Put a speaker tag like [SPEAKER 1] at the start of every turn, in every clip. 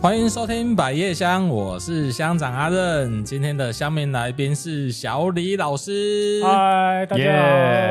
[SPEAKER 1] 欢迎收听百叶香，我是乡长阿任。今天的乡民来宾是小李老师。
[SPEAKER 2] 嗨，大家好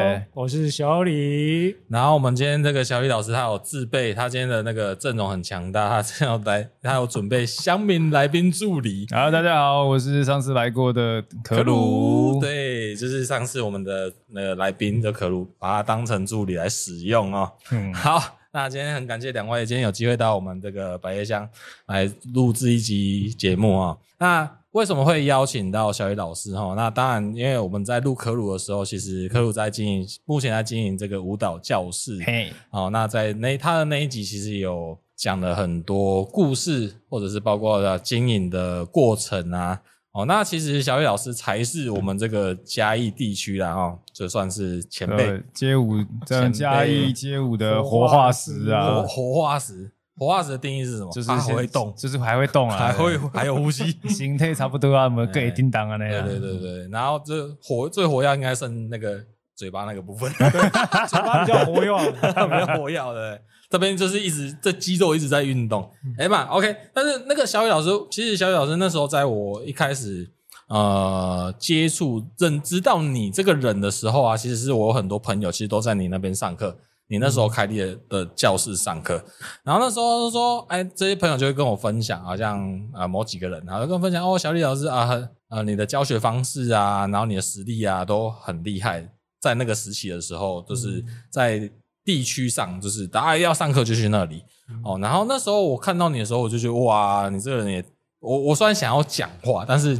[SPEAKER 3] Yeah
[SPEAKER 2] 我是小李。
[SPEAKER 1] 然后我们今天这个小李老师，他有自备，他今天的那个阵容很强大，他正要来，他有准备乡民来宾助理
[SPEAKER 3] Hello，大家好，我是上次来过的可鲁。，
[SPEAKER 1] 对，就是上次我们的那个来宾的可鲁，把他当成助理来使用哦。
[SPEAKER 3] 嗯，
[SPEAKER 1] 好，那今天很感谢两位，今天有机会到我们这个百叶香来录制一集节目啊、那为什么会邀请到小雨老师哈、哦那当然，因为我们在录科鲁的时候，其实科鲁在经营，目前在经营这个舞蹈教室。
[SPEAKER 3] 嘿，
[SPEAKER 1] 哦，那在那他的那一集其实有讲了很多故事，或者是包括了经营的过程啊。哦，那其实小雨老师才是我们这个嘉义地区啦，哦，就算是前辈。
[SPEAKER 3] 呃，街舞在
[SPEAKER 1] 前辈
[SPEAKER 3] 嘉义街舞的活化石啊
[SPEAKER 1] 活，活化石，活化石的定义是什么？
[SPEAKER 3] 就是
[SPEAKER 1] 它还
[SPEAKER 3] 先
[SPEAKER 1] 会动，
[SPEAKER 3] 就是还会动啊，。
[SPEAKER 1] 还会还有呼吸
[SPEAKER 3] 形态差不多啊，我们各叮当啊那
[SPEAKER 1] 对
[SPEAKER 3] 样。
[SPEAKER 1] 对对对，然后这活最活跃应该剩那个嘴巴那个 部分，嘴巴
[SPEAKER 2] 比较活跃，啊
[SPEAKER 1] 比较活跃的。欸这边就是一直这肌肉一直在运动，哎嘛，OK。但是那个小雨老师，其实小雨老师那时候在我一开始呃接触认知到你这个人的时候啊，其实是我有很多朋友其实都在你那边上课，你那时候开立的的教室上课，然后那时候就说，哎，这些朋友就会跟我分享，好像啊、呃某几个人，然后就跟我分享哦，小李老师啊，很呃你的教学方式啊，然后你的实力啊都很厉害，在那个时期的时候，就是在地区上，就是大家要上课就去那里哦。然后那时候我看到你的时候，我就觉得哇，你这个人也，我我虽然想要讲话，但是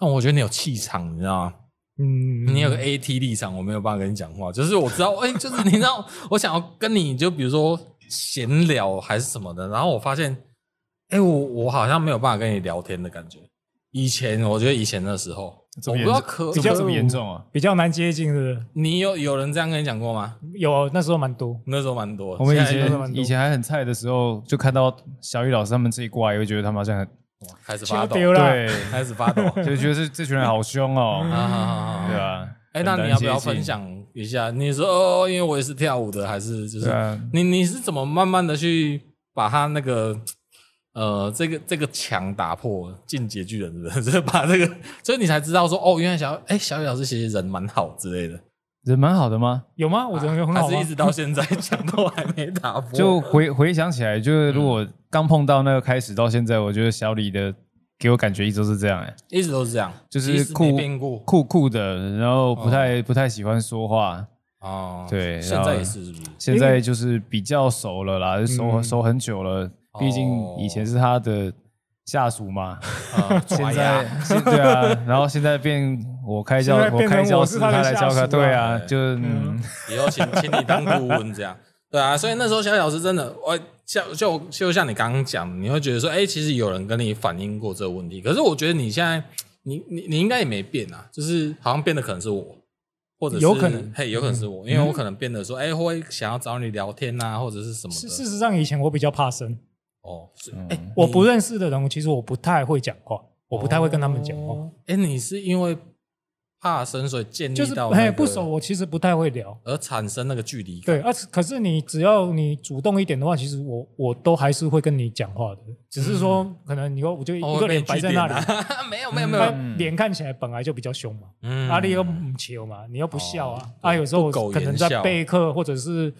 [SPEAKER 1] 但我觉得你有气场，你知道吗？
[SPEAKER 2] 嗯
[SPEAKER 1] 你有个 AT 立场，我没有办法跟你讲话，就是我知道，哎、就是你知道，我想要跟你就比如说闲聊还是什么的，然后我发现，哎、我我好像没有办法跟你聊天的感觉。以前我觉得以前的时候，
[SPEAKER 3] 这
[SPEAKER 1] 我
[SPEAKER 3] 么
[SPEAKER 1] 不知
[SPEAKER 3] 严
[SPEAKER 1] 道
[SPEAKER 3] 重，
[SPEAKER 1] 可
[SPEAKER 3] 这么这么严重啊！
[SPEAKER 2] 比较难接近，是不是？
[SPEAKER 1] 你有有人这样跟你讲过吗？
[SPEAKER 2] 有啊那时候蛮多，
[SPEAKER 1] 那时候蛮多，
[SPEAKER 3] 我们以
[SPEAKER 1] 现在
[SPEAKER 2] 现在
[SPEAKER 3] 前以前还很菜的时候，就看到小雨老师他们这一挂，也会觉得他们好像很
[SPEAKER 1] 开始发
[SPEAKER 2] 全
[SPEAKER 1] 抖，
[SPEAKER 2] 丢了。
[SPEAKER 3] 对，
[SPEAKER 1] 开始发抖。
[SPEAKER 3] 就觉得这这群人好凶
[SPEAKER 1] 啊
[SPEAKER 3] 哦，
[SPEAKER 1] 好好好
[SPEAKER 3] 对啊。
[SPEAKER 1] 哎，
[SPEAKER 3] 很
[SPEAKER 1] 那
[SPEAKER 3] 难
[SPEAKER 1] 你要不要
[SPEAKER 3] 接近
[SPEAKER 1] 分？享一下？你说哦，因为我也是跳舞的，还是就是
[SPEAKER 3] 对啊，
[SPEAKER 1] 你你是怎么慢慢的去把他那个呃这个这个墙打破进阶巨人是不 是？就是把这个，所以你才知道说哦，原来小哎小雨老师其实人蛮好之类的。
[SPEAKER 3] 人蛮好的吗？
[SPEAKER 2] 有吗？我人缘很好
[SPEAKER 1] 还啊
[SPEAKER 2] 啊
[SPEAKER 1] 是
[SPEAKER 2] 吗
[SPEAKER 1] 一？直到现在墙都还没打破。
[SPEAKER 3] 啊
[SPEAKER 2] 呃
[SPEAKER 3] 就回回想起来，就
[SPEAKER 2] 嗯
[SPEAKER 3] 是如果刚碰到那个开始到现在，我觉得小李的给我感觉一直都是这样、哎，
[SPEAKER 1] 一直都是这样，
[SPEAKER 3] 就是
[SPEAKER 1] 一直没
[SPEAKER 3] 酷
[SPEAKER 1] 变过
[SPEAKER 3] 酷酷的，然
[SPEAKER 2] 哦
[SPEAKER 3] 后不太、不太喜欢说话。
[SPEAKER 1] 哦。
[SPEAKER 3] 对
[SPEAKER 1] 现在也是是 不是？
[SPEAKER 3] 现在就是比较熟了啦，就熟、
[SPEAKER 2] 嗯
[SPEAKER 3] 熟很久了，
[SPEAKER 2] 哦
[SPEAKER 3] 毕竟以前是他的下属 嘛。
[SPEAKER 1] 啊，
[SPEAKER 3] 现
[SPEAKER 1] 爪牙
[SPEAKER 3] 在现 对啊，然后现在变我开教
[SPEAKER 2] 哎现在变成
[SPEAKER 3] 开教
[SPEAKER 2] 我是
[SPEAKER 3] 室，
[SPEAKER 2] 他的
[SPEAKER 3] 来
[SPEAKER 2] 下
[SPEAKER 3] 教
[SPEAKER 2] 属
[SPEAKER 3] 课，
[SPEAKER 2] 啊
[SPEAKER 3] 对啊，
[SPEAKER 1] 对
[SPEAKER 3] 就是嗯
[SPEAKER 1] 以后请请你当顾问这样，对啊，所以那时候小小是真的，我像就就像你刚刚讲，你会觉得说，哎、其实有人跟你反映过这个问题，可是我觉得你现在，你你你应该也没变啊，就是好像变的可能是我，或者是
[SPEAKER 2] 有可能嗯
[SPEAKER 1] 嘿，有可能是我，因为我可能变得说，哎、会想要找你聊天啊，或者是什么
[SPEAKER 2] 事
[SPEAKER 1] 的，
[SPEAKER 2] 事实上，以前我比较怕生，
[SPEAKER 1] 哦，是哎、
[SPEAKER 3] 嗯，
[SPEAKER 2] 我不认识的人，其实我不太会讲话，我不太会跟他们讲话，
[SPEAKER 1] 哦，哎、你是因为怕生，所以建立
[SPEAKER 2] 就是
[SPEAKER 1] 到、那
[SPEAKER 2] 哎
[SPEAKER 1] 个
[SPEAKER 2] 不熟，我其实不太会聊。
[SPEAKER 1] 而产生那个距离感，
[SPEAKER 2] 对，啊，可是你只要你主动一点的话，其实我我都还是会跟你讲话的，只是说可能你说我就
[SPEAKER 1] 哦
[SPEAKER 2] 一个脸
[SPEAKER 1] 被
[SPEAKER 2] 摆
[SPEAKER 1] 据
[SPEAKER 2] 在
[SPEAKER 1] 点
[SPEAKER 2] 那里，嗯
[SPEAKER 1] 啊没有没有没有，
[SPEAKER 2] 他脸看起来本来就比较凶嘛，
[SPEAKER 1] 嗯
[SPEAKER 2] 啊，你又不求嘛，你又不笑啊，
[SPEAKER 1] 哦
[SPEAKER 2] 啊，有时候
[SPEAKER 1] 不苟
[SPEAKER 2] 我可能
[SPEAKER 1] 言
[SPEAKER 2] 在
[SPEAKER 1] 笑
[SPEAKER 2] 备课或者是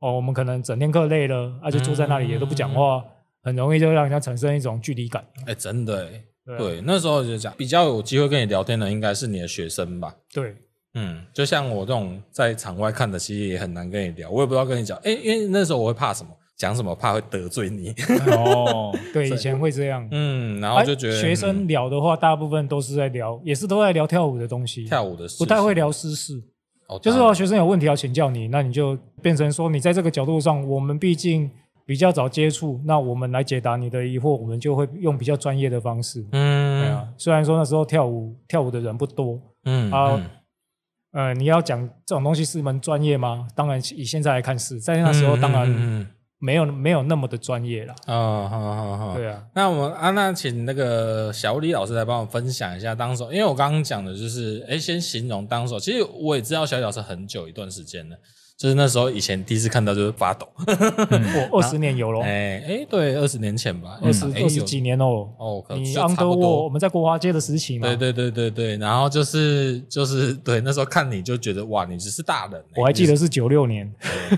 [SPEAKER 2] 哦，我们可能整天课累了，啊，就坐在那里也都不讲
[SPEAKER 1] 嗯
[SPEAKER 2] 话，很容易就让人家产生一种距离感。
[SPEAKER 1] 哎、真的、欸，
[SPEAKER 2] 对啊
[SPEAKER 1] 对，那时候就讲比较有机会跟你聊天的，应该是你的学生吧。
[SPEAKER 2] 对，
[SPEAKER 1] 嗯，就像我这种在场外看的，其实也很难跟你聊，我也不知道跟你讲，哎、因为那时候我会怕什么，讲什么怕会得罪你，
[SPEAKER 3] 哦，
[SPEAKER 2] 对，以前会这样。
[SPEAKER 1] 嗯，然
[SPEAKER 2] 啊
[SPEAKER 1] 后就觉得、
[SPEAKER 2] 学生
[SPEAKER 1] 嗯
[SPEAKER 2] 聊的话，大部分都是在聊，也是都在聊跳舞的东西，
[SPEAKER 1] 跳舞的事
[SPEAKER 2] 不太会聊私事。
[SPEAKER 1] 情，哦
[SPEAKER 2] 就
[SPEAKER 1] 当
[SPEAKER 2] 是说
[SPEAKER 1] 然
[SPEAKER 2] 学生有问题要请教你，那你就变成说你在这个角度上，我们毕竟比较早接触，那我们来解答你的疑惑，我们就会用比较专业的方式。对
[SPEAKER 1] 嗯
[SPEAKER 2] 啊，虽然说那时候跳舞跳舞的人不多，
[SPEAKER 1] 嗯
[SPEAKER 2] 啊
[SPEAKER 1] 嗯
[SPEAKER 2] 呃，你要讲这种东西是一门专业吗？当然，以现在来看是，在那时候当
[SPEAKER 1] 嗯
[SPEAKER 2] 然
[SPEAKER 1] 嗯
[SPEAKER 2] 没有没有那么的专业啦。
[SPEAKER 1] 嗯啊，好好好，
[SPEAKER 2] 对啊，
[SPEAKER 1] 那我们啊，那请那个小李老师来帮我分享一下当时候，因为我刚刚讲的就是，哎，先形容当时候，其实我也知道小李老师很久一段时间了，就是那时候以前第一次看到就是发抖，
[SPEAKER 2] 我二十年有咯，
[SPEAKER 1] 嗯哎哎，对，二十年前吧，
[SPEAKER 2] 二十
[SPEAKER 1] 哎
[SPEAKER 2] 二十几，年哦。
[SPEAKER 1] 有哦，可
[SPEAKER 2] 你
[SPEAKER 1] 就差不
[SPEAKER 2] Underworld，
[SPEAKER 1] 多
[SPEAKER 2] 我们在国华街的时期嘛，
[SPEAKER 1] 对对对对对，然后就是就是对，那时候看你就觉得哇，你只是大人、欸。
[SPEAKER 2] 我还记得是九 六年，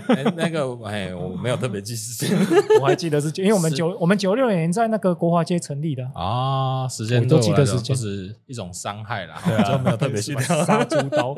[SPEAKER 1] 对哎那个哎，我没有特别记事情
[SPEAKER 2] 我还记得是，因为我们
[SPEAKER 1] 是
[SPEAKER 2] 九我们九六年在那个国华街成立的，
[SPEAKER 1] 啊，时间
[SPEAKER 2] 我都
[SPEAKER 1] 对
[SPEAKER 2] 记
[SPEAKER 1] 来
[SPEAKER 2] 得
[SPEAKER 1] 讲
[SPEAKER 2] 时
[SPEAKER 1] 就
[SPEAKER 2] 间
[SPEAKER 1] 是一种伤害啦，
[SPEAKER 3] 啊
[SPEAKER 1] 就没有特别去掉。
[SPEAKER 2] 杀猪 刀，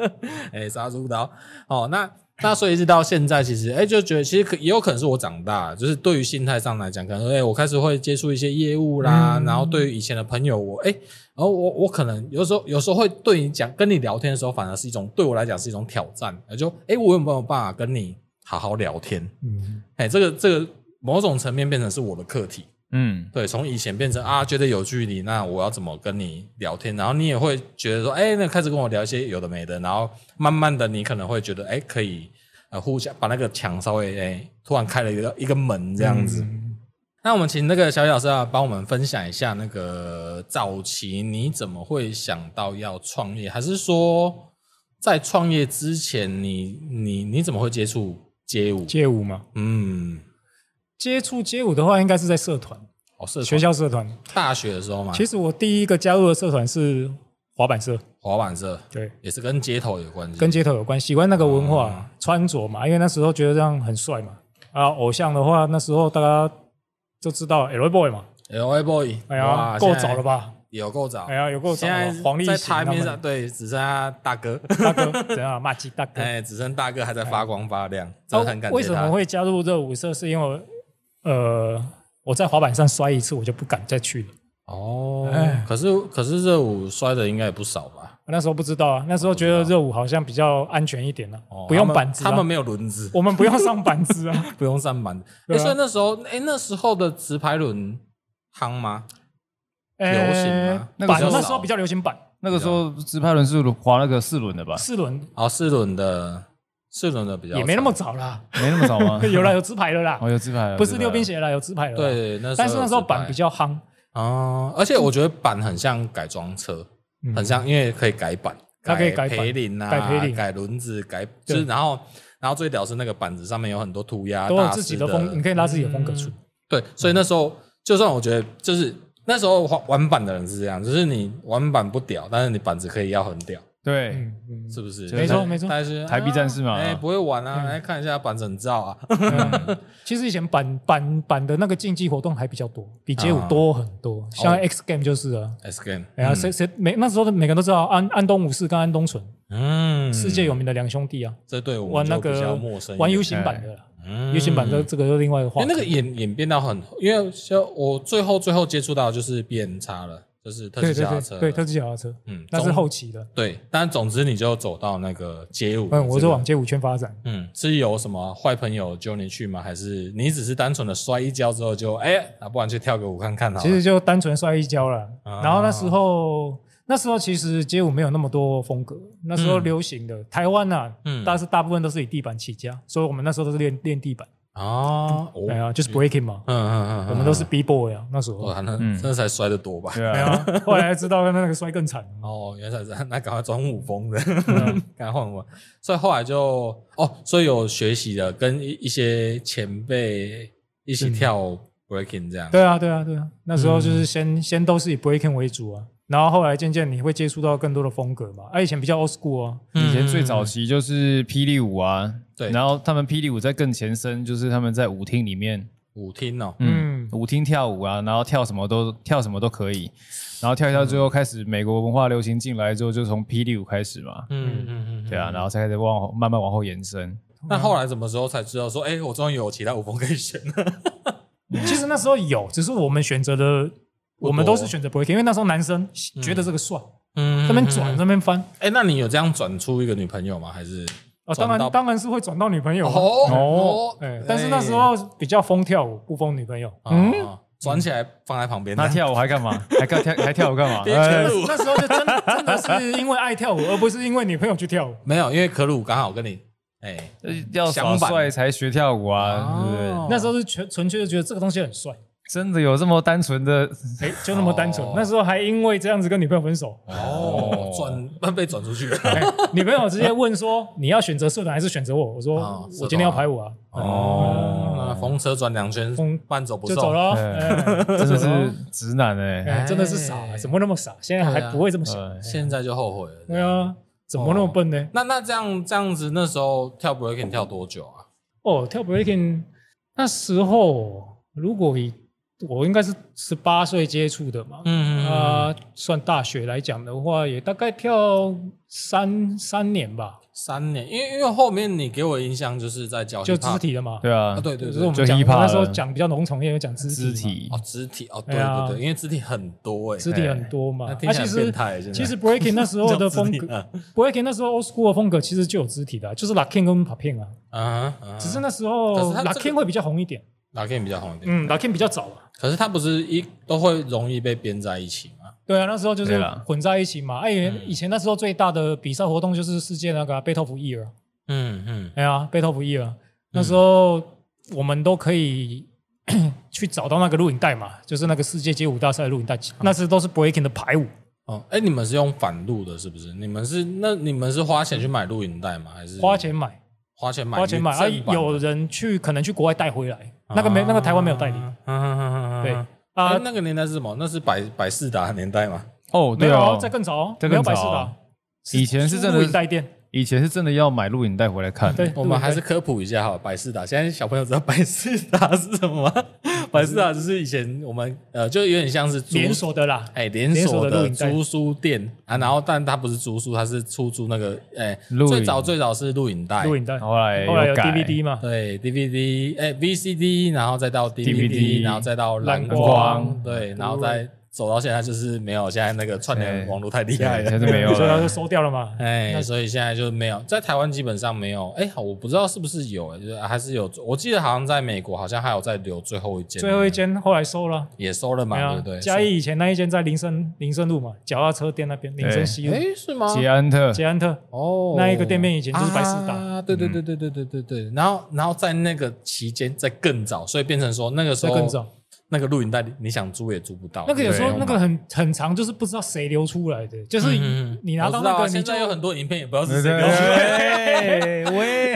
[SPEAKER 1] 哎，杀猪刀。哦，那那所以一直到现在，其实哎、就觉得其实可也有可能是我长大，就是对于心态上来讲，可能哎、我开始会接触一些业务啦，
[SPEAKER 2] 嗯
[SPEAKER 1] 然后对于以前的朋友，我哎、然后我我可能有时候有时候会对你讲，跟你聊天的时候，反而是一种对我来讲是一种挑战，也就哎、我有没有办法跟你好好聊天？
[SPEAKER 2] 嗯，
[SPEAKER 1] 哎、这个这个某种层面变成是我的课题。
[SPEAKER 3] 嗯，
[SPEAKER 1] 对，从以前变成啊，觉得有距离，那我要怎么跟你聊天？然后你也会觉得说，哎、那开始跟我聊一些有的没的，然后慢慢的你可能会觉得，哎、可以呃互相把那个墙稍微哎、突然开了一个一个门这样子。
[SPEAKER 2] 嗯
[SPEAKER 1] 那我们请那个小雨老师啊，帮我们分享一下那个早期你怎么会想到要创业，还是说在创业之前你，你你怎么会接触街舞？
[SPEAKER 2] 街舞嘛，
[SPEAKER 1] 嗯，
[SPEAKER 2] 接触街舞的话，应该是在社团，
[SPEAKER 1] 哦，是
[SPEAKER 2] 学校社团。
[SPEAKER 1] 大学的时候嘛，
[SPEAKER 2] 其实我第一个加入的社团是滑板社，
[SPEAKER 1] 滑板社。
[SPEAKER 2] 对，
[SPEAKER 1] 也是跟街头有关系，
[SPEAKER 2] 跟街头有关，喜欢那个文化、
[SPEAKER 1] 哦
[SPEAKER 2] 穿着嘛，因为那时候觉得这样很帅嘛。啊，偶像的话，那时候大家都知道 L Boy 嘛，
[SPEAKER 1] L A Boy，
[SPEAKER 2] 哎
[SPEAKER 1] 哇
[SPEAKER 2] 呀，够早了，
[SPEAKER 1] 现
[SPEAKER 2] 吧？
[SPEAKER 1] 在有够早，
[SPEAKER 2] 哎呀，有够早
[SPEAKER 1] 现
[SPEAKER 2] 了
[SPEAKER 1] 在，
[SPEAKER 2] 黄立
[SPEAKER 1] 在
[SPEAKER 2] 行
[SPEAKER 1] 台
[SPEAKER 2] 他
[SPEAKER 1] 面上
[SPEAKER 2] 们
[SPEAKER 1] 对只剩下大 哥，
[SPEAKER 2] 大哥怎样啊？骂鸡大哥。
[SPEAKER 1] 哎，只剩大哥还在发光发亮，真
[SPEAKER 2] 啊
[SPEAKER 1] 的很感谢他。
[SPEAKER 2] 为什么会加入热舞社？是因为呃，我在滑板上摔一次，我就不敢再去了。
[SPEAKER 1] 哦
[SPEAKER 2] 哎？
[SPEAKER 1] 可是可是热舞摔的应该也不少吧？
[SPEAKER 2] 那时候不知道啊，那时候觉得热舞好像比较安全一点了、
[SPEAKER 1] 哦
[SPEAKER 2] 不用
[SPEAKER 1] 他们
[SPEAKER 2] 板子、啊
[SPEAKER 1] 他们没有轮子，
[SPEAKER 2] 我们不用上板子啊。
[SPEAKER 1] 不用上板子。哎，
[SPEAKER 2] 对啊
[SPEAKER 1] 所以那时候，哎，那时候的直排轮夯吗？ 流行吗
[SPEAKER 2] 那
[SPEAKER 3] 那个
[SPEAKER 2] 哎板
[SPEAKER 3] 时候
[SPEAKER 2] 那时候比较流行板
[SPEAKER 3] 那个时候
[SPEAKER 2] 啊
[SPEAKER 3] 自拍轮是滑那个四轮的吧？
[SPEAKER 2] 四轮，
[SPEAKER 1] 哦，四轮的，四轮的比较
[SPEAKER 2] 也没那么
[SPEAKER 1] 少
[SPEAKER 2] 早啦，
[SPEAKER 3] 没那么早吗？
[SPEAKER 2] 有啦，有直排了啦
[SPEAKER 3] 哦，，有自拍了，
[SPEAKER 2] 不
[SPEAKER 3] 自
[SPEAKER 2] 是
[SPEAKER 3] 拍
[SPEAKER 2] 溜冰
[SPEAKER 3] 了，
[SPEAKER 2] 鞋啦，有直排了。，
[SPEAKER 1] 对，那时候
[SPEAKER 2] 但是那时候
[SPEAKER 1] 有直排
[SPEAKER 2] 板比较夯，
[SPEAKER 1] 哦，而且我觉得板很像改装车，
[SPEAKER 2] 嗯
[SPEAKER 1] 很像，因为可以改板，
[SPEAKER 2] 它可以改板
[SPEAKER 1] 培林啊，
[SPEAKER 2] 改培林
[SPEAKER 1] 改轮子，改就
[SPEAKER 2] 对
[SPEAKER 1] 是然后然后最屌是那个板子上面有很多涂鸦，
[SPEAKER 2] 都有
[SPEAKER 1] 大师
[SPEAKER 2] 自己的风，嗯你可以拉自己的风格出。
[SPEAKER 1] 对，所以那时候就算我觉得就是那时候玩玩板的人是这样，就是你玩板不屌，但是你板子可以要很屌，
[SPEAKER 3] 对，
[SPEAKER 2] 嗯嗯，
[SPEAKER 1] 是不是？
[SPEAKER 3] 没错
[SPEAKER 2] 没错
[SPEAKER 1] 但是
[SPEAKER 3] 台币战士嘛
[SPEAKER 1] 哎，不会玩
[SPEAKER 2] 嗯
[SPEAKER 1] 啊，来看一下板子很照啊，
[SPEAKER 2] 其实以前板板板的那个竞技活动还比较多，比街舞
[SPEAKER 1] 啊嗯
[SPEAKER 2] 多很多，像 X Game 就是啊。
[SPEAKER 1] S game，
[SPEAKER 2] 哎呀，谁谁每那时候的每个人都知道安安东武士跟安东纯，
[SPEAKER 1] 嗯，
[SPEAKER 2] 世界有名的两兄弟啊，
[SPEAKER 1] 这对我
[SPEAKER 2] 玩
[SPEAKER 1] 们
[SPEAKER 2] 那
[SPEAKER 1] 就比较
[SPEAKER 2] 个
[SPEAKER 1] 陌生一点，嗯
[SPEAKER 2] 玩 U 型版的啦，U 型版
[SPEAKER 1] 的。
[SPEAKER 2] 的这个又另外一个话
[SPEAKER 1] 因为
[SPEAKER 2] 题。
[SPEAKER 1] 那个演演变到很，因为像我最后最后接触到的就是 B N 叉了，就是特
[SPEAKER 2] 对
[SPEAKER 1] 技
[SPEAKER 2] 对
[SPEAKER 1] 脚踏
[SPEAKER 2] 对
[SPEAKER 1] 车，
[SPEAKER 2] 对特技脚踏车，
[SPEAKER 1] 嗯，
[SPEAKER 2] 那是
[SPEAKER 1] 总
[SPEAKER 2] 后期的。
[SPEAKER 1] 对，但总之你就走到那个街舞，
[SPEAKER 2] 嗯，我是往，街舞圈发展。
[SPEAKER 1] 嗯，是有什么坏朋友揪你去吗？还是你只是单纯的摔一跤之后就哎，那、不然去跳个舞看看好了？
[SPEAKER 2] 其实就单纯摔一跤了。
[SPEAKER 1] 啊
[SPEAKER 2] 然后那时候，那时候其实街舞没有那么多风格，那时候流行的、台湾呐、啊，
[SPEAKER 1] 嗯
[SPEAKER 2] 但是大部分都是以地板起家，所以我们那时候都是练练地板，
[SPEAKER 1] 哦，哦
[SPEAKER 2] 哎呀、就是 breaking 嘛，
[SPEAKER 1] 嗯嗯嗯，
[SPEAKER 2] 我们都是 b boy 啊，那时候。
[SPEAKER 1] 我那
[SPEAKER 3] 嗯
[SPEAKER 1] 那才摔得多吧？
[SPEAKER 3] 对
[SPEAKER 2] 没有
[SPEAKER 3] 啊，
[SPEAKER 2] 啊， 后来才知道那个摔更惨。
[SPEAKER 1] 哦，原来是这样那赶快转舞风的， 赶快换我。所以后来就哦，所以有学习的，跟一一些前辈一起跳 breaking 这样。
[SPEAKER 2] 对啊，对啊，对啊，那时
[SPEAKER 1] 嗯
[SPEAKER 2] 候就是先、先都是以 breaking 为主啊，然后后来渐渐你会接触到更多的风格嘛。啊，以前比较 old school 啊，
[SPEAKER 1] 嗯，
[SPEAKER 3] 以前最早期就是霹雳舞啊，
[SPEAKER 1] 对
[SPEAKER 3] 然后他们霹雳舞在更前身就是他们在舞厅里面，
[SPEAKER 1] 舞厅哦，
[SPEAKER 3] 嗯
[SPEAKER 2] 嗯，
[SPEAKER 3] 舞厅跳舞啊，然后跳什么都跳什么都可以，然后跳一跳之后开始美国文化流行进来之后，就从霹雳舞开始嘛，
[SPEAKER 1] 嗯嗯嗯
[SPEAKER 3] 对啊，然后才开始往后慢慢往后延伸，
[SPEAKER 1] 那后来什么时候才知道说，哎，我终于有其他舞风可以选了？
[SPEAKER 2] 嗯其实那时候有，只是我们选择的，我们都是选择 breaking，因为那时候男生觉得这个帅，
[SPEAKER 1] 嗯
[SPEAKER 2] 那边转那边翻
[SPEAKER 1] 哎，那你有这样转出一个女朋友吗？还是
[SPEAKER 2] 啊，
[SPEAKER 1] 转
[SPEAKER 2] 当
[SPEAKER 1] 到
[SPEAKER 2] 然当然是会转到女朋友啊。
[SPEAKER 1] 哦
[SPEAKER 2] 哎，但是那时候比较疯跳舞，不疯女朋友。
[SPEAKER 1] 嗯，哦转起来放在旁边，
[SPEAKER 3] 他跳舞还 干嘛？还跳跳还跳舞干嘛？
[SPEAKER 1] 边全
[SPEAKER 3] 哎
[SPEAKER 1] 路
[SPEAKER 2] 那时候就真的真的是因为爱跳舞，而不是因为女朋友去跳舞。
[SPEAKER 1] 没有，因为可鲁刚好跟你哎，
[SPEAKER 3] 要耍
[SPEAKER 1] 相反
[SPEAKER 3] 帅才学跳舞啊，对不对？
[SPEAKER 2] 哦
[SPEAKER 1] 哦
[SPEAKER 2] 那时候是全纯粹就觉得这个东西很帅，
[SPEAKER 3] 真的有这么单纯的？
[SPEAKER 2] 哎，就那么单纯
[SPEAKER 1] 哦。
[SPEAKER 2] 那时候还因为这样子跟女朋友分手，
[SPEAKER 1] 哦，转 被转出去了。
[SPEAKER 2] 哎女朋友直接问说：“你要选择社团还是选择我？”我说
[SPEAKER 1] 哦：“
[SPEAKER 2] 我今天要排舞啊。
[SPEAKER 1] 哦，风车转两圈
[SPEAKER 2] 风，
[SPEAKER 1] 慢走”不
[SPEAKER 2] 就
[SPEAKER 1] 送，
[SPEAKER 2] 走了，哎
[SPEAKER 3] 真的是直男哎、
[SPEAKER 2] 哎真的是傻
[SPEAKER 1] 哎，啊
[SPEAKER 2] 怎么那么傻？现在还不会这么想，
[SPEAKER 3] 哎
[SPEAKER 1] 现在就后悔了。
[SPEAKER 2] 对啊，怎么那么笨呢？
[SPEAKER 1] 那那这样这样子，那时候跳 breaking 跳多久啊？
[SPEAKER 2] 哦，跳 breaking 那时候，如果以我应该是十八岁接触的嘛，
[SPEAKER 1] 嗯
[SPEAKER 2] 啊、算大学来讲的话，也大概跳三三年吧，
[SPEAKER 1] 三年，因为因为后面你给我印象哦就是在教
[SPEAKER 2] 就
[SPEAKER 1] 体
[SPEAKER 2] 肢体的嘛。
[SPEAKER 3] 对啊
[SPEAKER 1] 啊，，对对
[SPEAKER 2] 就是
[SPEAKER 1] 对，
[SPEAKER 2] 我们
[SPEAKER 3] 就
[SPEAKER 2] 讲
[SPEAKER 3] hip-hop
[SPEAKER 2] 那时候
[SPEAKER 3] 了
[SPEAKER 2] 讲比较浓重，也有讲肢体嘛
[SPEAKER 3] 肢
[SPEAKER 1] 哦，肢
[SPEAKER 3] 体
[SPEAKER 1] 体哦，对
[SPEAKER 2] 哎呀
[SPEAKER 1] 对对，因为肢体很多哎，
[SPEAKER 2] 肢体很多嘛。
[SPEAKER 1] 那
[SPEAKER 2] 啊
[SPEAKER 1] 听起来
[SPEAKER 2] 其
[SPEAKER 1] 很变
[SPEAKER 2] 实
[SPEAKER 1] 态。欸现在
[SPEAKER 2] 其实 breaking 那时候 的
[SPEAKER 1] 叫
[SPEAKER 2] 风
[SPEAKER 1] 肢体
[SPEAKER 2] 格
[SPEAKER 1] 啊
[SPEAKER 2] ，breaking 那时候 old school 的风格其实就有肢体的啊，就是 locking 跟 popping 啊，
[SPEAKER 1] 啊哈，啊
[SPEAKER 2] 只是
[SPEAKER 1] 哈
[SPEAKER 2] 那时候
[SPEAKER 1] 可是它这
[SPEAKER 2] locking
[SPEAKER 1] 个
[SPEAKER 2] 会比较红一点，
[SPEAKER 1] Lakin 比较红一点，
[SPEAKER 2] 嗯，locking 比较早啊。
[SPEAKER 1] 可是它不是一都会容易被编在一起吗？
[SPEAKER 2] 对啊，那时候就
[SPEAKER 3] 对嗯
[SPEAKER 2] 是
[SPEAKER 3] 啦
[SPEAKER 2] 混在一起嘛。哎，以前那时候最大的比赛活动就是世界那个啊贝托福 year 啊。
[SPEAKER 1] 嗯嗯，
[SPEAKER 2] 哎呀，贝托福一了。
[SPEAKER 3] 嗯
[SPEAKER 2] 那时候我们都可以 去找到那个录影带嘛，就是那个世界街舞大赛的录影
[SPEAKER 3] 嗯
[SPEAKER 2] 带，那时都是 breaking 的排舞。
[SPEAKER 1] 哦，哎，你们是用反录的，是不是？你们是那你们是花钱去买录影带吗？还是
[SPEAKER 2] 花钱买，
[SPEAKER 1] 花钱买
[SPEAKER 2] 花钱买，啊，
[SPEAKER 1] 正版的
[SPEAKER 2] 有人去可能去国外带回来，
[SPEAKER 3] 啊
[SPEAKER 2] 那个没那个台湾没有代理，
[SPEAKER 1] 啊啊啊啊啊
[SPEAKER 2] 对
[SPEAKER 1] 啊
[SPEAKER 3] 哎
[SPEAKER 2] 啊，，
[SPEAKER 1] 那个年代是什么？那是百百事达年代嘛？
[SPEAKER 3] 哦，
[SPEAKER 2] 没
[SPEAKER 3] 对
[SPEAKER 2] 有
[SPEAKER 3] 哦，
[SPEAKER 2] 再更早，
[SPEAKER 3] 再
[SPEAKER 2] 没有
[SPEAKER 3] 更早
[SPEAKER 2] 百事达，
[SPEAKER 3] 以前是真
[SPEAKER 2] 啊录影
[SPEAKER 3] 的，
[SPEAKER 2] 带店，
[SPEAKER 3] 以前是真的要买录影带回来看。
[SPEAKER 2] 对，
[SPEAKER 1] 我们还是
[SPEAKER 2] 录影
[SPEAKER 1] 科普一下哈，百事达。现在小朋友知道百事达是什么吗？百事达就是以前我们呃，就有点像是租
[SPEAKER 2] 带连锁的啦，
[SPEAKER 1] 哎连
[SPEAKER 2] 连
[SPEAKER 1] 锁
[SPEAKER 2] 锁的录
[SPEAKER 1] 的
[SPEAKER 2] 影带
[SPEAKER 1] 租书店啊，然后但它不是租书，它是出租那个哎，
[SPEAKER 3] 录影
[SPEAKER 1] 最早最早是录影带，
[SPEAKER 2] 录影带，后
[SPEAKER 3] 哎后来
[SPEAKER 2] 来有
[SPEAKER 3] 改
[SPEAKER 2] DVD 嘛，
[SPEAKER 1] 对 DVD 哎 VCD，然后再到 DVD，
[SPEAKER 3] DVD
[SPEAKER 1] 然后再到蓝
[SPEAKER 2] 蓝
[SPEAKER 1] 光，
[SPEAKER 2] 光啊
[SPEAKER 1] 对，然后再走到现在就是没有现在那个串
[SPEAKER 3] 哎
[SPEAKER 1] 联网络太厉害
[SPEAKER 3] 对，
[SPEAKER 1] 了
[SPEAKER 3] 现在。没有 啊
[SPEAKER 2] 所 以他就
[SPEAKER 3] 了。
[SPEAKER 2] 收掉了嘛。
[SPEAKER 1] 哎，所以现在就没有在台湾基本上没有。哎，我不知道是不是有，哎就是还是有。我记得好像在美国好像还有在留最后一间，
[SPEAKER 2] 最后一间后来收了。
[SPEAKER 1] 也收了
[SPEAKER 2] 没
[SPEAKER 1] 嘛，
[SPEAKER 2] 有啊
[SPEAKER 1] 对不对？
[SPEAKER 2] 嘉义以前那一间在林森林森路嘛，脚踏车店那边，林森西路，
[SPEAKER 1] 哎是吗？
[SPEAKER 3] 哦捷安特，
[SPEAKER 2] 捷安特。
[SPEAKER 1] 哦，
[SPEAKER 2] 那一个店面以前就是百事达
[SPEAKER 1] 啊，对对对对对对对对。然后然后在那个期间在更早，所以变成说那个时
[SPEAKER 2] 再
[SPEAKER 1] 候
[SPEAKER 2] 更早，
[SPEAKER 1] 那个录影带你想租也租不到，
[SPEAKER 2] 那个有时
[SPEAKER 3] 对
[SPEAKER 2] 候那个很很长，就是不知道谁流出来的，就是
[SPEAKER 1] 哦嗯嗯
[SPEAKER 2] 你拿到
[SPEAKER 1] 我知道
[SPEAKER 2] 那
[SPEAKER 1] 啊
[SPEAKER 2] 个你
[SPEAKER 1] 现
[SPEAKER 2] 就
[SPEAKER 1] 在有很多影片也不知道是
[SPEAKER 3] 对
[SPEAKER 1] 谁
[SPEAKER 3] 对
[SPEAKER 1] 留出来的。
[SPEAKER 3] 对，喂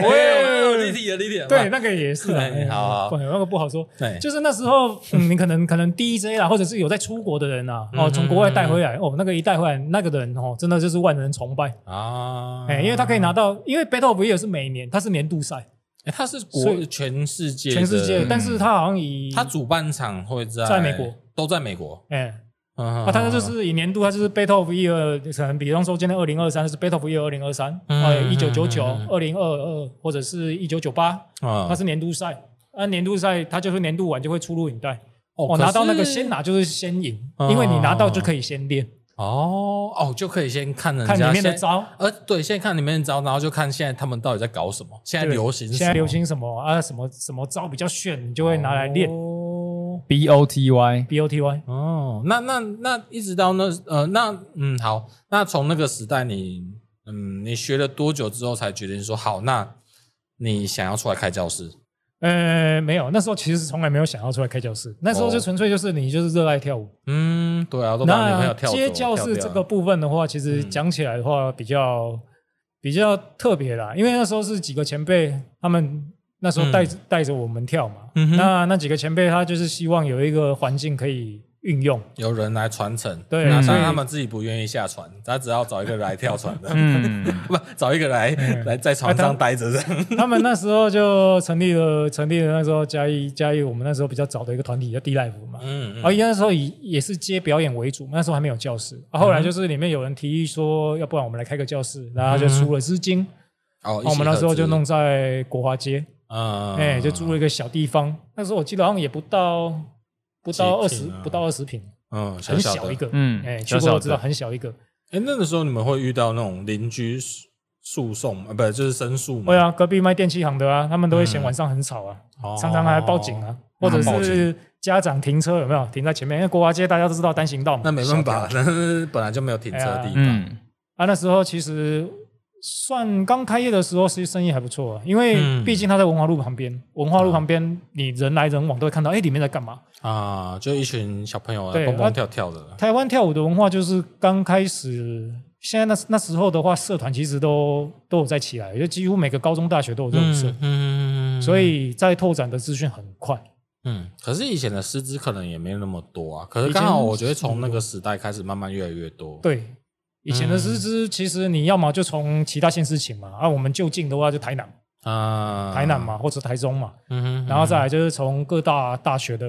[SPEAKER 1] 我有立体的立体的，
[SPEAKER 2] 对那个也是 啊，
[SPEAKER 1] 哎
[SPEAKER 2] 哎
[SPEAKER 1] 好好哎
[SPEAKER 2] 不那个不好说。
[SPEAKER 1] 对，
[SPEAKER 2] 就是那时候， 嗯，你可能可能 DJ 啦，或者是有在出国的人啊，
[SPEAKER 1] 嗯
[SPEAKER 2] 哦，
[SPEAKER 1] 嗯
[SPEAKER 2] 从国外带回来，哦，那个一带回来，那个人哦，真的就是万人崇拜，
[SPEAKER 1] 啊，
[SPEAKER 2] 哎，因为他可以拿到，因为 Battle of Year 是每年，它是年度赛，
[SPEAKER 1] 欸它是
[SPEAKER 2] 所
[SPEAKER 1] 国
[SPEAKER 2] 以
[SPEAKER 1] 全世界的
[SPEAKER 2] 全世界，
[SPEAKER 3] 嗯
[SPEAKER 2] 但是他好像以
[SPEAKER 1] 它主办场会在
[SPEAKER 2] 在美国，
[SPEAKER 1] 都在美国。
[SPEAKER 2] 哎，
[SPEAKER 1] 嗯
[SPEAKER 2] 啊，它就是以年度，它就是 Battle of Year，可能比方说今天二零二三是 Battle of Year 二零二三，
[SPEAKER 1] 嗯
[SPEAKER 2] 啊，
[SPEAKER 1] 嗯
[SPEAKER 2] 一九九九
[SPEAKER 1] 嗯、
[SPEAKER 2] 二零二二或者是一九九八，它
[SPEAKER 1] 啊，
[SPEAKER 2] 是年度赛。啊，年度赛它就是年度完就会出录影带，
[SPEAKER 1] 我
[SPEAKER 2] 我哦拿到那个先拿就是先赢，
[SPEAKER 1] 嗯
[SPEAKER 2] 因为你拿到就可以先练，
[SPEAKER 1] 哦哦，就可以先看人家
[SPEAKER 2] 看里面的
[SPEAKER 1] 先
[SPEAKER 2] 招。
[SPEAKER 1] 呃，对，先看里面的招，然后就看现在他们到底在搞什么，现在
[SPEAKER 2] 对
[SPEAKER 1] 流行什么，
[SPEAKER 2] 现在流行什么啊？什么什么招比较炫，你就会拿来练。
[SPEAKER 1] 哦
[SPEAKER 3] B O T Y，
[SPEAKER 2] B O T Y
[SPEAKER 1] 哦，那那那一直到那呃，那嗯好，那从那个时代你嗯，你学了多久之后才决定说好，那你想要出来开教室？
[SPEAKER 2] 呃，没有，那时候其实从来没有想要出来开教室，那时候
[SPEAKER 1] 哦
[SPEAKER 2] 就纯粹就是你就是热爱跳舞，
[SPEAKER 1] 嗯，对啊，都把女朋
[SPEAKER 2] 那
[SPEAKER 1] 友跳走
[SPEAKER 2] 接教
[SPEAKER 1] 跳
[SPEAKER 2] 室
[SPEAKER 1] 掉
[SPEAKER 2] 这个部分的话，其实
[SPEAKER 1] 嗯
[SPEAKER 2] 讲起来的话比较、比较特别啦，因为那时候是几个前辈他们那时候带着带着我们跳嘛，
[SPEAKER 1] 嗯哼
[SPEAKER 2] 那那几个前辈他就是希望有一个环境可以运 用，
[SPEAKER 1] 有人来传承，
[SPEAKER 2] 对
[SPEAKER 1] 那
[SPEAKER 2] 嗯
[SPEAKER 1] 当然他们自己不愿意下船，他只要找一个来跳船的，
[SPEAKER 3] 嗯，
[SPEAKER 1] 不找一个来来在船上待着的。
[SPEAKER 2] 他们那时候就成立了成立了那时候嘉义嘉义我们那时候比较早的一个团体叫 D Life 嘛，
[SPEAKER 1] 嗯，嗯
[SPEAKER 2] 而且那时候以也是接表演为主，那时候还没有教室，啊、后
[SPEAKER 1] 嗯
[SPEAKER 2] 来就是里面有人提议说，要不然我们来开个教室，然后
[SPEAKER 1] 嗯
[SPEAKER 2] 就出了资金。
[SPEAKER 1] 哦，
[SPEAKER 2] 啊我们那时候就
[SPEAKER 1] 一起合
[SPEAKER 2] 弄在国华街，
[SPEAKER 1] 资，嗯，
[SPEAKER 2] 哎、就租了一个小地方。那时候我记得好像也不到不到二
[SPEAKER 1] 几
[SPEAKER 2] 十
[SPEAKER 1] 平啊，
[SPEAKER 2] 不到二十平，
[SPEAKER 1] 嗯，
[SPEAKER 2] 很
[SPEAKER 1] 小
[SPEAKER 2] 小一
[SPEAKER 1] 的。
[SPEAKER 2] 个。
[SPEAKER 3] 嗯
[SPEAKER 2] 哎、去
[SPEAKER 3] 小小
[SPEAKER 2] 过
[SPEAKER 3] 的
[SPEAKER 2] 都知道很小一个。
[SPEAKER 1] 哎，那个时候你们会遇到那种邻居诉诉讼啊，不就是申诉吗？
[SPEAKER 2] 对啊，隔壁卖电器行的啊，他们都会嫌晚上很吵啊，
[SPEAKER 1] 嗯哦
[SPEAKER 2] 常常还报警啊，或者
[SPEAKER 1] 报
[SPEAKER 2] 是家长停车有没有停在前面？因为国华街大家都知道单行道嘛，
[SPEAKER 1] 那没办
[SPEAKER 2] 小
[SPEAKER 1] 法
[SPEAKER 2] 条，哎
[SPEAKER 1] 那本来就没有停车地方。
[SPEAKER 3] 嗯，
[SPEAKER 2] 啊。那时候其实算刚开业的时候，其实生意还不错、啊，因为
[SPEAKER 1] 嗯
[SPEAKER 2] 毕竟它在文化路旁边，文化路旁边你人来人往都会看到，哎，里面在干嘛？
[SPEAKER 1] 啊，就一群小朋友啊
[SPEAKER 2] 对
[SPEAKER 1] 蹦蹦
[SPEAKER 2] 啊
[SPEAKER 1] 跳跳的，
[SPEAKER 2] 台湾跳舞的文化就是刚开始，现在那那时候的话，社团其实都都有在起来，就几乎每个高中、大学都有这
[SPEAKER 3] 嗯
[SPEAKER 2] 种社，
[SPEAKER 1] 嗯
[SPEAKER 2] 所以在拓展的资讯很快。
[SPEAKER 1] 嗯，可是以前的师资可能也没那么多啊，可
[SPEAKER 2] 以
[SPEAKER 1] 是
[SPEAKER 2] 前
[SPEAKER 1] 刚好我觉得从那个时代开始慢慢越来越多，
[SPEAKER 2] 对，以前的
[SPEAKER 3] 嗯
[SPEAKER 2] 师资其实你要么就从其他县市请嘛，啊，我们就近的话就台南，
[SPEAKER 1] 啊，
[SPEAKER 2] 台南，嘛，或者台中嘛，
[SPEAKER 1] 嗯哼，
[SPEAKER 2] 然后再来就是从各大大学的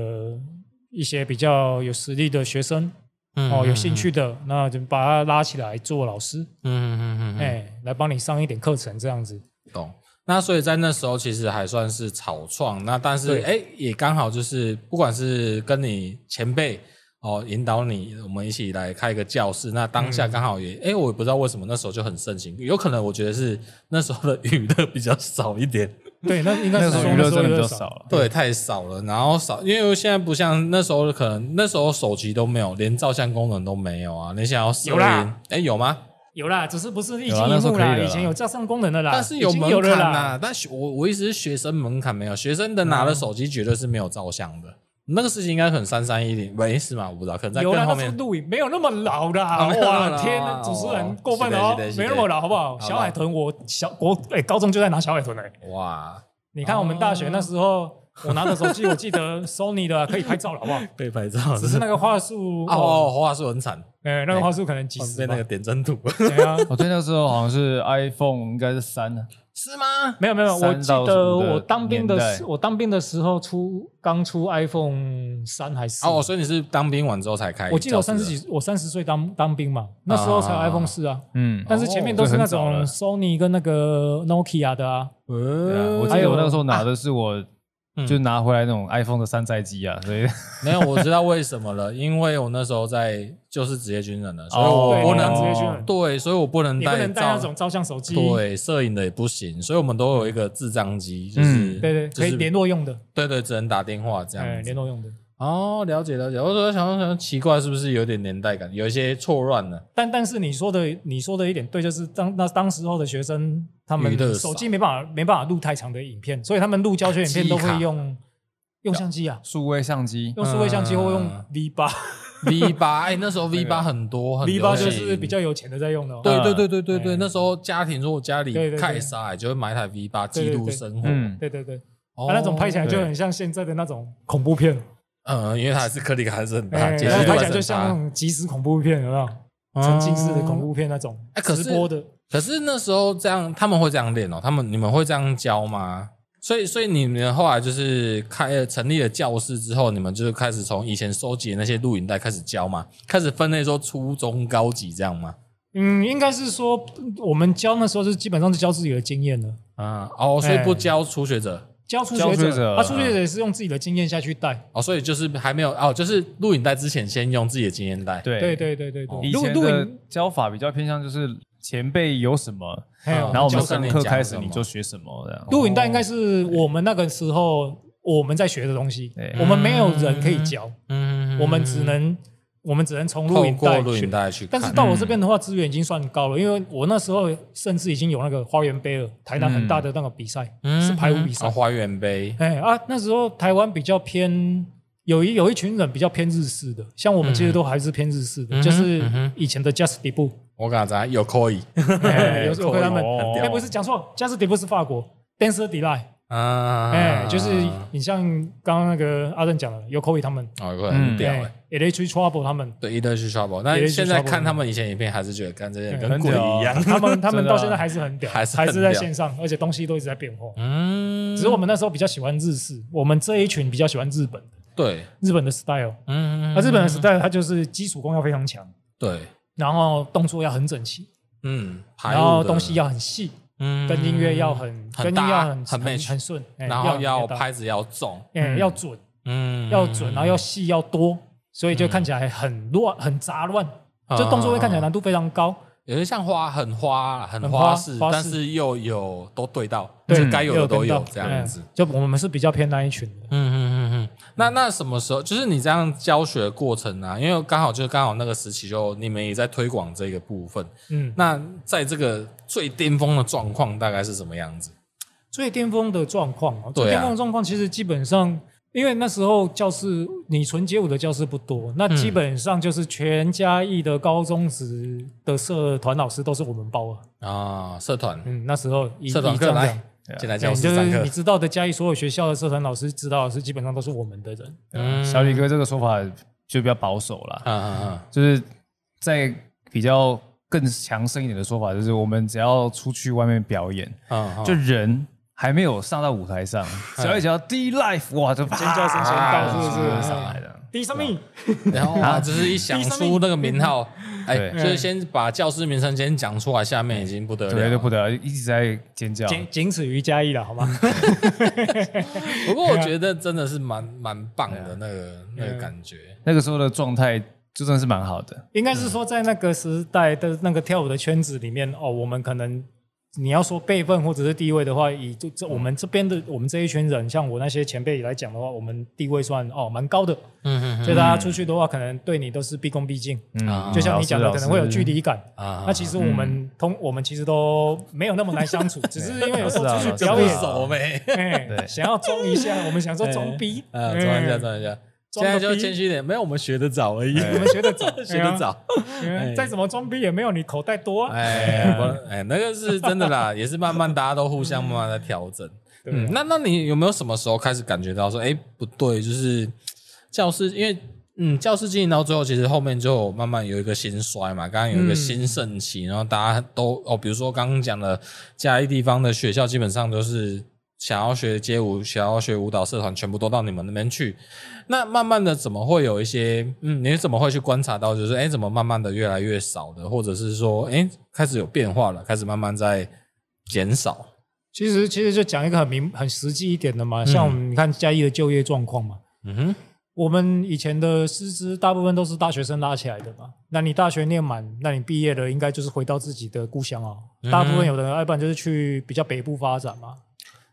[SPEAKER 2] 一些比较有实力的学生
[SPEAKER 1] 嗯
[SPEAKER 2] 哦，有兴，趣的，那就把他拉起来做老师，
[SPEAKER 1] 嗯嗯嗯嗯，哎，
[SPEAKER 2] 哎，来帮你上一点课程这样子。
[SPEAKER 1] 懂。那所以在那时候其实还算是草创，那但是
[SPEAKER 2] 对
[SPEAKER 1] 哎、也刚好就是不管是跟你前辈哦引导你，我们一起来开一个教室，那当
[SPEAKER 2] 嗯
[SPEAKER 1] 下刚好也哎、我也不知道为什么那时候就很盛行，有可能我觉得是那时候的娱乐比较少一点，
[SPEAKER 2] 对，那应该
[SPEAKER 3] 那
[SPEAKER 2] 是
[SPEAKER 3] 时候
[SPEAKER 2] 说
[SPEAKER 3] 娱乐
[SPEAKER 2] 时候
[SPEAKER 3] 真的
[SPEAKER 2] 娱
[SPEAKER 3] 比较
[SPEAKER 2] 乐
[SPEAKER 3] 少。啊了。
[SPEAKER 1] 对，太少了，然后少，因为现在不像那时候，可能那时候手机都没有，连照相功能都没有啊。你想要摄
[SPEAKER 2] 有啦
[SPEAKER 1] 影，哎，有吗？
[SPEAKER 2] 有啦，只是不是一
[SPEAKER 3] 有
[SPEAKER 2] 经
[SPEAKER 3] 啊那
[SPEAKER 2] 一
[SPEAKER 3] 时候
[SPEAKER 2] 幕
[SPEAKER 3] 可以
[SPEAKER 2] 啦，
[SPEAKER 3] 的啦
[SPEAKER 2] 以前有照相功能的啦，
[SPEAKER 1] 但是
[SPEAKER 2] 啊已经
[SPEAKER 1] 门
[SPEAKER 2] 有了
[SPEAKER 1] 槛
[SPEAKER 2] 啦。
[SPEAKER 1] 呐。但学我我意思是学生门槛没有，学生的拿了手机绝对是没有照相的。那个事情应该很三三一零，没是吗？我不知道，可能在
[SPEAKER 2] 有啦
[SPEAKER 1] 更，后
[SPEAKER 2] 那时候
[SPEAKER 1] 面。
[SPEAKER 2] 录影没有那么老的
[SPEAKER 1] 啊
[SPEAKER 2] 啊，
[SPEAKER 1] 没有那么老
[SPEAKER 2] 哇
[SPEAKER 1] 啊
[SPEAKER 2] 天哪，
[SPEAKER 1] 哦
[SPEAKER 2] 主持人过分了哦
[SPEAKER 1] 是的是的，是的
[SPEAKER 2] 没那么老好不好？
[SPEAKER 1] 吧
[SPEAKER 2] 小海豚，我小我哎，高中就在拿小海豚哎，
[SPEAKER 1] 哇，
[SPEAKER 2] 你看我们大学那时候，我拿的手机，我记 得 Sony 的啊可以拍照了好不好？
[SPEAKER 1] 被拍照
[SPEAKER 2] 只是那个画素哦，
[SPEAKER 1] 哦，画质很惨，
[SPEAKER 2] 哎，那个画素可能几
[SPEAKER 1] 被
[SPEAKER 2] 十吧
[SPEAKER 1] 那个，点阵图
[SPEAKER 2] 对啊，
[SPEAKER 3] 我哦对那时候好像是 iPhone 应该是三啊，
[SPEAKER 1] 是吗？
[SPEAKER 2] 没有没有，我
[SPEAKER 3] 三
[SPEAKER 2] 记
[SPEAKER 3] 到
[SPEAKER 2] 得
[SPEAKER 3] 五的
[SPEAKER 2] 我当兵的
[SPEAKER 3] 年代
[SPEAKER 2] 时，我当兵的时候出刚出 iPhone 三还是四
[SPEAKER 1] 哦，所以你是当兵完之后才开？
[SPEAKER 2] 我记得我三十，几，我三十岁当当兵嘛，那时候才有
[SPEAKER 1] 啊
[SPEAKER 2] iPhone 四啊，
[SPEAKER 3] 嗯，
[SPEAKER 2] 但是前面都是那种
[SPEAKER 3] 哦
[SPEAKER 2] Sony 跟那个 Nokia 的啊，
[SPEAKER 3] 对啊
[SPEAKER 1] 呃，
[SPEAKER 3] 我记得我那个时候拿的是我
[SPEAKER 1] 嗯
[SPEAKER 3] 就拿回来那种 iPhone 的山寨机啊，所以
[SPEAKER 1] 没有，我知道为什么了，因为我那时候在就是职业军人了，所以
[SPEAKER 3] 哦
[SPEAKER 1] 我不
[SPEAKER 2] 对
[SPEAKER 1] 能、
[SPEAKER 2] 你职业军人
[SPEAKER 1] 对，所以我不能
[SPEAKER 2] 你不
[SPEAKER 1] 带
[SPEAKER 2] 能带
[SPEAKER 1] 照
[SPEAKER 2] 那种照相手机，
[SPEAKER 1] 对摄影的也不行，所以我们都有一个智障机，就是、
[SPEAKER 3] 嗯
[SPEAKER 2] 对对，可以
[SPEAKER 1] 就是
[SPEAKER 2] 联络用的，
[SPEAKER 1] 对对，只能打电话这
[SPEAKER 2] 哎，
[SPEAKER 1] 样
[SPEAKER 2] 联
[SPEAKER 1] 子。
[SPEAKER 2] 络用的。
[SPEAKER 1] 哦，了解了解。我说想想想，奇怪，是不是有点年代感，有一些错乱 了？
[SPEAKER 2] 但但是你说的你说的一点对，就是当那当时候的学生，他
[SPEAKER 1] 娱乐
[SPEAKER 2] 们
[SPEAKER 1] 少啊
[SPEAKER 2] 手机没办法没办法录太长的影片，所以他们录教学影片
[SPEAKER 1] 记忆
[SPEAKER 2] 都会
[SPEAKER 1] 卡
[SPEAKER 2] 用用相机啊，
[SPEAKER 3] 数位相机
[SPEAKER 2] 用数位相机或用
[SPEAKER 1] 嗯
[SPEAKER 2] V 八
[SPEAKER 1] V 八，哎，那时候 V 八很多很
[SPEAKER 2] ，V
[SPEAKER 1] 流
[SPEAKER 2] 八
[SPEAKER 1] 行
[SPEAKER 2] 就是比较有钱的在用的、哦。
[SPEAKER 1] 对对
[SPEAKER 3] 嗯
[SPEAKER 1] 对对对对，
[SPEAKER 2] 哎
[SPEAKER 1] 那时候家庭如果家里
[SPEAKER 2] 对对对
[SPEAKER 1] 开啥，哎就会买一台 V 八记
[SPEAKER 2] 对对
[SPEAKER 1] 录
[SPEAKER 2] 对
[SPEAKER 1] 生活。
[SPEAKER 3] 嗯
[SPEAKER 2] 对对对，
[SPEAKER 1] 哦
[SPEAKER 2] 啊、那种拍起来就很像现在的那种恐怖片，
[SPEAKER 1] 嗯，因为它还是颗粒感还是很大，
[SPEAKER 2] 哎，
[SPEAKER 1] 啊解
[SPEAKER 2] 然
[SPEAKER 1] 析
[SPEAKER 2] 后
[SPEAKER 1] 度
[SPEAKER 2] 拍
[SPEAKER 1] 还
[SPEAKER 2] 起来
[SPEAKER 1] 是
[SPEAKER 2] 就
[SPEAKER 1] 很
[SPEAKER 2] 像那
[SPEAKER 1] 大。
[SPEAKER 2] 种即时恐怖片，有没有？沉浸式的恐怖片那种，
[SPEAKER 1] 哎可是
[SPEAKER 2] 直播的，
[SPEAKER 1] 可是那时候这样，他们会这样练哦，他们你们会这样教吗？所以，所以你们后来就是开呃成立了教室之后，你们就是开始从以前收集的那些录影带开始教嘛，开始分类说初中、高级这样吗？
[SPEAKER 2] 嗯，应该是说我们教那时候是基本上是教自己的经验了，
[SPEAKER 1] 啊、哦，所以不教初学者、
[SPEAKER 2] 教初
[SPEAKER 3] 教
[SPEAKER 2] 学
[SPEAKER 3] 学
[SPEAKER 2] 者，
[SPEAKER 3] 者
[SPEAKER 2] 他、初学者也是用自己的经验下去带，
[SPEAKER 1] 哦，所以就是还没有哦，就是录影带之前先用自己的经验带，，
[SPEAKER 3] 对
[SPEAKER 2] 对对对对对，
[SPEAKER 3] 以
[SPEAKER 2] 录
[SPEAKER 3] 前
[SPEAKER 2] 录
[SPEAKER 3] 的
[SPEAKER 2] 影，
[SPEAKER 3] 教法比较偏向就是前辈有什么，
[SPEAKER 2] 还有
[SPEAKER 1] 嗯
[SPEAKER 3] 然后我
[SPEAKER 1] 教
[SPEAKER 3] 们
[SPEAKER 1] 授
[SPEAKER 3] 上
[SPEAKER 1] 跟你
[SPEAKER 3] 课
[SPEAKER 1] 讲
[SPEAKER 3] 开
[SPEAKER 1] 什
[SPEAKER 3] 始你
[SPEAKER 1] 么
[SPEAKER 3] 就学什么这样。
[SPEAKER 2] 录影带应该是我们那个时候我们在学的东西
[SPEAKER 3] 对，
[SPEAKER 2] 我们没有人可以教，
[SPEAKER 1] 嗯
[SPEAKER 2] 我们只能我们只能从录
[SPEAKER 1] 透
[SPEAKER 2] 影
[SPEAKER 1] 过
[SPEAKER 2] 带
[SPEAKER 1] 录
[SPEAKER 2] 学
[SPEAKER 1] 影带去看，
[SPEAKER 2] 但是到我这边的话，资源已经算高了，因为我那时候甚至已经有那个花园杯了，台南很大的那个比赛、
[SPEAKER 1] 嗯
[SPEAKER 2] 是排舞比赛
[SPEAKER 1] 哦、。花园杯，
[SPEAKER 2] 哎、啊，那时候台湾比较偏有一有一群人比较偏日式的，像我们其实都还是偏日式的，
[SPEAKER 1] 嗯哼
[SPEAKER 2] 就是
[SPEAKER 1] 嗯哼
[SPEAKER 2] 以前的 Just d i b
[SPEAKER 1] 我刚才有扣 以
[SPEAKER 2] u 有时候会他们，
[SPEAKER 3] 哦
[SPEAKER 2] 哎、不是讲错，Just d i b u 是法国，Dancer Delight，
[SPEAKER 1] 啊，
[SPEAKER 2] 哎、就是你像刚刚那个阿正讲的，有 k o i 他们，
[SPEAKER 1] 哦，有很屌哎、
[SPEAKER 2] 哎、Electric Trouble 他们。
[SPEAKER 1] 对 e l e c t r Trouble，那
[SPEAKER 2] Electric
[SPEAKER 1] 现在
[SPEAKER 2] Trouble
[SPEAKER 1] 看他们以前影片，还是觉得干这些人
[SPEAKER 2] 对
[SPEAKER 1] 跟鬼一样。
[SPEAKER 2] 他们他们
[SPEAKER 3] 真的啊
[SPEAKER 2] 到现在还是很屌，
[SPEAKER 1] 还是很
[SPEAKER 2] 还是在
[SPEAKER 1] 屌
[SPEAKER 2] 线上，而且东西都一直在变化。
[SPEAKER 1] 嗯，
[SPEAKER 2] 只是我们那时候比较喜欢日式，我们这一群比较喜欢日本的
[SPEAKER 1] 对，
[SPEAKER 2] 日本的 style。
[SPEAKER 1] 嗯
[SPEAKER 2] 那、日本的 style 它就是基础功要非常强，
[SPEAKER 1] 对，
[SPEAKER 2] 然后动作要很整齐，
[SPEAKER 1] 嗯，排
[SPEAKER 2] 然
[SPEAKER 1] 舞
[SPEAKER 2] 后
[SPEAKER 1] 的
[SPEAKER 2] 东西要很细，
[SPEAKER 1] 嗯
[SPEAKER 2] 跟音乐要，很
[SPEAKER 1] 很
[SPEAKER 2] 跟音乐要
[SPEAKER 1] 搭
[SPEAKER 2] 很
[SPEAKER 1] 很
[SPEAKER 2] 很
[SPEAKER 1] match
[SPEAKER 2] 很顺，哎
[SPEAKER 1] 然后
[SPEAKER 2] 要
[SPEAKER 1] 要
[SPEAKER 2] 很搭
[SPEAKER 1] 拍，子要重，
[SPEAKER 2] 哎
[SPEAKER 3] 嗯
[SPEAKER 2] 要准
[SPEAKER 1] 嗯，
[SPEAKER 2] 要准，然啊后要细要多，所以就看起来很乱很杂乱，就动作会看起
[SPEAKER 1] 嗯，
[SPEAKER 2] 来
[SPEAKER 1] 嗯嗯
[SPEAKER 2] 难度非常高。
[SPEAKER 1] 有些像花很花啦，很
[SPEAKER 2] 很
[SPEAKER 1] 花
[SPEAKER 2] 花
[SPEAKER 1] 式，
[SPEAKER 2] 花式
[SPEAKER 1] 但是又有都对到，
[SPEAKER 2] 对
[SPEAKER 1] 就该有的
[SPEAKER 2] 有
[SPEAKER 1] 都
[SPEAKER 2] 跟到
[SPEAKER 1] 有这样子
[SPEAKER 2] 哎。就我们是比较偏那一群的。
[SPEAKER 1] 嗯嗯嗯嗯，那那什么时候？就是你这样教学过程啊，因为刚好就是刚好那个时期就你们也在推广这个部分。
[SPEAKER 2] 嗯，
[SPEAKER 1] 那在这个最巅峰的状况大概是什么样子？
[SPEAKER 2] 最巅峰的状况哦，最
[SPEAKER 1] 对啊
[SPEAKER 2] 巅峰的状况其实基本上，因为那时候教室你纯街舞的教室不多，那基本上就是全嘉义的高中职的社团老师都是我们包啊。
[SPEAKER 1] 啊，社团
[SPEAKER 2] 嗯，那时候以
[SPEAKER 1] 社团
[SPEAKER 2] 以这
[SPEAKER 1] 课
[SPEAKER 2] 样
[SPEAKER 1] 来
[SPEAKER 2] 讲，
[SPEAKER 3] 对啊
[SPEAKER 1] 进来教
[SPEAKER 2] 对哎
[SPEAKER 1] 室
[SPEAKER 2] 就
[SPEAKER 1] 上
[SPEAKER 2] 是
[SPEAKER 1] 课
[SPEAKER 2] 你。知道的嘉义所有学校的社团老师、指导老师基本上都是我们的人。
[SPEAKER 1] 嗯
[SPEAKER 3] 小李哥这个说法就比较保守啦，
[SPEAKER 1] 啊啊啊！
[SPEAKER 3] 就是在比较更强盛一点的说法，就是我们只要出去外面表演，
[SPEAKER 1] 嗯，嗯
[SPEAKER 3] 就人还没有上到舞 台上，只要一讲到 D Life，哇，
[SPEAKER 1] 啊
[SPEAKER 3] 就尖
[SPEAKER 2] 叫声先到是不是
[SPEAKER 3] 上来的。
[SPEAKER 2] 第三名，
[SPEAKER 1] 然后啊，只是一想出那个名 号，哎，
[SPEAKER 3] 对
[SPEAKER 1] 就是先把教师名称先讲出来，下面已经不得
[SPEAKER 3] 对，
[SPEAKER 1] 了
[SPEAKER 3] 就
[SPEAKER 1] 了。
[SPEAKER 3] 不得了，一直在尖叫。
[SPEAKER 2] 仅仅此于嘉义了，好吗？
[SPEAKER 1] 不过我觉得真的是蛮蛮棒
[SPEAKER 2] 啊
[SPEAKER 1] 的那个那个感觉。
[SPEAKER 3] 那个时候的状态就真的是蛮好的，
[SPEAKER 2] 应该是说在那个时代的那个跳舞的圈子里面，哦，我们可能你要说辈分或者是地位的话，以就这我们这边的我们这一群人，像我那些前辈来讲的话，我们地位算哦蛮高的，
[SPEAKER 1] 嗯嗯
[SPEAKER 2] 所以大家出去的话，可能对你都是毕恭毕敬，
[SPEAKER 1] 啊
[SPEAKER 2] 就像你讲的，
[SPEAKER 3] 嗯老师
[SPEAKER 2] 可能会有距。离感。
[SPEAKER 1] 嗯啊
[SPEAKER 2] 那其实我们通我们其实都没有那么难相处，只是因为有时候
[SPEAKER 3] 老
[SPEAKER 2] 出
[SPEAKER 3] 师啊
[SPEAKER 2] 去表
[SPEAKER 3] 老师
[SPEAKER 1] 不
[SPEAKER 2] 演，
[SPEAKER 1] 熟呗。
[SPEAKER 2] 哎，想要装一下，我们想说装逼，
[SPEAKER 1] 啊，装一下，
[SPEAKER 2] 哎
[SPEAKER 1] 装一下。现
[SPEAKER 2] 装
[SPEAKER 1] 在
[SPEAKER 2] 个
[SPEAKER 1] 就
[SPEAKER 2] 逼哎
[SPEAKER 1] 谦虚一点，没有我们学得早而已，
[SPEAKER 2] 我们学得早
[SPEAKER 1] ，学得早。
[SPEAKER 2] 哎呀，哎呀再怎么装逼也没有你口袋多啊。
[SPEAKER 1] 哎，不哎，那个是真的 啦，也是慢慢大家都互相慢慢的调整。
[SPEAKER 2] 对啊
[SPEAKER 1] 嗯，那那你有没有什么时候开始感觉到说，哎，不对，就是教室，因为嗯，教室经营到最后，其实后面就有慢慢有一个兴衰嘛，刚刚有一个
[SPEAKER 2] 嗯
[SPEAKER 1] 兴盛期，然后大家都哦，比如说刚刚讲的嘉义地方的学校，基本上都是想要学街舞、想要学舞蹈社团，全部都到你们那边去。那慢慢的，怎么会有一些嗯，你怎么会去观察到，就是哎，诶怎么慢慢的越来越少的，或者是说哎，诶开始有变化了，开始慢慢在减少。
[SPEAKER 2] 其实其实就讲一个很明很实际一点的嘛，像我们你看嘉义的就业状况嘛，
[SPEAKER 1] 嗯哼，
[SPEAKER 2] 我们以前的师资大部分都是大学生拉起来的嘛。那你大学念满，那你毕业了，应该就是回到自己的故乡啊。
[SPEAKER 1] 嗯
[SPEAKER 2] 大部分有的人，要不然就是去比较北部发展嘛。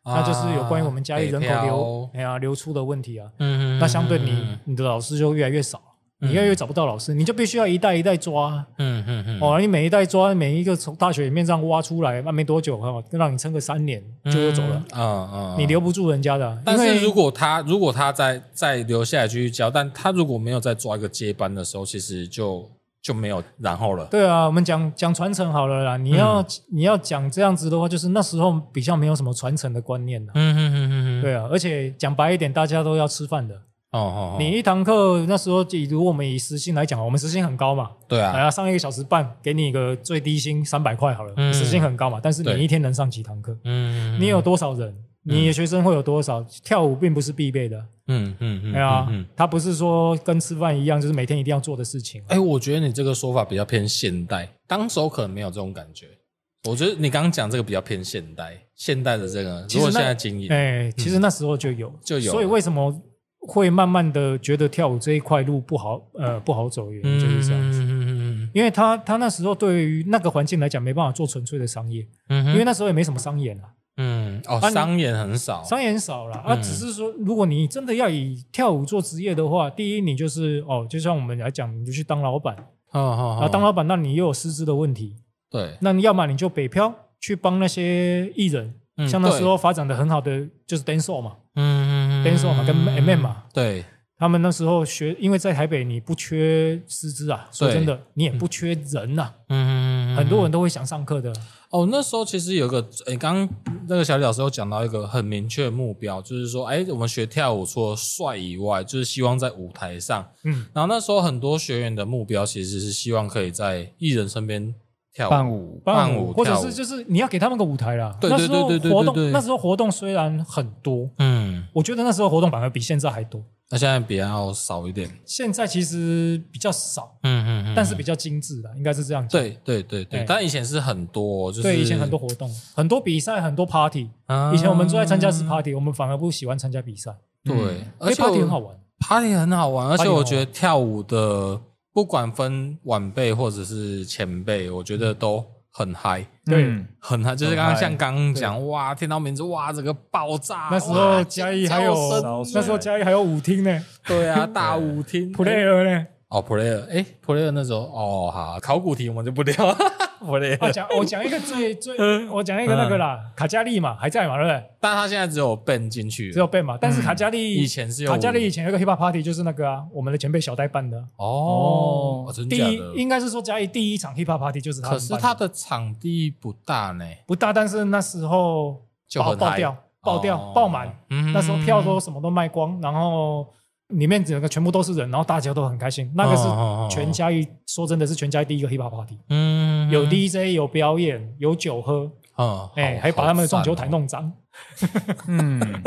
[SPEAKER 1] 啊
[SPEAKER 2] 那就是有关于我们嘉义人口流
[SPEAKER 1] 流，
[SPEAKER 2] 哎呀流出的问题啊。
[SPEAKER 1] 嗯
[SPEAKER 2] 那相对你你的老师就越来越少，你越来越找不到老师，你就必须要一代一代抓啊。
[SPEAKER 1] 嗯嗯嗯，
[SPEAKER 2] 哦，你每一代抓，每一个从大学里面这样挖出来，那没多久哦，让你撑个三年就又走了，
[SPEAKER 1] 嗯嗯，嗯
[SPEAKER 2] 你。留不住人家的啊。
[SPEAKER 1] 但
[SPEAKER 2] 因
[SPEAKER 1] 是
[SPEAKER 2] 为
[SPEAKER 1] 如果他如果他再再留下来继续教，但他如果没有再抓一个接班的时候，其实就就没有然后了。
[SPEAKER 2] 对啊，我们讲讲传承好了啦。
[SPEAKER 1] 嗯
[SPEAKER 2] 你要、你要讲这样子的话，就是那时候比较没有什么传承的观念啦。
[SPEAKER 1] 嗯嗯嗯嗯，
[SPEAKER 2] 对啊，而且讲白一点，大家都要吃饭的。
[SPEAKER 1] 哦哦，哦
[SPEAKER 2] 你一堂课那时候，以如果我们以时薪来讲，我们时薪很高嘛，
[SPEAKER 1] 对
[SPEAKER 2] 来
[SPEAKER 1] 啊，
[SPEAKER 2] 啊，上一个小时半，给你一个最低薪三百块好了，
[SPEAKER 1] 嗯
[SPEAKER 2] 时薪很高嘛，但是
[SPEAKER 1] 对
[SPEAKER 2] 你一天能上几堂课？
[SPEAKER 1] 嗯，
[SPEAKER 2] 你有多少人？你的学生会有多少？跳舞并不是必备的，
[SPEAKER 1] 嗯嗯嗯，
[SPEAKER 2] 对啊
[SPEAKER 1] 嗯，嗯，
[SPEAKER 2] 它不是说跟吃饭一样，就是每天一定要做的事情啊。
[SPEAKER 1] 哎，我觉得你这个说法比较偏现代，当时候可能没有这种感觉。我觉得你刚刚讲这个比较偏现代，现代的这个，
[SPEAKER 2] 其
[SPEAKER 1] 如果
[SPEAKER 2] 实那
[SPEAKER 1] 现在经营，
[SPEAKER 2] 哎、其实那时候就有，
[SPEAKER 1] 嗯就有
[SPEAKER 2] 所以为什么会慢慢的觉得跳舞这一块路不好，呃，不好走的原因就是这样子。
[SPEAKER 1] 嗯嗯嗯
[SPEAKER 2] 因为他他那时候对于那个环境来讲，没办法做纯粹的商业，
[SPEAKER 1] 嗯
[SPEAKER 2] 因为那时候也没什么商演啊，
[SPEAKER 1] 嗯，哦，
[SPEAKER 2] 啊你
[SPEAKER 1] 商演很少，
[SPEAKER 2] 商演少了
[SPEAKER 1] 嗯
[SPEAKER 2] 啊。只是说，如果你真的要以跳舞做职业的话，第一你就是哦，就像我们来讲，你就去当老板，
[SPEAKER 1] 哦嗯哦哦
[SPEAKER 2] 然后当老板，那你又有师资的问题，
[SPEAKER 1] 对，
[SPEAKER 2] 那你要么你就北漂去帮那些艺人，
[SPEAKER 1] 嗯
[SPEAKER 2] 像那时候发展的很好的就是 dancehall 嘛
[SPEAKER 1] 嗯嗯嗯
[SPEAKER 2] ，dancehall 嘛跟 mm 嘛，
[SPEAKER 1] 对，
[SPEAKER 2] 他们那时候学，因为在台北你不缺师资啊，说真的，你也不缺人呐、
[SPEAKER 1] 嗯，
[SPEAKER 2] 很多人都会想上课的。
[SPEAKER 1] 哦，那时候其实有个，诶，刚刚那个小李老师有讲到一个很明确的目标，就是说，诶，我们学跳舞除了帅以外，就是希望在舞台上。
[SPEAKER 2] 嗯，
[SPEAKER 1] 然后那时候很多学员的目标其实是希望可以在艺人身边跳舞。
[SPEAKER 3] 伴舞，
[SPEAKER 1] 伴舞
[SPEAKER 2] 舞或者
[SPEAKER 1] 跳舞
[SPEAKER 2] 是就是你要给他们个舞台啦。
[SPEAKER 1] 对对对对对对
[SPEAKER 2] 那时候活
[SPEAKER 1] 对对
[SPEAKER 2] 动那时候活动虽然很多，
[SPEAKER 1] 嗯，
[SPEAKER 2] 我觉得那时候活动反而比现在还多。
[SPEAKER 1] 那现在比较少一点。
[SPEAKER 2] 现在其实比较少，
[SPEAKER 1] 嗯嗯
[SPEAKER 2] 但是比较精致啦，应该是这样讲。
[SPEAKER 1] 对对对对，
[SPEAKER 2] 哎
[SPEAKER 1] 但以前是很多哦，就是
[SPEAKER 2] 对，以前很多活动，很多比赛，很多 party。
[SPEAKER 1] 啊
[SPEAKER 2] 以前我们最爱参加
[SPEAKER 1] 嗯
[SPEAKER 2] 是 party，我们反而不喜欢参加比赛，
[SPEAKER 1] 对，
[SPEAKER 3] 嗯
[SPEAKER 2] 因
[SPEAKER 1] 而
[SPEAKER 2] 为
[SPEAKER 1] 且
[SPEAKER 2] party
[SPEAKER 1] 我
[SPEAKER 2] 很好玩。
[SPEAKER 1] party 很好玩，而且
[SPEAKER 2] party 很好玩
[SPEAKER 1] 我觉得
[SPEAKER 2] 嗯
[SPEAKER 1] 跳舞的不管分晚辈或者是前辈，我觉得都很嗨，
[SPEAKER 2] 对
[SPEAKER 3] 嗯
[SPEAKER 1] 很嗨，就是刚刚
[SPEAKER 3] 很嗨
[SPEAKER 1] 像刚刚讲，哇，听到名字，哇，这个爆炸，
[SPEAKER 2] 那时
[SPEAKER 1] 啊哇
[SPEAKER 2] 候嘉义还有
[SPEAKER 1] 尖
[SPEAKER 3] 叫声
[SPEAKER 2] 那时候嘉义还有舞厅呢
[SPEAKER 1] 对啊，大舞厅
[SPEAKER 2] ，player 呢。
[SPEAKER 1] 哦，player，哎，player 那时候哦，好，考古题我们就不聊
[SPEAKER 2] 啊，
[SPEAKER 1] player，
[SPEAKER 2] 讲我讲一个最最，
[SPEAKER 1] 嗯
[SPEAKER 2] 我讲一个那个啦，卡加利嘛还在嘛，对不对？
[SPEAKER 1] 但他现在只有 ban 进去，
[SPEAKER 2] 只有 Ben 嘛，但是卡加利
[SPEAKER 1] 嗯以前是有
[SPEAKER 2] 卡加利以前有个 hip hop party，就是那个啊，我们的前辈小戴办的。
[SPEAKER 1] 哦，哦真
[SPEAKER 2] 第
[SPEAKER 1] 假
[SPEAKER 2] 一
[SPEAKER 1] 的？
[SPEAKER 2] 应该是说嘉义第一场 hip hop party 就是他
[SPEAKER 1] 可
[SPEAKER 2] 们
[SPEAKER 1] 是
[SPEAKER 2] 办的
[SPEAKER 1] 他的场地不大呢，
[SPEAKER 2] 不大，但是那时候
[SPEAKER 1] 就
[SPEAKER 2] 爆
[SPEAKER 1] 很
[SPEAKER 2] 爆
[SPEAKER 1] 嗨
[SPEAKER 2] 掉，爆掉
[SPEAKER 1] 哦
[SPEAKER 2] 爆满，
[SPEAKER 1] 嗯
[SPEAKER 2] 那时候票都什么都卖光，然后里面整个全部都是人，然后大家都很开心。那个
[SPEAKER 1] 哦哦哦
[SPEAKER 2] 是全嘉义，说真的是全嘉义第一个 hip hop party，
[SPEAKER 1] 嗯
[SPEAKER 2] 有 DJ 有表演有酒喝，
[SPEAKER 1] 嗯，
[SPEAKER 2] 哎，
[SPEAKER 1] 好
[SPEAKER 2] 还把他们的撞球
[SPEAKER 1] 好
[SPEAKER 2] 台
[SPEAKER 1] 赞哦
[SPEAKER 2] 弄脏。
[SPEAKER 3] 嗯，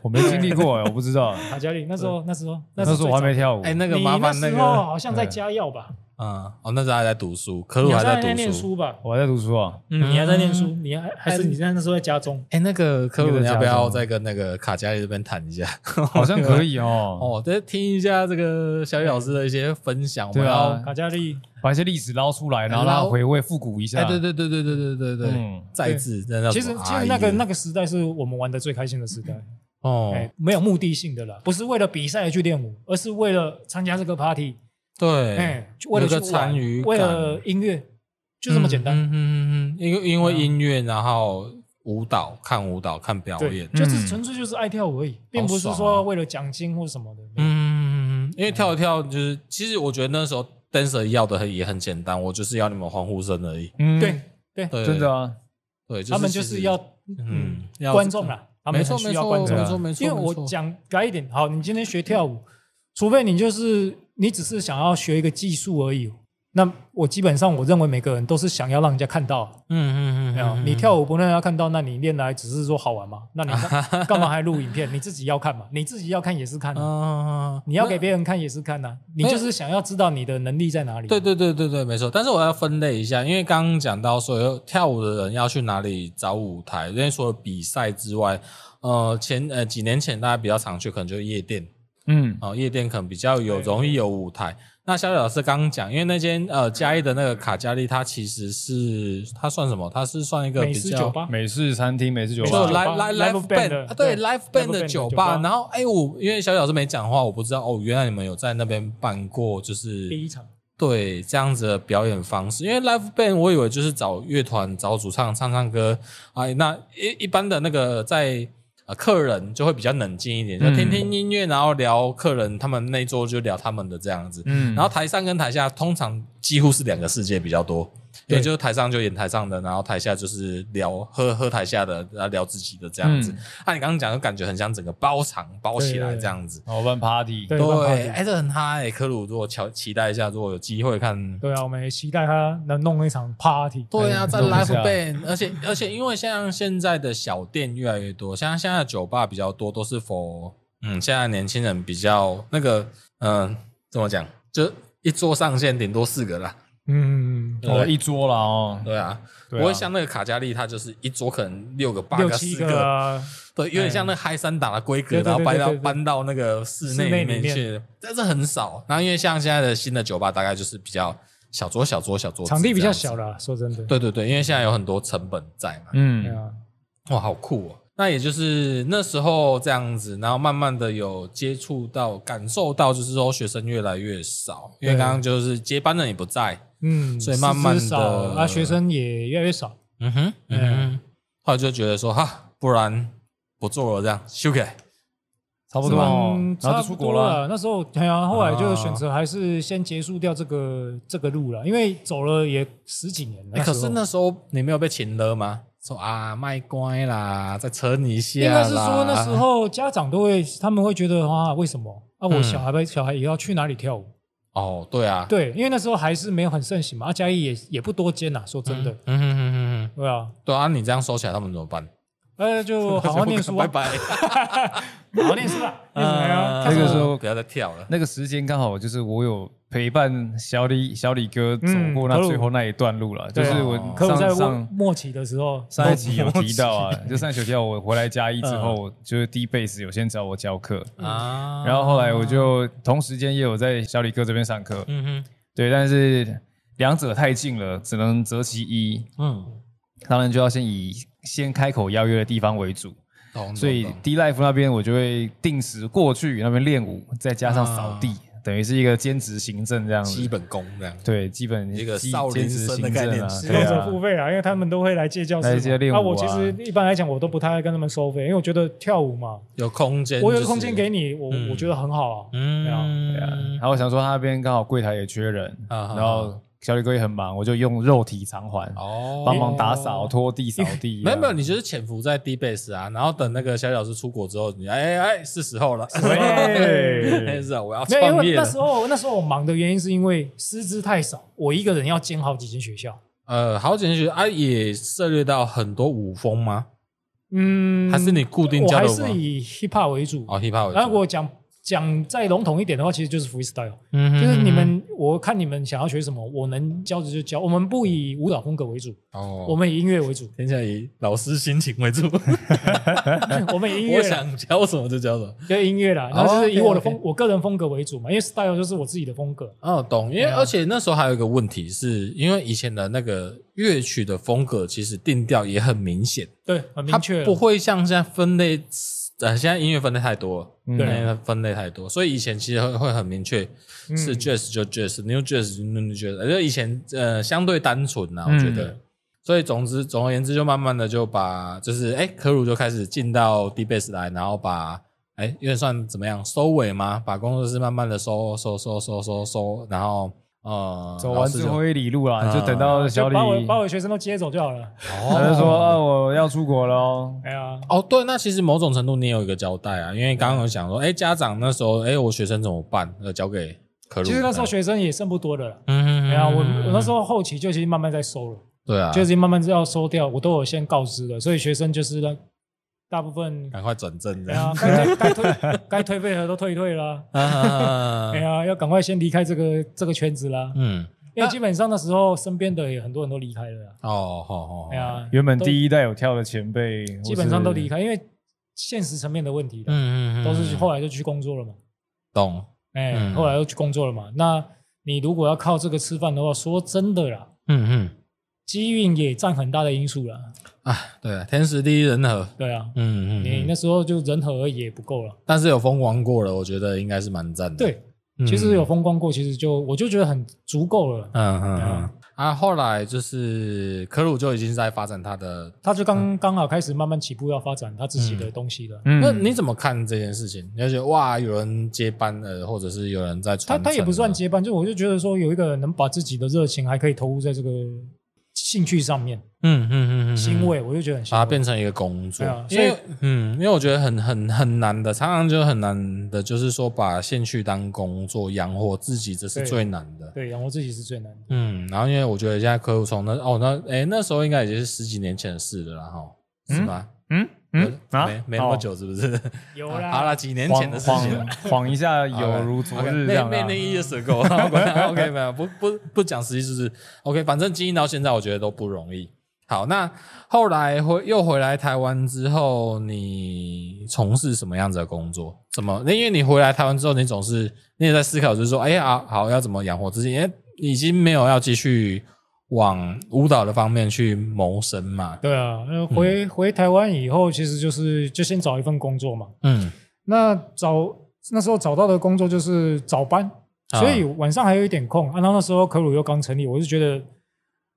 [SPEAKER 3] 我没经历过哎，我不知道。
[SPEAKER 2] 卡加利啊那时候 那时候
[SPEAKER 3] 那时
[SPEAKER 2] 是
[SPEAKER 3] 候我还没
[SPEAKER 2] 最
[SPEAKER 3] 跳舞，
[SPEAKER 1] 哎，那
[SPEAKER 2] 早
[SPEAKER 1] 个
[SPEAKER 2] 你
[SPEAKER 1] 麻烦
[SPEAKER 2] 那时
[SPEAKER 1] 个，
[SPEAKER 2] 候好像在家药吧，
[SPEAKER 1] 嗯，哦，那时候还在读书，可鲁
[SPEAKER 2] 你
[SPEAKER 1] 还
[SPEAKER 2] 还在那边
[SPEAKER 1] 读
[SPEAKER 2] 念。书吧？
[SPEAKER 3] 我还在读书 啊。
[SPEAKER 2] 嗯，你还在念书，你还还
[SPEAKER 1] 哎
[SPEAKER 2] 是你在那时候在家中？
[SPEAKER 1] 哎，那个可鲁，
[SPEAKER 3] 你在
[SPEAKER 1] 你要不
[SPEAKER 3] 家
[SPEAKER 1] 要
[SPEAKER 3] 中
[SPEAKER 1] 再跟那个卡加里这边谈一下？
[SPEAKER 3] 好像可以哦，
[SPEAKER 1] 哦，再听一下这个小雨老师的一些分享，我们
[SPEAKER 3] 对啊
[SPEAKER 1] 要
[SPEAKER 2] 卡加利
[SPEAKER 3] 把一些历史捞出来，然后
[SPEAKER 1] 捞
[SPEAKER 3] 让它回味复古一下。
[SPEAKER 1] 哎，对对对对对对对对，
[SPEAKER 3] 嗯
[SPEAKER 1] 再次真的，
[SPEAKER 2] 其实其实那个那个时代是我们玩的最开心的时代，
[SPEAKER 1] 啊哦，
[SPEAKER 2] 哎，没有目的性的啦，不是为了比赛而去练舞，而是为了参加这个 party，
[SPEAKER 1] 对，
[SPEAKER 2] 哎，为了去
[SPEAKER 1] 有个参与感
[SPEAKER 2] 玩为了音乐，就这么简单。
[SPEAKER 1] 嗯嗯嗯嗯嗯，因为因为音乐，然后舞蹈，看舞蹈，看表
[SPEAKER 2] 对
[SPEAKER 1] 演，，嗯
[SPEAKER 2] 就是纯粹就是爱跳舞而已，并不是
[SPEAKER 1] 好爽啊
[SPEAKER 2] 说为了奖金或什么的。
[SPEAKER 1] 嗯嗯嗯嗯，因为跳一跳就是，其实我觉得那时候 dancer 要的也很简单，我就是要你们欢呼声而已。
[SPEAKER 3] 嗯，
[SPEAKER 2] 对对，
[SPEAKER 1] 对，
[SPEAKER 3] 真的啊，
[SPEAKER 1] 对，
[SPEAKER 2] 他们
[SPEAKER 1] 其
[SPEAKER 2] 就
[SPEAKER 1] 实
[SPEAKER 2] 是要
[SPEAKER 1] 嗯
[SPEAKER 2] 嗯
[SPEAKER 1] 要
[SPEAKER 2] 观众啦，他
[SPEAKER 1] 没
[SPEAKER 2] 们
[SPEAKER 1] 错
[SPEAKER 2] 很
[SPEAKER 1] 没
[SPEAKER 2] 需要
[SPEAKER 1] 错
[SPEAKER 2] 观众
[SPEAKER 1] 没
[SPEAKER 3] 啊
[SPEAKER 1] 错没错，
[SPEAKER 2] 因为我
[SPEAKER 1] 没错
[SPEAKER 2] 讲白一点，好，你今天学跳舞，除非你就是你只是想要学一个技术而已。哦那我基本上我认为每个人都是想要让人家看到，啊
[SPEAKER 1] 嗯嗯嗯
[SPEAKER 2] 没有、
[SPEAKER 1] 嗯，
[SPEAKER 2] 你跳舞不让人家看到，那你练来只是说好玩嘛？那你 干干嘛还录影片？你自己要看嘛？你自己要看也是看、
[SPEAKER 1] 嗯，
[SPEAKER 2] 啊，
[SPEAKER 1] 啊
[SPEAKER 2] 你要给别人看也是看呐、啊你就是想要知道你的能力在哪里。
[SPEAKER 1] 对对对对对，没错。但是我要分类一下，因为刚刚讲到所有跳舞的人要去哪里找舞台，因为除了比赛之外，呃，前呃几年前大家比较常去，可能就是夜店
[SPEAKER 3] 嗯，
[SPEAKER 1] 啊、呃夜店可能比较有
[SPEAKER 2] 对
[SPEAKER 1] 容易有舞台。那小李老师刚刚讲，因为那间呃嘉义的那个卡加利，它其实是它算什么？它是算一个
[SPEAKER 2] 美
[SPEAKER 1] 比
[SPEAKER 2] 食
[SPEAKER 1] 较
[SPEAKER 2] 酒吧，
[SPEAKER 3] 美式餐厅、美式酒
[SPEAKER 2] 没
[SPEAKER 1] 就
[SPEAKER 2] 错
[SPEAKER 3] 吧，
[SPEAKER 1] live
[SPEAKER 2] 酒吧
[SPEAKER 1] live
[SPEAKER 2] live
[SPEAKER 1] live
[SPEAKER 2] band
[SPEAKER 1] band
[SPEAKER 2] 的
[SPEAKER 1] 啊，对
[SPEAKER 2] 对
[SPEAKER 1] live band
[SPEAKER 2] ，live band
[SPEAKER 1] 的
[SPEAKER 2] 的
[SPEAKER 1] 酒
[SPEAKER 2] 酒
[SPEAKER 1] 吧
[SPEAKER 2] 吧。
[SPEAKER 1] 然后哎，我因为小李老师没讲话，我不知道哦，原来你们有在那边办过，就是
[SPEAKER 2] 第一场
[SPEAKER 1] 对这样子的表演方式，因为 live band 我以为就是找乐团、找主唱唱唱歌啊，那一一般的那个在呃客人就会比较冷静一点，就
[SPEAKER 3] 嗯
[SPEAKER 1] 听听音乐，然后聊客人他们那一桌就聊他们的这样子，
[SPEAKER 3] 嗯，
[SPEAKER 1] 然后台上跟台下通常几乎是两个世界比较多，
[SPEAKER 2] 对
[SPEAKER 1] 也就是台上就演台上的，然后台下就是聊喝喝台下的，然后聊自己的这样子啊
[SPEAKER 3] 嗯。
[SPEAKER 1] 那、你刚刚讲的感觉很像整个包场包起来
[SPEAKER 2] 对
[SPEAKER 1] 这样子。
[SPEAKER 3] 然后办 party，
[SPEAKER 2] 对办
[SPEAKER 1] 对，
[SPEAKER 2] party
[SPEAKER 1] 哎、这很嗨、科鲁，如果期期待一下，如果有机会看
[SPEAKER 2] 对啊，我们也期待他能弄一场 party。哎
[SPEAKER 1] 对啊，
[SPEAKER 3] 嗯
[SPEAKER 1] 在
[SPEAKER 3] 弄一
[SPEAKER 1] live
[SPEAKER 3] 下
[SPEAKER 1] band，而且而且因为像现在的小店越来越多，像现在的酒吧比较多，都是 for 嗯，现在年轻人比较那个嗯、怎么讲，就一桌上限顶多四个啦，
[SPEAKER 2] 嗯，
[SPEAKER 1] 对不
[SPEAKER 3] 哦，
[SPEAKER 1] 对
[SPEAKER 3] 一桌了哦，
[SPEAKER 1] 对啊，
[SPEAKER 3] 对啊
[SPEAKER 1] 不会像那个卡加利，它就是一桌可能六个、八
[SPEAKER 2] 六
[SPEAKER 1] 个、
[SPEAKER 2] 七
[SPEAKER 1] 四
[SPEAKER 2] 个
[SPEAKER 1] 个，
[SPEAKER 2] 啊，
[SPEAKER 1] 对，有点像那个嗨三打的规格，
[SPEAKER 2] 对
[SPEAKER 1] 然
[SPEAKER 2] 对对
[SPEAKER 1] 后搬到
[SPEAKER 2] 对对对
[SPEAKER 1] 搬到那个室
[SPEAKER 2] 室内
[SPEAKER 1] 内里面
[SPEAKER 2] 里面
[SPEAKER 1] 去，但是很少。然后因为像现在的新的酒吧，大概就是比较小桌、小桌、小桌，
[SPEAKER 2] 场地比较小。啦，说真的。
[SPEAKER 1] 对对对，因为现在有很多成本在嘛，
[SPEAKER 2] 对
[SPEAKER 3] 嗯，
[SPEAKER 2] 啊，
[SPEAKER 1] 哇，好酷哦！那也就是那时候这样子，然后慢慢的有接触到、感受到，就是说学生越来越少，因为
[SPEAKER 2] 对
[SPEAKER 1] 刚刚就是接班人也不在，
[SPEAKER 2] 嗯，
[SPEAKER 1] 所以慢慢地
[SPEAKER 2] 师资少啊，学生也越来越少。
[SPEAKER 1] 嗯哼，嗯哼
[SPEAKER 2] 嗯，
[SPEAKER 1] 后来就觉得说哈，不然不做了这样，修改，
[SPEAKER 3] 差不
[SPEAKER 1] 是
[SPEAKER 3] 多
[SPEAKER 1] 吧
[SPEAKER 3] 哦，然
[SPEAKER 2] 差
[SPEAKER 3] 后
[SPEAKER 2] 不
[SPEAKER 3] 就出
[SPEAKER 2] 多
[SPEAKER 3] 国了，。
[SPEAKER 2] 那时候对啊，后来就选择还是先结束掉这个这个路了，因为走了也十几年
[SPEAKER 1] 欸
[SPEAKER 2] 了。
[SPEAKER 1] 可是
[SPEAKER 2] 哎那时候
[SPEAKER 1] 那时候你没有被请了吗？说啊，卖乖啦，再撑一下啦。
[SPEAKER 2] 应该是说那时候家长都会，他们会觉得啊，为什么啊，我
[SPEAKER 1] 嗯
[SPEAKER 2] 小孩呗，小孩也要去哪里跳舞？
[SPEAKER 1] 哦，对啊，
[SPEAKER 2] 对，因为那时候还是没有很盛行嘛，啊，嘉义也也不多见呐，说真的，
[SPEAKER 1] 嗯哼哼哼哼，
[SPEAKER 2] 对啊，
[SPEAKER 1] 对啊，你这样收起来，他们怎么办？
[SPEAKER 2] 呃，就好好念书 啊
[SPEAKER 1] 拜， 嗯拜。
[SPEAKER 2] 好好念 书啊，念什么呀？
[SPEAKER 3] 那个时候
[SPEAKER 1] 不要再跳了。
[SPEAKER 3] 那个时间刚好就是我有陪伴小李小李哥走
[SPEAKER 2] 嗯
[SPEAKER 3] 过那
[SPEAKER 2] 可鲁
[SPEAKER 3] 最后那一段路了，就
[SPEAKER 2] 对啊
[SPEAKER 3] 是
[SPEAKER 1] 哦
[SPEAKER 3] 我
[SPEAKER 2] 可我在末
[SPEAKER 3] 上上
[SPEAKER 2] 末期的时候，
[SPEAKER 3] 上一集有提 到啊，就上一集有提到我回来嘉义之后，就是低贝斯有先找我教课，
[SPEAKER 1] 嗯
[SPEAKER 2] 嗯
[SPEAKER 1] 啊
[SPEAKER 3] 然后后来我就同时间也有在小李哥这边上课，
[SPEAKER 1] 嗯哼，
[SPEAKER 3] 对，但是两者太近了，只能择其一。
[SPEAKER 1] 嗯，
[SPEAKER 3] 当然就要先以先开口邀约的地方为主。
[SPEAKER 1] 懂。
[SPEAKER 3] 所以
[SPEAKER 1] 嗯懂懂
[SPEAKER 3] D Life 那边我就会定时过去那边练舞，再加上扫地，等于是一个兼职行政这样
[SPEAKER 1] 啊基
[SPEAKER 3] 子。
[SPEAKER 1] 本功这样。
[SPEAKER 3] 对，基本
[SPEAKER 1] 一个
[SPEAKER 3] 基
[SPEAKER 1] 少林
[SPEAKER 3] 兼职
[SPEAKER 1] 僧的
[SPEAKER 3] 行
[SPEAKER 1] 概
[SPEAKER 3] 政
[SPEAKER 1] 念
[SPEAKER 3] 啊，
[SPEAKER 1] 使
[SPEAKER 2] 使
[SPEAKER 3] 对
[SPEAKER 2] 用者
[SPEAKER 3] 啊
[SPEAKER 2] 付费啦，因为他们都会来借教室嘛。
[SPEAKER 3] 来借练舞啊
[SPEAKER 2] 我其实一般来讲，我都不太跟他们收费，因为我觉得跳舞嘛，
[SPEAKER 1] 有空间，
[SPEAKER 2] 我有空间给，你，我
[SPEAKER 1] 嗯
[SPEAKER 2] 我觉得很好啊。对啊
[SPEAKER 1] 嗯，
[SPEAKER 3] 对啊。然后我想说他那边刚好柜台也缺人，
[SPEAKER 1] 啊哈
[SPEAKER 3] 然后小李哥也很忙，我就用肉体偿还，
[SPEAKER 1] 哦，
[SPEAKER 3] 帮忙打扫、拖地、扫地
[SPEAKER 1] 没
[SPEAKER 3] 啊。
[SPEAKER 1] 有没有，你就是潜伏在 D base 啊，然后等那个小李老师出国之后，你哎哎，是时候了，
[SPEAKER 3] 喂
[SPEAKER 1] 是啊，我要
[SPEAKER 2] 没有，因
[SPEAKER 1] 创
[SPEAKER 2] 为
[SPEAKER 1] 业
[SPEAKER 2] 那
[SPEAKER 1] 了
[SPEAKER 2] 时。候那时候我忙的原因是因为师资太少，我一个人要兼好几间学校。
[SPEAKER 1] 呃，好简学啊，也涉猎到很多舞风吗？
[SPEAKER 2] 嗯，
[SPEAKER 1] 还是你固定
[SPEAKER 2] 我
[SPEAKER 1] 教
[SPEAKER 2] 还
[SPEAKER 1] 的舞
[SPEAKER 2] 是
[SPEAKER 1] 吗？
[SPEAKER 2] 以 hip hop 为主。
[SPEAKER 1] 哦，hip hop 为主。
[SPEAKER 2] 然后我讲讲再笼统一点的话，其实就是 freestyle，
[SPEAKER 1] 嗯哼
[SPEAKER 2] 就是你们我看你们想要学什么，我能教的就教。我们不以舞蹈风格为主，
[SPEAKER 1] 哦，
[SPEAKER 2] 我们以音乐为主，
[SPEAKER 1] 听起来以老师心情为 主，
[SPEAKER 2] 我们以音乐
[SPEAKER 1] 我
[SPEAKER 2] 啦
[SPEAKER 1] 想教什么就教什么。
[SPEAKER 2] 就音乐啦，然后就是以
[SPEAKER 1] 哦 OK，OK
[SPEAKER 2] 我的风，我个人风格为主嘛，因为 style 就是我自己的风格。
[SPEAKER 1] 哦，懂。因为而且那时候还有一个问题是，因为以前的那个乐曲的风格其实定调也很明显，
[SPEAKER 2] 对，很
[SPEAKER 1] 它
[SPEAKER 2] 明确了。
[SPEAKER 1] 不会像现在分类，呃，现在音乐分类太多了。
[SPEAKER 3] 嗯
[SPEAKER 2] 对
[SPEAKER 1] 那分类太多，所以以前其实会会很明确，
[SPEAKER 2] 嗯
[SPEAKER 1] 是 jazz 就 jazz，new jazz 就 new jazz，而且以前呃相对单纯呐、啊，我觉
[SPEAKER 3] 嗯
[SPEAKER 1] 得。所以总之总而言之，就慢慢的就把就是哎、科鲁就开始进到 D base 来，然后把哎、有点算怎么样收尾嘛，把工作室慢慢的收收收收收收，然后呃
[SPEAKER 3] 走
[SPEAKER 1] 老
[SPEAKER 3] 完
[SPEAKER 1] 师
[SPEAKER 3] 之
[SPEAKER 1] 就
[SPEAKER 3] 后一里路啦，
[SPEAKER 1] 嗯
[SPEAKER 3] 就等到
[SPEAKER 2] 就
[SPEAKER 3] 小李
[SPEAKER 2] 把，我把我的学生都接走就好了。
[SPEAKER 3] 他就
[SPEAKER 1] 哦
[SPEAKER 3] 说啊，我要出国喽。
[SPEAKER 2] 哎呀，
[SPEAKER 1] 哦对，那其实某种程度你也有一个交代啊，因为刚刚有想说，哎、家长那时候哎、我学生怎么办？呃，交给科鲁。
[SPEAKER 2] 其实那时候学生也剩不多的了。
[SPEAKER 1] 嗯，嗯
[SPEAKER 2] 哎呀，我我那时候后期就其实慢慢在收了，
[SPEAKER 1] 对啊，
[SPEAKER 2] 就已经慢慢要收掉，我都有先告知的，所以学生就是呢，大部分
[SPEAKER 1] 赶快转正
[SPEAKER 2] 哎
[SPEAKER 1] 的。
[SPEAKER 2] 呀，该退该退该退费的都退一退啦。
[SPEAKER 1] 啊
[SPEAKER 2] 哎呀，要赶快先离开这个这个圈子啦，
[SPEAKER 1] 嗯，
[SPEAKER 2] 因为基本上那时候身边的也很多人都离开了啦。啊
[SPEAKER 1] 哦，好好，
[SPEAKER 2] 哎呀，
[SPEAKER 3] 原本
[SPEAKER 2] 都
[SPEAKER 3] 第一代有跳的前辈，
[SPEAKER 2] 基本上都离
[SPEAKER 3] 开。
[SPEAKER 2] 开，因为现实层面的问题啦，
[SPEAKER 1] 嗯嗯嗯，
[SPEAKER 2] 都是后来就去工作了嘛，
[SPEAKER 1] 懂，
[SPEAKER 2] 哎、
[SPEAKER 1] 嗯
[SPEAKER 2] 后来又去工作了嘛。那你如果要靠这个吃饭的话，说真的啦，
[SPEAKER 1] 嗯嗯，
[SPEAKER 2] 机运也占很大的因素啦。
[SPEAKER 1] 啊，对啊，天时地利人和，
[SPEAKER 2] 对啊，
[SPEAKER 1] 嗯
[SPEAKER 2] 你
[SPEAKER 1] 嗯，
[SPEAKER 2] 那时候就人和而已也不够了。
[SPEAKER 1] 但是有风光过了，我觉得应该是蛮赞的。，
[SPEAKER 2] 对，其实有，风光过，其实就我就觉得很足够了。
[SPEAKER 1] 嗯嗯嗯，啊，后来就是科鲁就已经在发展他的，
[SPEAKER 2] 他就
[SPEAKER 1] 嗯
[SPEAKER 2] 刚刚好开始慢慢起步，要发展他自己的东西了。
[SPEAKER 3] 嗯
[SPEAKER 1] 那你怎么看这件事情？你就觉得哇，有人接班呃，或者是有人在
[SPEAKER 2] 他
[SPEAKER 1] 传，
[SPEAKER 2] 他也不算，接班，就我就觉得说有一个人能把自己的热情还可以投入在这个兴趣上面，
[SPEAKER 1] 嗯嗯嗯嗯，
[SPEAKER 2] 欣慰，我就觉得很欣
[SPEAKER 1] 把它
[SPEAKER 2] 慰。
[SPEAKER 1] 变成一个工作。
[SPEAKER 2] 对啊
[SPEAKER 1] 因为嗯，因为我觉得很很很难的，常常就很难的，就是说把兴趣当工作养活自己，这是
[SPEAKER 2] 对
[SPEAKER 1] 最难的。
[SPEAKER 2] 对，养活自己是最难的。
[SPEAKER 1] 嗯，然后因为我觉得现在客户从那哦那哎那时候应该已经是十几年前的事了啦，哈，是吧？
[SPEAKER 3] 嗯嗯啊，
[SPEAKER 1] 没没那么久是不是？
[SPEAKER 2] 有
[SPEAKER 1] 啊 好啦，几年前
[SPEAKER 3] 晃
[SPEAKER 1] 的事情了
[SPEAKER 3] 晃。晃 一下，有如昨日这样
[SPEAKER 1] 那
[SPEAKER 3] 啊
[SPEAKER 1] 那。一夜水 狗，OK，没有不不不讲实际就是 OK，反正基因到现在我觉得都不容易。好，那后来回又回来台湾之后，你从事什么样子的工作？怎么？那因为你回来台湾之后，你总是你也在思考，就是说，哎呀、啊好要怎么养活自己？因为已经没有要继续往舞蹈的方面去谋生嘛。
[SPEAKER 2] 对啊，那回、回台湾以后，其实就是就先找一份工作嘛。
[SPEAKER 1] 嗯，
[SPEAKER 2] 那找那时候找到的工作就是早班，
[SPEAKER 1] 啊
[SPEAKER 2] 所以晚上还有一点空。啊，然后那时候可鲁又刚成立，我就觉得，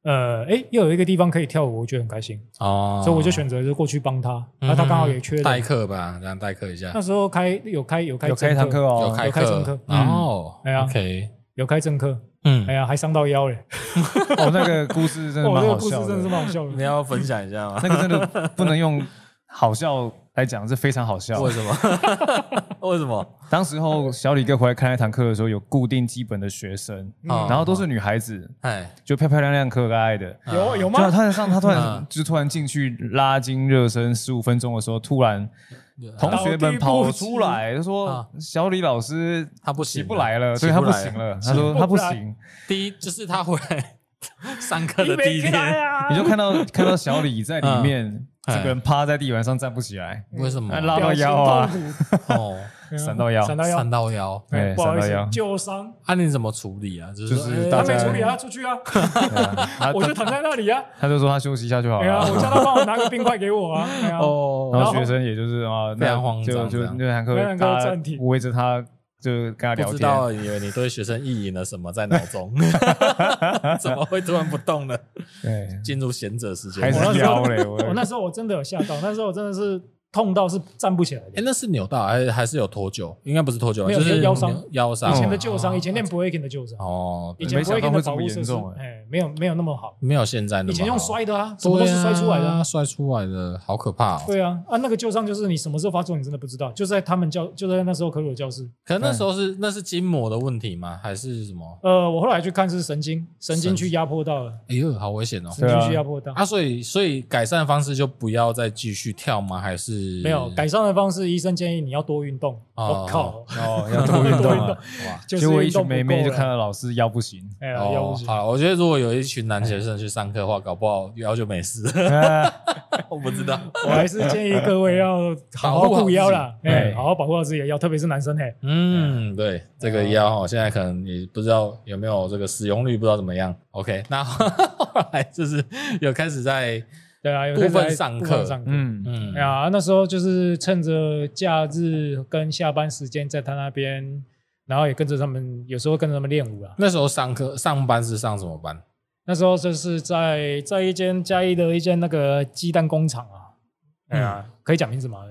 [SPEAKER 2] 呃，哎，又有一个地方可以跳舞，我觉得很开心，
[SPEAKER 1] 哦，
[SPEAKER 2] 所以我就选择就过去帮他。
[SPEAKER 1] 嗯
[SPEAKER 2] 那、他刚好也缺人
[SPEAKER 1] 代课吧，这样代课一下
[SPEAKER 2] 那，时候开有开有开
[SPEAKER 3] 有开一堂
[SPEAKER 2] 正
[SPEAKER 3] 课
[SPEAKER 2] 课，
[SPEAKER 3] 哦，
[SPEAKER 1] 有开
[SPEAKER 2] 有开正
[SPEAKER 1] 课
[SPEAKER 2] 课，
[SPEAKER 1] 然后
[SPEAKER 2] 哎呀
[SPEAKER 1] OK，
[SPEAKER 2] 有开正课，
[SPEAKER 1] 嗯
[SPEAKER 2] 哎，呀，还伤到腰嘞。
[SPEAKER 3] 哦，那个故事真的
[SPEAKER 2] 哦，
[SPEAKER 3] 蛮
[SPEAKER 2] 这 个
[SPEAKER 3] 好
[SPEAKER 2] 故事
[SPEAKER 3] 笑
[SPEAKER 2] 真的是
[SPEAKER 3] 的，
[SPEAKER 2] 蛮好笑的。
[SPEAKER 1] 要分享一下 吗？
[SPEAKER 3] 那个真的不能用好笑来讲，是非常好笑
[SPEAKER 1] 为。什么？ 为什么？
[SPEAKER 3] 当时候小李哥回来看那堂课的时候，有固定基本的学生，
[SPEAKER 2] 嗯
[SPEAKER 1] 哦
[SPEAKER 3] 然后都是女孩子，
[SPEAKER 1] 哎，
[SPEAKER 3] 就漂漂亮亮、可可爱爱的。
[SPEAKER 2] 有有
[SPEAKER 3] 就
[SPEAKER 2] 吗？
[SPEAKER 3] 突然上，他突
[SPEAKER 1] 嗯
[SPEAKER 3] 然就突然进去拉筋热身十五分钟的时候，突然同学们跑出来
[SPEAKER 1] 啊
[SPEAKER 3] 说：“小李老师
[SPEAKER 1] 他不
[SPEAKER 3] 起
[SPEAKER 1] 行
[SPEAKER 3] 不来了，
[SPEAKER 1] 起
[SPEAKER 3] 对他
[SPEAKER 1] 不
[SPEAKER 3] 不
[SPEAKER 1] 来
[SPEAKER 3] 行
[SPEAKER 1] 了
[SPEAKER 3] 了。”他说
[SPEAKER 2] 嗯不
[SPEAKER 3] 他不
[SPEAKER 2] 来
[SPEAKER 3] 行，
[SPEAKER 1] 第一就是他回来上课的第一
[SPEAKER 2] 你没起来
[SPEAKER 1] 天，
[SPEAKER 2] 啊 嗯
[SPEAKER 3] 你就看到看到小李在里面整个人趴在地板上站不起来，
[SPEAKER 1] 为什么
[SPEAKER 3] 哎？拉到腰啊，
[SPEAKER 1] 哦，
[SPEAKER 3] 闪到腰，
[SPEAKER 2] 啊闪到腰哎
[SPEAKER 1] 三，到腰，
[SPEAKER 3] 对，
[SPEAKER 2] 不好
[SPEAKER 3] 闪
[SPEAKER 2] 意
[SPEAKER 3] 到
[SPEAKER 2] 思
[SPEAKER 3] 腰，，
[SPEAKER 2] 旧伤，
[SPEAKER 1] 啊，你怎么处理啊？就是
[SPEAKER 3] 就
[SPEAKER 1] 说
[SPEAKER 3] 是
[SPEAKER 1] 哎
[SPEAKER 3] 大
[SPEAKER 2] 他
[SPEAKER 3] 家
[SPEAKER 2] 没处理啊，出去啊，
[SPEAKER 3] 对啊他哦
[SPEAKER 2] 我就
[SPEAKER 3] 他
[SPEAKER 2] 躺在那里 啊，
[SPEAKER 3] 他就说他休息一下就好
[SPEAKER 2] 哎呀，
[SPEAKER 3] 了。
[SPEAKER 2] 我叫他帮我拿个冰块给我啊，哎呀
[SPEAKER 1] 哦，
[SPEAKER 3] 然
[SPEAKER 2] 然
[SPEAKER 3] 后
[SPEAKER 2] 后
[SPEAKER 3] 学生也就是啊，
[SPEAKER 1] 非
[SPEAKER 3] 那
[SPEAKER 1] 常慌
[SPEAKER 3] 就
[SPEAKER 1] 张这
[SPEAKER 3] 就
[SPEAKER 1] 样
[SPEAKER 3] 那堂课
[SPEAKER 2] 那堂课
[SPEAKER 3] 大家
[SPEAKER 2] 暂停
[SPEAKER 3] 围着他就跟他聊
[SPEAKER 1] 不知
[SPEAKER 3] 天，
[SPEAKER 1] 道以为你对学生意淫了什么在脑 中，怎么会突然不动呢？
[SPEAKER 3] 对，
[SPEAKER 1] 进入贤者时间
[SPEAKER 3] 还
[SPEAKER 1] 了，
[SPEAKER 2] 我那
[SPEAKER 3] 是
[SPEAKER 2] 时候
[SPEAKER 3] 腰嘞，我
[SPEAKER 2] 哦我那时候我真的有吓到，那时候我真的是痛到是站不起来
[SPEAKER 1] 哎，
[SPEAKER 2] 的。
[SPEAKER 1] 那是扭到还还是有脱臼？应该不是脱臼吧，
[SPEAKER 2] 没有
[SPEAKER 1] 就是
[SPEAKER 2] 腰伤
[SPEAKER 1] 扭腰伤。
[SPEAKER 2] 以前的旧伤，以前练 breaking 的旧伤，
[SPEAKER 1] 哦，
[SPEAKER 2] 以
[SPEAKER 1] 对
[SPEAKER 2] 前
[SPEAKER 3] 哦没想到
[SPEAKER 2] breaking
[SPEAKER 3] 会
[SPEAKER 2] 的
[SPEAKER 3] 这
[SPEAKER 2] 保护
[SPEAKER 3] 么严
[SPEAKER 2] 设施
[SPEAKER 3] 重，啊
[SPEAKER 2] 哎，没有没有那么好。
[SPEAKER 1] 没有现在那么
[SPEAKER 2] 以前用
[SPEAKER 1] 好
[SPEAKER 2] 摔的啊，什么都是摔出来的
[SPEAKER 1] 对
[SPEAKER 2] 啊
[SPEAKER 1] 啊，。摔出来的好可怕哦。
[SPEAKER 2] 对啊，啊，那个旧伤就是你什么时候发作，你真的不知道，就在他们教，就在那时候可鲁的教室。
[SPEAKER 1] 可能那时候是那是筋膜的问题吗？还是什么？
[SPEAKER 2] 呃，我后来去看是神经，神经
[SPEAKER 1] 神
[SPEAKER 2] 去压迫到了，
[SPEAKER 1] 哎呦，好危险哦！
[SPEAKER 2] 神
[SPEAKER 3] 对
[SPEAKER 2] 经
[SPEAKER 3] 啊
[SPEAKER 2] 去压迫到。
[SPEAKER 1] 啊，所以所以改善方式就不要再继续跳吗？还是
[SPEAKER 2] 没有改善的方式，医生建议你要多运动。
[SPEAKER 1] 哦
[SPEAKER 2] 我靠，
[SPEAKER 3] 哦，要多运 动啊。
[SPEAKER 1] 哇？
[SPEAKER 2] 就
[SPEAKER 3] 结
[SPEAKER 2] 是
[SPEAKER 3] 果一
[SPEAKER 2] 运动不
[SPEAKER 3] 群妹
[SPEAKER 2] 够
[SPEAKER 3] 妹就
[SPEAKER 2] 了
[SPEAKER 3] 看，到老师腰 不行，
[SPEAKER 2] 哎呀，要
[SPEAKER 1] 哦
[SPEAKER 2] 不，是
[SPEAKER 1] 好了，我觉得如果有一群男学生去上课的话，搞不好腰就没事了。
[SPEAKER 3] 嗯
[SPEAKER 1] 我不知道，
[SPEAKER 2] 我还是建议各位要
[SPEAKER 1] 保
[SPEAKER 2] 好
[SPEAKER 1] 护好
[SPEAKER 2] 好护腰
[SPEAKER 1] 自己
[SPEAKER 2] 啦，哎
[SPEAKER 3] 哎，
[SPEAKER 2] 好好保护好自己的腰，特别是男生嘿。哎
[SPEAKER 1] 嗯，对，这个腰哦，现在可能你不知道有没有这个使用率，不知道怎么样。OK，那后来就是有开始在
[SPEAKER 2] 对啊，有
[SPEAKER 1] 部分
[SPEAKER 2] 开始在
[SPEAKER 1] 上
[SPEAKER 2] 部
[SPEAKER 1] 课
[SPEAKER 2] 分上课。
[SPEAKER 3] 嗯，
[SPEAKER 1] 嗯
[SPEAKER 2] 哎呀，那时候就是趁着假日跟下班时间在他那边，然后也跟着他们，有时候跟着他们练舞啊。
[SPEAKER 1] 那时候上课上班是上什么班？
[SPEAKER 2] 那时候就是在在一间嘉义的一间那个鸡蛋工厂啊，哎呀，可以讲名字吗？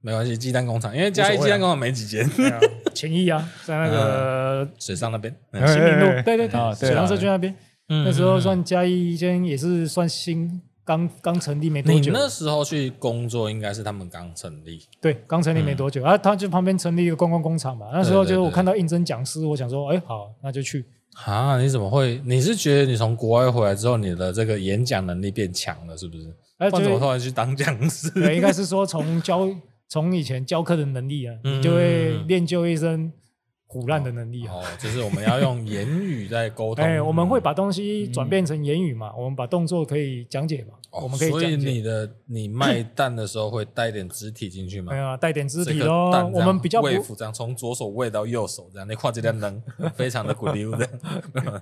[SPEAKER 1] 没关系，鸡蛋工厂，因为嘉义
[SPEAKER 2] 无所
[SPEAKER 1] 鸡
[SPEAKER 2] 谓啊
[SPEAKER 1] 蛋工厂没几 间，
[SPEAKER 2] 哎呀前一啊，在那个
[SPEAKER 1] 水上那边。嗯
[SPEAKER 2] 新民路，对对对，
[SPEAKER 3] 啊对啊
[SPEAKER 2] 水上社区那边，那时候算嘉义一间也是算新，刚刚成立没多
[SPEAKER 1] 你
[SPEAKER 2] 久，
[SPEAKER 1] 那时候去工作，应该是他们刚成立。
[SPEAKER 2] 对，刚成立没
[SPEAKER 1] 嗯
[SPEAKER 2] 多久，啊，他就旁边成立一个观光工厂嘛。那时候就是我看到应征讲师，我想说，哎，好，那就去。
[SPEAKER 1] 啊，你怎么会？你是觉得你从国外回来之后，你的这个演讲能力变强了，是不是？
[SPEAKER 2] 哎，
[SPEAKER 1] 换怎么
[SPEAKER 2] 就
[SPEAKER 1] 突然去当讲师？
[SPEAKER 2] 对，应该是说从教从以前教课的能力啊，
[SPEAKER 1] 嗯
[SPEAKER 2] 你就会练就一身虎烂的能力啊。
[SPEAKER 1] 哦，就是我们要用言语在沟通。
[SPEAKER 2] 哎，我们会把东西
[SPEAKER 1] 嗯
[SPEAKER 2] 转变成言语嘛，我们把动作可以讲解嘛，
[SPEAKER 1] 哦
[SPEAKER 2] 我们可以
[SPEAKER 1] 所以
[SPEAKER 2] 讲解。
[SPEAKER 1] 你的你卖蛋的时候会带点肢体进去吗
[SPEAKER 2] 哎？呀，带点肢
[SPEAKER 1] 这
[SPEAKER 2] 体
[SPEAKER 1] 个
[SPEAKER 2] 咯
[SPEAKER 1] 蛋，这
[SPEAKER 2] 我
[SPEAKER 1] 样
[SPEAKER 2] 们比较不
[SPEAKER 1] 喂服这样从左手喂到右手这样，你跨这条能 非常的鼓溜的，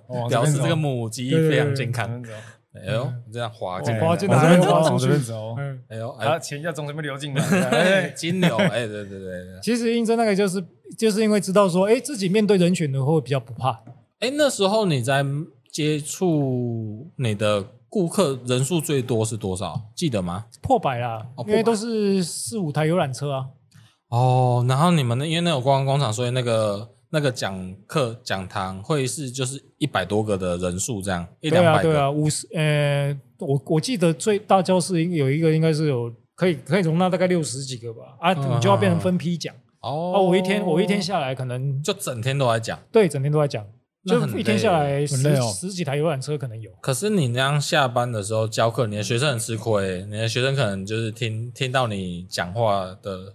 [SPEAKER 3] 哦
[SPEAKER 1] 表示这个母鸡
[SPEAKER 2] 对对
[SPEAKER 1] 非
[SPEAKER 2] 对
[SPEAKER 1] 常健
[SPEAKER 3] 往这
[SPEAKER 1] 康
[SPEAKER 3] 边。走
[SPEAKER 1] 哎呦，这样滑进
[SPEAKER 2] 哎
[SPEAKER 1] 来，
[SPEAKER 2] 滑进
[SPEAKER 3] 往
[SPEAKER 2] 来
[SPEAKER 3] 这边走，
[SPEAKER 2] 往
[SPEAKER 3] 往
[SPEAKER 2] 出
[SPEAKER 3] 这
[SPEAKER 2] 去
[SPEAKER 3] 边走，
[SPEAKER 2] 嗯，
[SPEAKER 1] 哎啊呦，哎
[SPEAKER 3] 然后
[SPEAKER 1] 呦
[SPEAKER 3] 钱要从这边流 进来，
[SPEAKER 1] 哎，
[SPEAKER 3] 哎
[SPEAKER 1] 金牛，哎，对对对对。
[SPEAKER 2] 其实应征那个就是就是因为知道说，哎，自己面对人群的会比较不怕。
[SPEAKER 1] 哎，那时候你在接触你的顾客人数最多是多少？记得吗？
[SPEAKER 2] 破百啦，
[SPEAKER 1] 哦
[SPEAKER 2] 因
[SPEAKER 1] 破
[SPEAKER 2] 为
[SPEAKER 1] 百
[SPEAKER 2] 都是四五台游览车啊。
[SPEAKER 1] 哦，然后你们那因为那有观光工厂，所以那个那个讲课讲堂会是就是一百多个的人数这样，一两
[SPEAKER 2] 对啊，
[SPEAKER 1] 百
[SPEAKER 2] 对
[SPEAKER 1] 个。
[SPEAKER 2] 啊，五十呃，我我记得最大教室应有一个应该是有可以可以容纳大概六十几个吧。啊，
[SPEAKER 1] 嗯
[SPEAKER 2] 你就要变成分批讲。
[SPEAKER 1] 哦
[SPEAKER 2] 啊，我一天我一天下来可能
[SPEAKER 1] 就整天都在讲，
[SPEAKER 2] 对整天都在讲，
[SPEAKER 1] 那
[SPEAKER 2] 就
[SPEAKER 1] 很
[SPEAKER 2] 一天下来十
[SPEAKER 3] 很累哦
[SPEAKER 2] 十几台游览车可能有。
[SPEAKER 1] 可是你那样下班的时候教课，你的学生很吃亏，你的学生可能就是听听到你讲话的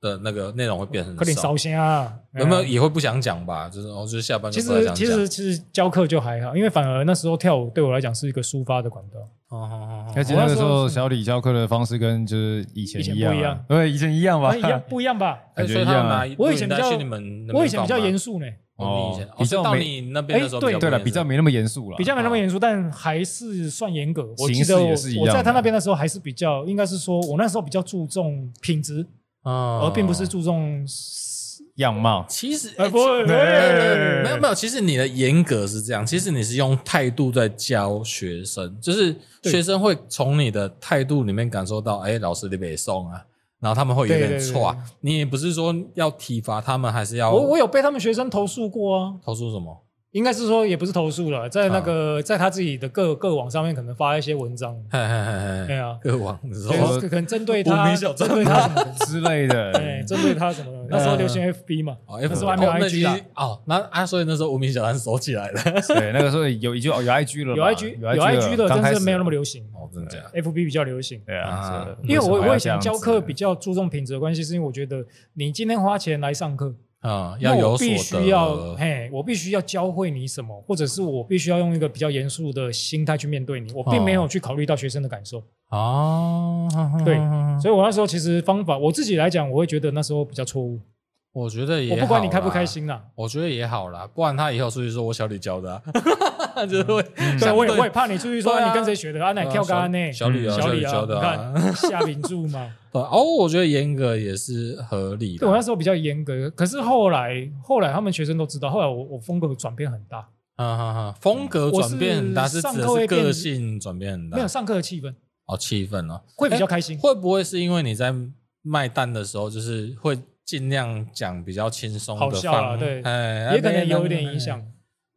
[SPEAKER 1] 的那个内容会变很
[SPEAKER 2] 快点
[SPEAKER 1] 少
[SPEAKER 2] 烧，香啊！
[SPEAKER 1] 有没有
[SPEAKER 2] 哎呀？
[SPEAKER 1] 也会不想讲吧？就是哦，就是下班
[SPEAKER 2] 其
[SPEAKER 1] 就不太
[SPEAKER 2] 实
[SPEAKER 1] 想
[SPEAKER 2] 其
[SPEAKER 1] 讲。
[SPEAKER 2] 实其实教课就还好，因为反而那时候跳舞对我来讲是一个抒发的管道。
[SPEAKER 1] 哦哦哦
[SPEAKER 3] 而且哎那个时候小李教课的方式跟就是以前
[SPEAKER 2] 以
[SPEAKER 3] 一
[SPEAKER 2] 前不一
[SPEAKER 3] 样
[SPEAKER 2] 样
[SPEAKER 3] 啊，对，以前一样吧
[SPEAKER 2] 哎，一样不一样吧？
[SPEAKER 1] 哎
[SPEAKER 3] 感觉
[SPEAKER 1] 所以他
[SPEAKER 3] 一
[SPEAKER 1] 们
[SPEAKER 3] 样啊
[SPEAKER 1] 拿
[SPEAKER 2] 我以前比较
[SPEAKER 1] 录影带去你们那边
[SPEAKER 2] 我以前比较
[SPEAKER 1] 放吗
[SPEAKER 2] 严肃呢，
[SPEAKER 1] 哦，你以前
[SPEAKER 3] 哦
[SPEAKER 1] 哦
[SPEAKER 3] 比较
[SPEAKER 1] 是到
[SPEAKER 3] 没
[SPEAKER 1] 你那边的时候，
[SPEAKER 2] 哎对
[SPEAKER 3] 对了，比较没那么严肃了，
[SPEAKER 2] 比较没那么严肃，但还是算严格。我记
[SPEAKER 3] 形式
[SPEAKER 2] 得我
[SPEAKER 3] 也是一样
[SPEAKER 2] 我
[SPEAKER 3] 的
[SPEAKER 2] 在他那边的时候，还是比较应该是说，我那时候比较注重品质，
[SPEAKER 1] 啊
[SPEAKER 2] 而并不
[SPEAKER 3] 哦
[SPEAKER 2] 是注重。
[SPEAKER 3] 样貌，
[SPEAKER 1] 其实，
[SPEAKER 2] 哎
[SPEAKER 1] 哎
[SPEAKER 2] 不会
[SPEAKER 1] 其
[SPEAKER 2] 哎
[SPEAKER 3] 哎
[SPEAKER 1] 没有没有，其实你的严格是这样，其实你是用态度在教学生，就是
[SPEAKER 2] 对
[SPEAKER 1] 学生会从你的态度里面感受到，哎，老师你别送啊，然后他们会有
[SPEAKER 2] 对
[SPEAKER 1] 点
[SPEAKER 2] 对对
[SPEAKER 1] 错，你也不是说要体罚他们，还是要
[SPEAKER 2] 我我有被他们学生投诉过啊，
[SPEAKER 1] 投诉什么？
[SPEAKER 2] 应该是说也不是投诉了，
[SPEAKER 3] 啊
[SPEAKER 2] 在那个在他自己的各各网上面可能发一些文章，
[SPEAKER 3] 哎
[SPEAKER 1] 嘿嘿嘿
[SPEAKER 2] 对
[SPEAKER 1] 嘿，
[SPEAKER 3] 哦
[SPEAKER 2] 啊，
[SPEAKER 1] 各网你说
[SPEAKER 2] 就是可能针对他，针对他什么的，
[SPEAKER 3] 之类的，
[SPEAKER 2] 哎，针对他什么的。那时候流行
[SPEAKER 3] 嗯
[SPEAKER 2] FB 嘛，
[SPEAKER 1] 哦
[SPEAKER 2] 那
[SPEAKER 1] ，F
[SPEAKER 2] 时候还没有
[SPEAKER 1] 哦那
[SPEAKER 2] IG 啦
[SPEAKER 1] 已经哦，那啊，所以那时候无名小站收起来了，
[SPEAKER 3] 对，那个时候有已经有 IG 了吧，
[SPEAKER 2] 有 IG 有 IG
[SPEAKER 3] 了
[SPEAKER 2] 的，
[SPEAKER 3] 刚
[SPEAKER 2] 但
[SPEAKER 3] 开
[SPEAKER 2] 是
[SPEAKER 3] 始
[SPEAKER 2] 没有那么流行
[SPEAKER 1] 哦，真的假的？
[SPEAKER 2] ，FB 比较流行。
[SPEAKER 3] 对
[SPEAKER 1] 啊
[SPEAKER 3] 啊，是
[SPEAKER 2] 因为我
[SPEAKER 3] 什么还要
[SPEAKER 2] 我以
[SPEAKER 3] 这样
[SPEAKER 2] 前教
[SPEAKER 3] 子
[SPEAKER 2] 课比较注重品质的关系，是因为我觉得你今天花钱来上课，
[SPEAKER 1] 啊，
[SPEAKER 2] 那
[SPEAKER 1] 要有
[SPEAKER 2] 我
[SPEAKER 1] 所
[SPEAKER 2] 必须要，
[SPEAKER 1] 得，
[SPEAKER 2] 嘿，我必须要教会你什么，或者是我必须要用一个比较严肃的心态去面对你。我并没有去考虑到学生的感受，
[SPEAKER 1] 哦，
[SPEAKER 2] 对
[SPEAKER 1] 嗯
[SPEAKER 2] 所以我那时候其实方法，我自己来讲，我会觉得那时候比较错误。
[SPEAKER 1] 我觉得也
[SPEAKER 2] 我不管
[SPEAKER 1] 好
[SPEAKER 2] 你开不
[SPEAKER 1] 啦
[SPEAKER 2] 开，心啦，
[SPEAKER 1] 我觉得也好啦，不然他以后出去说我小李教的啊， 就是会
[SPEAKER 2] 对，
[SPEAKER 1] 相
[SPEAKER 2] 嗯我也
[SPEAKER 1] 对
[SPEAKER 2] 我也怕你出去说
[SPEAKER 1] 对啊
[SPEAKER 2] 你跟谁学的，啊，那你跳杆呢？
[SPEAKER 1] 小李啊，
[SPEAKER 2] 小
[SPEAKER 1] 李
[SPEAKER 2] 李
[SPEAKER 1] 教的啊
[SPEAKER 2] 啊，你看夏秉柱嘛。
[SPEAKER 1] 对哦，我觉得严格也是合理
[SPEAKER 2] 对我那
[SPEAKER 1] 的。
[SPEAKER 2] 时候比较严格，可是后来后来他们学生都知道，后来我我风格转变很大，
[SPEAKER 1] 哈哈哈，风格转变很大，
[SPEAKER 2] 我
[SPEAKER 1] 是指
[SPEAKER 2] 是上
[SPEAKER 1] 的
[SPEAKER 2] 课
[SPEAKER 1] 是
[SPEAKER 2] 会变
[SPEAKER 1] 个性转变很
[SPEAKER 2] 没有
[SPEAKER 1] 大，
[SPEAKER 2] 上课的气氛
[SPEAKER 1] 哦，气氛哦，
[SPEAKER 2] 哎会比较开心。
[SPEAKER 1] 会不会是因为你在卖蛋的时候，就是会尽量讲比较轻松
[SPEAKER 2] 好
[SPEAKER 1] 的
[SPEAKER 2] 笑啦
[SPEAKER 1] 方，
[SPEAKER 2] 对
[SPEAKER 1] 哎
[SPEAKER 2] 也可能有一点影响。，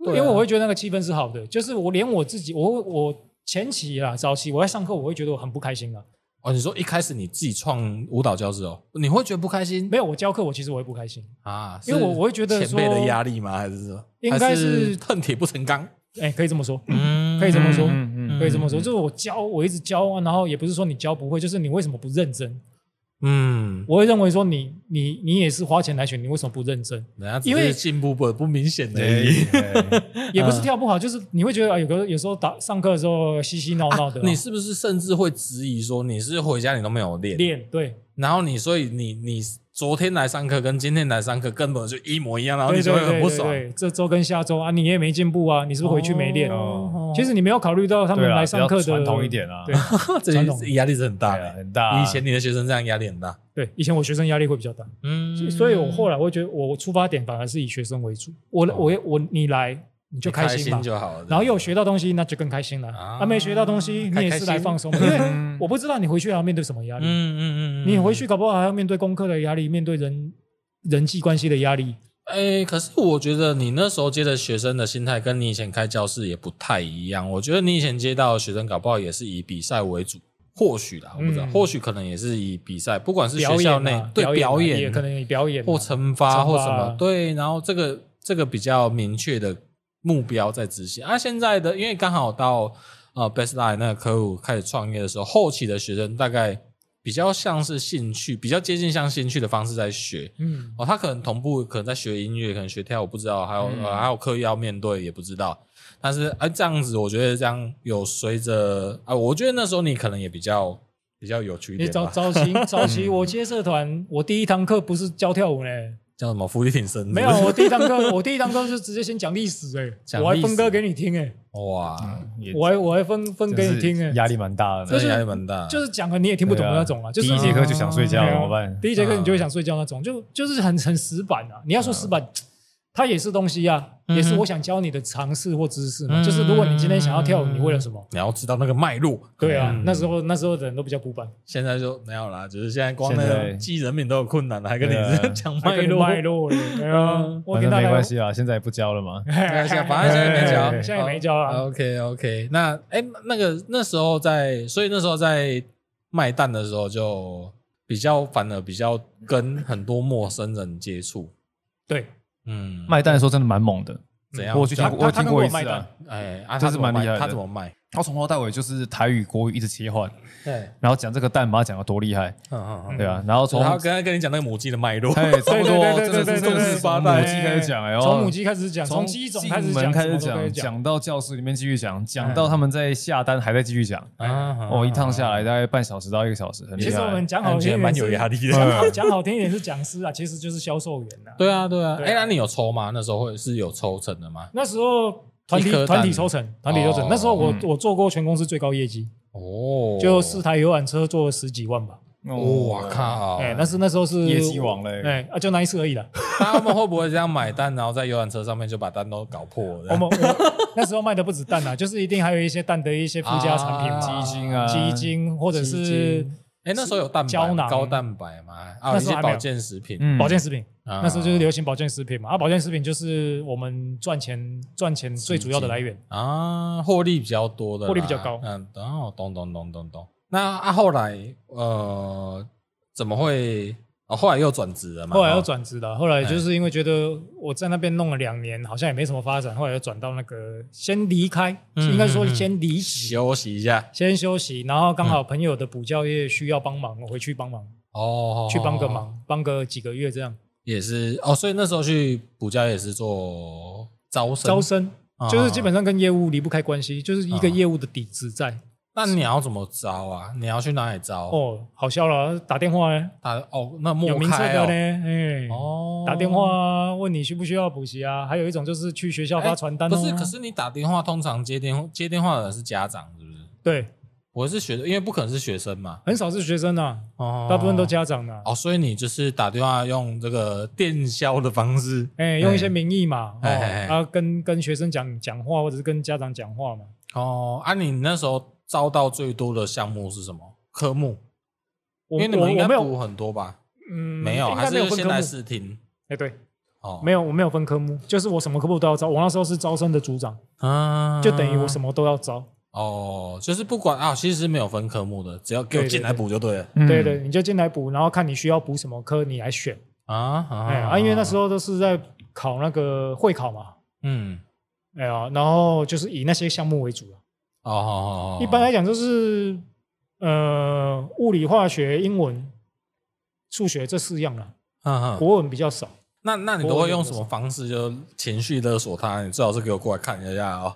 [SPEAKER 1] 对啊
[SPEAKER 2] 哎因为我会觉得那个气氛是好的，就是我连我自己，我我前期啦，早期我在上课，我会觉得我很不开心啊。
[SPEAKER 1] 哦，你说一开始你自己创舞蹈教室哦，你会觉得不开心
[SPEAKER 2] 没有我教课，我其实我会不开心，
[SPEAKER 1] 啊？
[SPEAKER 2] 因为我
[SPEAKER 1] 是
[SPEAKER 2] 我会觉得
[SPEAKER 1] 前
[SPEAKER 2] 说
[SPEAKER 1] 辈的压力吗？还是说
[SPEAKER 2] 应该
[SPEAKER 1] 还
[SPEAKER 2] 是
[SPEAKER 1] 是恨铁不成钢？
[SPEAKER 2] 哎，可以这么说，
[SPEAKER 1] 嗯
[SPEAKER 2] 可以这么说
[SPEAKER 3] 嗯
[SPEAKER 2] 可以这么说，就是我教，我一直教啊，然后也不是说你教不会，就是你为什么不认真？
[SPEAKER 1] 嗯，
[SPEAKER 2] 我会认为说你你你也是花钱来选，你为什么不认真？
[SPEAKER 1] 人家只
[SPEAKER 2] 因为
[SPEAKER 1] 是进步不不明显而
[SPEAKER 3] 哎对啊
[SPEAKER 1] 已。
[SPEAKER 2] 也不是跳不好，就是你会觉得啊，有个有时候打上课的时候嬉嬉闹闹的 啊，
[SPEAKER 1] 你是不是甚至会质疑说你是回家你都没有练，
[SPEAKER 2] 练对
[SPEAKER 1] 然后你所以你你昨天来上课跟今天来上课根本就一模一样，然后你
[SPEAKER 2] 对
[SPEAKER 1] 就
[SPEAKER 2] 对
[SPEAKER 1] 会很
[SPEAKER 2] 对
[SPEAKER 1] 不
[SPEAKER 2] 对
[SPEAKER 1] 爽。
[SPEAKER 2] 对，这周跟下周啊，你也没进步啊，你是不是回去没练？
[SPEAKER 3] 哦
[SPEAKER 2] 其实你没有考虑 到他们
[SPEAKER 3] 对啊
[SPEAKER 2] 来上课
[SPEAKER 3] 比
[SPEAKER 2] 的
[SPEAKER 3] 较传统一点啊
[SPEAKER 2] 对
[SPEAKER 1] 这
[SPEAKER 2] 传统
[SPEAKER 1] 压力是很大
[SPEAKER 3] 对啊
[SPEAKER 1] 的。
[SPEAKER 3] 很大啊。
[SPEAKER 1] 以前你的学生这样压力很大，
[SPEAKER 2] 对，以前我学生压力会比较大，
[SPEAKER 1] 嗯
[SPEAKER 2] 所以我后来我会觉得我出发点反而是以学生为主，我
[SPEAKER 3] 哦
[SPEAKER 2] 我我你来你就
[SPEAKER 1] 开
[SPEAKER 2] 开心吧。
[SPEAKER 1] 就好了。
[SPEAKER 2] 然后又有学到东西，那就更开心了。
[SPEAKER 1] 啊
[SPEAKER 2] 啊，没学到东西，
[SPEAKER 1] 开
[SPEAKER 2] 你也
[SPEAKER 1] 开
[SPEAKER 2] 是来
[SPEAKER 1] 心
[SPEAKER 2] 放松的，因
[SPEAKER 3] 嗯
[SPEAKER 2] 为我不知道你回去还要面对什么压力。
[SPEAKER 1] 嗯嗯嗯嗯，
[SPEAKER 2] 你回去搞不好还要面对功课的压力，面对人人际关系的压力。
[SPEAKER 1] 哎，可是我觉得你那时候接的学生的心态跟你以前开教室也不太一样。我觉得你以前接到的学生搞不好也是以比赛为主，或许啦，我不知道，
[SPEAKER 2] 嗯
[SPEAKER 1] 或许可能也是以比赛，不管是学
[SPEAKER 2] 表
[SPEAKER 1] 校
[SPEAKER 2] 演
[SPEAKER 1] 内
[SPEAKER 2] 啊
[SPEAKER 1] 对表
[SPEAKER 2] 啊
[SPEAKER 1] 演
[SPEAKER 2] 也可能表演啊
[SPEAKER 1] 或惩罚
[SPEAKER 2] 惩罚啊
[SPEAKER 1] 或什么，对，然后这个这个比较明确的目标在执行。啊，现在的因为刚好到呃 Bestline 那个客户开始创业的时候，后期的学生大概比较像是兴趣，比较接近像兴趣的方式在学。
[SPEAKER 2] 嗯，
[SPEAKER 1] 哦，他可能同步可能在学音乐，可能学跳舞，不知道，还有、
[SPEAKER 2] 嗯
[SPEAKER 1] 呃、还有课业要面对也不知道。但是哎、这样子我觉得这样有随着啊，我觉得那时候你可能也比较比较有趣一
[SPEAKER 2] 你
[SPEAKER 1] 点
[SPEAKER 2] 早
[SPEAKER 1] 吧，
[SPEAKER 2] 早 期早期
[SPEAKER 3] 嗯
[SPEAKER 2] 我接社团，我第一堂课不是教跳舞嘞，
[SPEAKER 1] 叫什么伏地挺身是不
[SPEAKER 2] 没
[SPEAKER 1] 是，
[SPEAKER 2] 有，我第一堂课 我第一堂课是直接先讲历史哎，
[SPEAKER 1] 讲
[SPEAKER 2] 我还
[SPEAKER 1] 历史
[SPEAKER 2] 分歌给你听哎，
[SPEAKER 1] 哇，
[SPEAKER 3] 也
[SPEAKER 2] 我还我还分分给你听
[SPEAKER 3] 真是
[SPEAKER 2] 哎，
[SPEAKER 3] 压力蛮大
[SPEAKER 1] 真
[SPEAKER 3] 的。
[SPEAKER 2] 就是
[SPEAKER 1] 的压力蛮大，
[SPEAKER 2] 就是讲了你也听不懂的那种啊，就
[SPEAKER 3] 第
[SPEAKER 2] 是
[SPEAKER 3] 一节课就想睡觉
[SPEAKER 2] 对
[SPEAKER 3] 怎
[SPEAKER 2] 啊
[SPEAKER 3] 么办？
[SPEAKER 2] 第一节课你就会想睡觉那种，就就是很很死板啊。你要说死
[SPEAKER 3] 嗯
[SPEAKER 2] 板，它也是东西啊，
[SPEAKER 1] 嗯哼
[SPEAKER 2] 也是我想教你的尝试或知识嘛。
[SPEAKER 1] 嗯
[SPEAKER 2] 就是如果你今天想要跳舞，你为了什么？
[SPEAKER 1] 你要知道那个脉络。
[SPEAKER 2] 对啊，
[SPEAKER 1] 嗯
[SPEAKER 2] 那时候那时候的人都比较古板，
[SPEAKER 1] 现在就没有啦，就是现在光那
[SPEAKER 3] 现在
[SPEAKER 1] 个记人名都有困难了，还跟你
[SPEAKER 3] 对啊
[SPEAKER 1] 讲
[SPEAKER 2] 还
[SPEAKER 1] 脉
[SPEAKER 2] 跟你
[SPEAKER 1] 络。
[SPEAKER 2] 脉络嘞，对啊
[SPEAKER 1] 嗯，
[SPEAKER 2] 我
[SPEAKER 3] 反
[SPEAKER 2] 跟
[SPEAKER 3] 正
[SPEAKER 2] 大
[SPEAKER 3] 没
[SPEAKER 2] 家
[SPEAKER 3] 关，系啊，现在也不教了嘛。
[SPEAKER 2] 嗯
[SPEAKER 1] 没关系啊反正现在没教，
[SPEAKER 2] 哎 现在没教啊。
[SPEAKER 1] OK OK，那哎、那个那时候在，所以那时候在卖蛋的时候就比较，反而比较跟很多陌生人接触。
[SPEAKER 2] 对，
[SPEAKER 1] 嗯，
[SPEAKER 3] 卖蛋的时候真的蛮猛的，
[SPEAKER 1] 怎样？
[SPEAKER 3] 我有去听
[SPEAKER 1] 就
[SPEAKER 3] 过，我有
[SPEAKER 2] 他
[SPEAKER 3] 听
[SPEAKER 2] 跟我
[SPEAKER 3] 过一次
[SPEAKER 2] 卖
[SPEAKER 3] 啊
[SPEAKER 2] 蛋。
[SPEAKER 1] 哎，啊，
[SPEAKER 3] 这
[SPEAKER 1] 他
[SPEAKER 3] 是
[SPEAKER 1] 怎么
[SPEAKER 3] 蛮厉害
[SPEAKER 1] 卖？
[SPEAKER 3] 的
[SPEAKER 1] 他怎么卖？
[SPEAKER 3] 他从头到尾就是台语、国语一直切换，
[SPEAKER 1] 对，
[SPEAKER 3] 然后讲这个蛋，把它讲的多厉害，
[SPEAKER 1] 嗯嗯嗯。
[SPEAKER 3] 对啊，然后从
[SPEAKER 1] 然后刚才跟你讲那个母鸡的脉络，
[SPEAKER 3] 哎， 差不多，
[SPEAKER 2] 对对对
[SPEAKER 3] 真的
[SPEAKER 2] 对对对
[SPEAKER 3] 是正
[SPEAKER 2] 对
[SPEAKER 3] 式从母鸡开始讲，哎呦，
[SPEAKER 2] 从母鸡开始讲，从
[SPEAKER 3] 从
[SPEAKER 2] 鸡种开始
[SPEAKER 3] 进门
[SPEAKER 2] 讲，
[SPEAKER 3] 开
[SPEAKER 2] 什
[SPEAKER 3] 始
[SPEAKER 2] 么都可
[SPEAKER 3] 讲，
[SPEAKER 2] 以讲。
[SPEAKER 3] 讲到教室里面继续讲，讲到他们在下单还在继续讲，
[SPEAKER 1] 啊
[SPEAKER 3] 哦，一趟下来大概半小时到一个小时，很厉
[SPEAKER 2] 其实我
[SPEAKER 3] 害
[SPEAKER 2] 们。讲好听一点
[SPEAKER 1] 蛮
[SPEAKER 2] 是
[SPEAKER 1] 有压力
[SPEAKER 2] 讲
[SPEAKER 1] 的。
[SPEAKER 2] 好讲好听一点是讲师啊，其实就是销售员啊。
[SPEAKER 1] 对啊，对啊。
[SPEAKER 2] 对啊
[SPEAKER 1] 哎，那你有抽吗？那时候会是有抽成的吗？
[SPEAKER 2] 那时候团
[SPEAKER 1] 一
[SPEAKER 2] 体
[SPEAKER 1] 颗蛋
[SPEAKER 2] 团体抽成，团体抽
[SPEAKER 1] 哦
[SPEAKER 2] 成。那时候我
[SPEAKER 3] 嗯
[SPEAKER 2] 我做过全公司最高业绩，
[SPEAKER 1] 哦，
[SPEAKER 2] 就四台游览车做了十几万吧。
[SPEAKER 1] 哇，靠！
[SPEAKER 2] 哎，那是那时候是
[SPEAKER 3] 哦业绩王嘞
[SPEAKER 2] 哎啊，就那一次而已啦。
[SPEAKER 1] 他们会不会这样买单，然后在游览车上面就把单都搞破了？
[SPEAKER 2] 我们 我那时候卖的不止蛋啊，就是一定还有一些蛋的一些附加产品，
[SPEAKER 1] 啊
[SPEAKER 3] 鸡精啊
[SPEAKER 2] 鸡精或者
[SPEAKER 1] 鸡
[SPEAKER 2] 是
[SPEAKER 1] 精哎，那时候有蛋白
[SPEAKER 2] 胶
[SPEAKER 1] 吗
[SPEAKER 2] 囊
[SPEAKER 1] 高蛋白吗？啊，
[SPEAKER 2] 那
[SPEAKER 1] 一
[SPEAKER 2] 时候
[SPEAKER 1] 些
[SPEAKER 2] 还没有
[SPEAKER 1] 保健食品。啊
[SPEAKER 3] 嗯
[SPEAKER 2] 保健食品。
[SPEAKER 1] 那
[SPEAKER 2] 那时候就是流行保健食品嘛，啊，保健食品就是我们赚钱赚钱最主要的来源。
[SPEAKER 1] 啊，获利比较多的啦，
[SPEAKER 2] 获利比较高
[SPEAKER 1] 嗯，哦，懂懂懂懂懂。那啊，后来呃，怎么会？哦，后来又转职了嘛？
[SPEAKER 2] 后来又
[SPEAKER 1] 哦
[SPEAKER 2] 转职了，后来就是因为觉得我在那边弄了两年，好像也没什么发展，后来又转到那个先离开，
[SPEAKER 1] 嗯
[SPEAKER 2] 应该说
[SPEAKER 1] 嗯嗯
[SPEAKER 2] 先离职，
[SPEAKER 1] 休息一下。
[SPEAKER 2] 先休息，然后刚好朋友的补教业需要帮忙，我回去帮忙，
[SPEAKER 1] 嗯哦，
[SPEAKER 2] 去帮个忙，帮个几个月这样。
[SPEAKER 1] 也是哦，所以那时候去补教也是做招生。
[SPEAKER 2] 招生
[SPEAKER 1] 啊
[SPEAKER 2] 就是基本上跟业务离不开关系，就是一个业务的底子在。
[SPEAKER 1] 那你要怎么招啊？你要去哪里招？
[SPEAKER 2] 哦，好笑了，打电话呢，
[SPEAKER 1] 打哦，那
[SPEAKER 2] 有
[SPEAKER 1] 莫
[SPEAKER 2] 名册
[SPEAKER 1] 开
[SPEAKER 2] 的呢，
[SPEAKER 1] 哦，
[SPEAKER 2] 哎，
[SPEAKER 1] 哦
[SPEAKER 2] 打电话啊问你需不需要补习啊，还有一种就是去学校
[SPEAKER 1] 哎
[SPEAKER 2] 发传单、哦
[SPEAKER 1] 不是，可是你打电话通常接电接电话的人是家长，是不是？
[SPEAKER 2] 对，
[SPEAKER 1] 我是学，因为不可能是学生嘛，
[SPEAKER 2] 很少是学生啊，
[SPEAKER 1] 哦
[SPEAKER 2] 大部分都家长啊。
[SPEAKER 1] 哦，所以你就是打电话用这个电销的方式，
[SPEAKER 2] 哎、用一些名义嘛，
[SPEAKER 1] 哎
[SPEAKER 2] 哦，
[SPEAKER 1] 哎哎
[SPEAKER 2] 啊，跟跟学生讲讲话，或者是跟家长讲话嘛。
[SPEAKER 1] 哦，啊，你那时候招到最多的项目是什么科目？因
[SPEAKER 2] 我
[SPEAKER 1] 为你们应
[SPEAKER 2] 我
[SPEAKER 1] 该
[SPEAKER 2] 我没
[SPEAKER 1] 补
[SPEAKER 2] 有，
[SPEAKER 1] 很多吧？
[SPEAKER 2] 嗯，
[SPEAKER 1] 没有，
[SPEAKER 2] 应
[SPEAKER 1] 还
[SPEAKER 2] 该没有
[SPEAKER 1] 是
[SPEAKER 2] 分
[SPEAKER 1] 先
[SPEAKER 2] 科目
[SPEAKER 1] 来。试听？
[SPEAKER 2] 哎、对，
[SPEAKER 1] 哦，
[SPEAKER 2] 没有，我没有分科目，就是我什么科目都要招。我那时候是招生的组长，
[SPEAKER 1] 啊
[SPEAKER 2] 就等于我什么都要招。
[SPEAKER 1] 哦，就是不管啊，其实没有分科目的，只要给我
[SPEAKER 2] 对对
[SPEAKER 1] 进来补就对了
[SPEAKER 2] 对对，你就进来补，然后看你需要补什么科，你来选。
[SPEAKER 1] 啊
[SPEAKER 2] 哎、
[SPEAKER 1] 啊
[SPEAKER 2] 啊，因为那时候都是在考那个会考嘛，
[SPEAKER 1] 嗯，
[SPEAKER 2] 哎呀，然后就是以那些项目为主啊了。
[SPEAKER 1] 哦哦哦，哦
[SPEAKER 2] 一般来讲就是呃，物理、化学、英文、数学这四样了，
[SPEAKER 1] 嗯嗯
[SPEAKER 2] 国文比较少。
[SPEAKER 1] 那那你都会用什么方式就情绪勒索他？你最好是给我过来看一下 哦。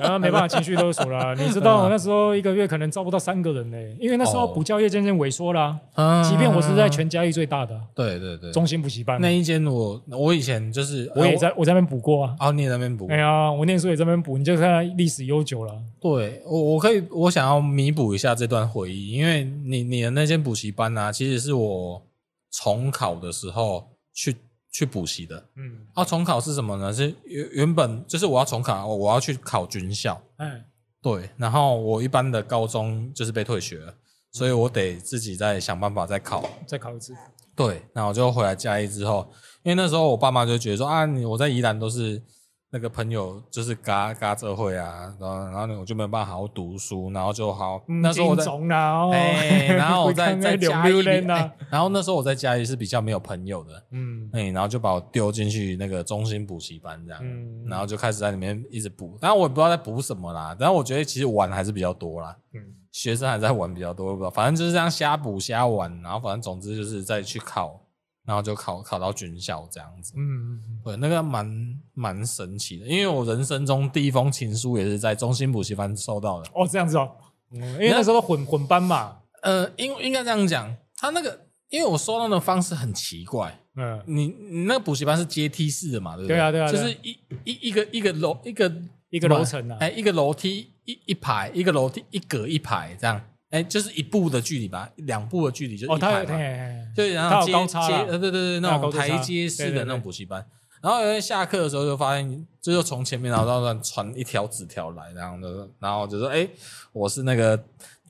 [SPEAKER 2] 然后没办法情绪勒索啦。你
[SPEAKER 1] 嗯
[SPEAKER 2] 知道我那时候一个月可能招不到三个人呢、因为那时候
[SPEAKER 1] 哦
[SPEAKER 2] 补教业渐渐萎缩啦。
[SPEAKER 1] 啊
[SPEAKER 2] 即便我是在全嘉义最大的
[SPEAKER 1] 对对对，
[SPEAKER 2] 中心补习班，
[SPEAKER 1] 那一间我我以前就是
[SPEAKER 2] 我也在我在那边补过啊。
[SPEAKER 1] 哦，你也在那边补
[SPEAKER 2] 哎。呀，我念书也在那边补，你就看历史悠久了。
[SPEAKER 1] 对我我可以我想要弥补一下这段回忆，因为你你的那间补习班啊，其实是我重考的时候去去补习的。
[SPEAKER 2] 嗯，
[SPEAKER 1] 啊，重考是什么呢？是原原本就是我要重考，我我要去考军校。
[SPEAKER 2] 哎，
[SPEAKER 1] 对，然后我一般的高中就是被退学了，所以我得自己再想办法再考。
[SPEAKER 2] 再考一次。
[SPEAKER 1] 对，那我就回来嘉义之后，因为那时候我爸妈就觉得说啊，你我在宜兰都是那个朋友，就是嘎嘎社会啊，然后然后呢我就没有办法好好读书，然后就好、那时候我在。
[SPEAKER 2] 嗯总啦，哦
[SPEAKER 1] 哎、然 后我
[SPEAKER 2] 不
[SPEAKER 1] 在
[SPEAKER 2] 看
[SPEAKER 1] 在
[SPEAKER 2] 那
[SPEAKER 1] 嘉
[SPEAKER 2] 两
[SPEAKER 1] 义
[SPEAKER 2] 溜
[SPEAKER 1] 里、
[SPEAKER 2] 人啊
[SPEAKER 1] 哎然后那时候我在嘉义是比较没有朋友的，
[SPEAKER 2] 嗯
[SPEAKER 1] 哎、然后就把我丢进去那个中心补习班这样，
[SPEAKER 2] 嗯
[SPEAKER 1] 然后就开始在里面一直补，但我也不知道在补什么啦，但我觉得其实玩还是比较多啦，
[SPEAKER 2] 嗯，
[SPEAKER 1] 学生还在玩比较多，我也不知道，反正就是这样瞎补瞎玩，然后反正总之就是再去考，然后就考考到军校这样子。
[SPEAKER 2] 嗯，
[SPEAKER 1] 对，那个蛮蛮神奇的，因为我人生中第一封情书也是在中心补习班收到的。
[SPEAKER 2] 哦，这样子哦，嗯因为那时候都混混班嘛，
[SPEAKER 1] 呃，应应该这样讲，他那个因为我收到的方式很奇怪，
[SPEAKER 2] 嗯，
[SPEAKER 1] 你你那个补习班是阶梯式的嘛，对不对
[SPEAKER 2] 对啊对啊
[SPEAKER 1] 就
[SPEAKER 2] 对啊
[SPEAKER 1] 是一一一个一个楼一个
[SPEAKER 2] 一个楼层啊
[SPEAKER 1] 哎，一个楼梯一一排，一个楼梯一格一排这样，哎，就是一步的距离吧，两步的距离就是
[SPEAKER 2] 哦，
[SPEAKER 1] 一
[SPEAKER 2] 他
[SPEAKER 1] 排
[SPEAKER 2] 有
[SPEAKER 1] 嘛，
[SPEAKER 2] 哎
[SPEAKER 1] 就然后
[SPEAKER 2] 它有
[SPEAKER 1] 阶
[SPEAKER 2] 高差啦
[SPEAKER 1] 阶呃对对对，
[SPEAKER 2] 它
[SPEAKER 1] 那种
[SPEAKER 2] 有高度差
[SPEAKER 1] 台阶式
[SPEAKER 2] 对对
[SPEAKER 1] 的
[SPEAKER 2] 对
[SPEAKER 1] 那种补习班。然后有人下课的时候就发现，这就从前面然后到传一条纸条来，然后就然后就说：“哎，我是那个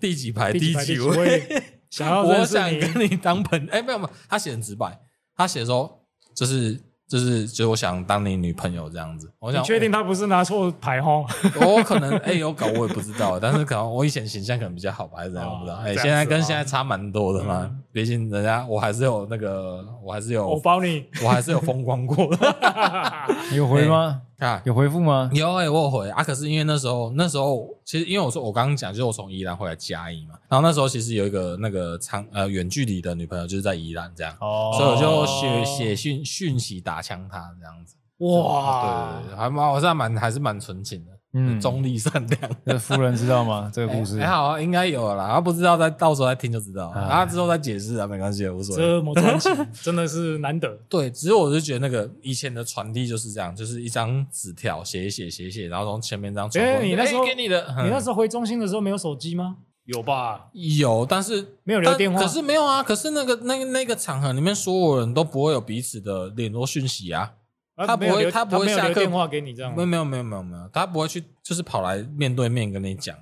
[SPEAKER 1] 第几排
[SPEAKER 2] 第几排
[SPEAKER 1] 几
[SPEAKER 2] 第几 位想要
[SPEAKER 1] 我
[SPEAKER 2] 认识
[SPEAKER 1] 想
[SPEAKER 2] 你
[SPEAKER 1] 跟你当朋友。哎、没有没有，他写得很直白，他写说就是就是就是我想当你女朋友这样子。我想
[SPEAKER 2] 你确定他不是拿错牌哦？
[SPEAKER 1] 我？我可能哎、有搞我也不知道，但是可能我以前形象可能比较好吧，还是怎样，
[SPEAKER 2] 哦
[SPEAKER 1] 我不知道。
[SPEAKER 2] 这
[SPEAKER 1] 哎、
[SPEAKER 2] 样子
[SPEAKER 1] 现在
[SPEAKER 2] 哦
[SPEAKER 1] 跟现在差蛮多的嘛，毕竟人家我还是有那个，我还是有
[SPEAKER 2] 我 包你，
[SPEAKER 1] 我还是有风光过的。
[SPEAKER 3] 有回吗？
[SPEAKER 1] 啊，
[SPEAKER 3] 有回复吗？
[SPEAKER 1] 有哎、我有回啊，可是因为那时候那时候其实因为我说我刚刚讲，就是我从宜兰回来嘉义嘛，然后那时候其实有一个那个长呃远距离的女朋友就是在宜兰这样，
[SPEAKER 3] 哦
[SPEAKER 1] 所以我就写写讯讯息打枪他这样子。
[SPEAKER 2] 哇
[SPEAKER 1] 对对对，还蛮，我是还蛮还是蛮纯情的，
[SPEAKER 3] 嗯
[SPEAKER 1] 中立善良。
[SPEAKER 3] 这夫人知道吗？这个故事
[SPEAKER 1] 还好啊，应该有啦，然后不知道再到时候再听就知道，
[SPEAKER 3] 哎
[SPEAKER 1] 然后之后再解释啊，没关系，无所谓。
[SPEAKER 2] 啊这么专情， 真的是难得。
[SPEAKER 1] 对，只是我是觉得那个以前的传递就是这样，就是一张纸条写一写写一写，然后从前面这样传过来。
[SPEAKER 2] 哎你那时候
[SPEAKER 1] 哎给你的，
[SPEAKER 2] 你那
[SPEAKER 1] 嗯
[SPEAKER 2] 时候回中心的时候没有手机吗？有吧？
[SPEAKER 1] 有，但是
[SPEAKER 2] 没有留
[SPEAKER 1] 但
[SPEAKER 2] 电话
[SPEAKER 1] 可是没有啊，可是那个那个那个场合里面，所有人都不会有彼此的联络讯息啊。
[SPEAKER 2] 啊
[SPEAKER 1] 他不会
[SPEAKER 2] 没有留
[SPEAKER 1] 他
[SPEAKER 2] 他
[SPEAKER 1] 不会
[SPEAKER 2] 没有
[SPEAKER 1] 下
[SPEAKER 2] 留
[SPEAKER 1] 课
[SPEAKER 2] 电话给你这样
[SPEAKER 1] 没
[SPEAKER 2] 吗
[SPEAKER 1] 有。没有没有没有没有，他不会去，就是跑来面对面跟你讲。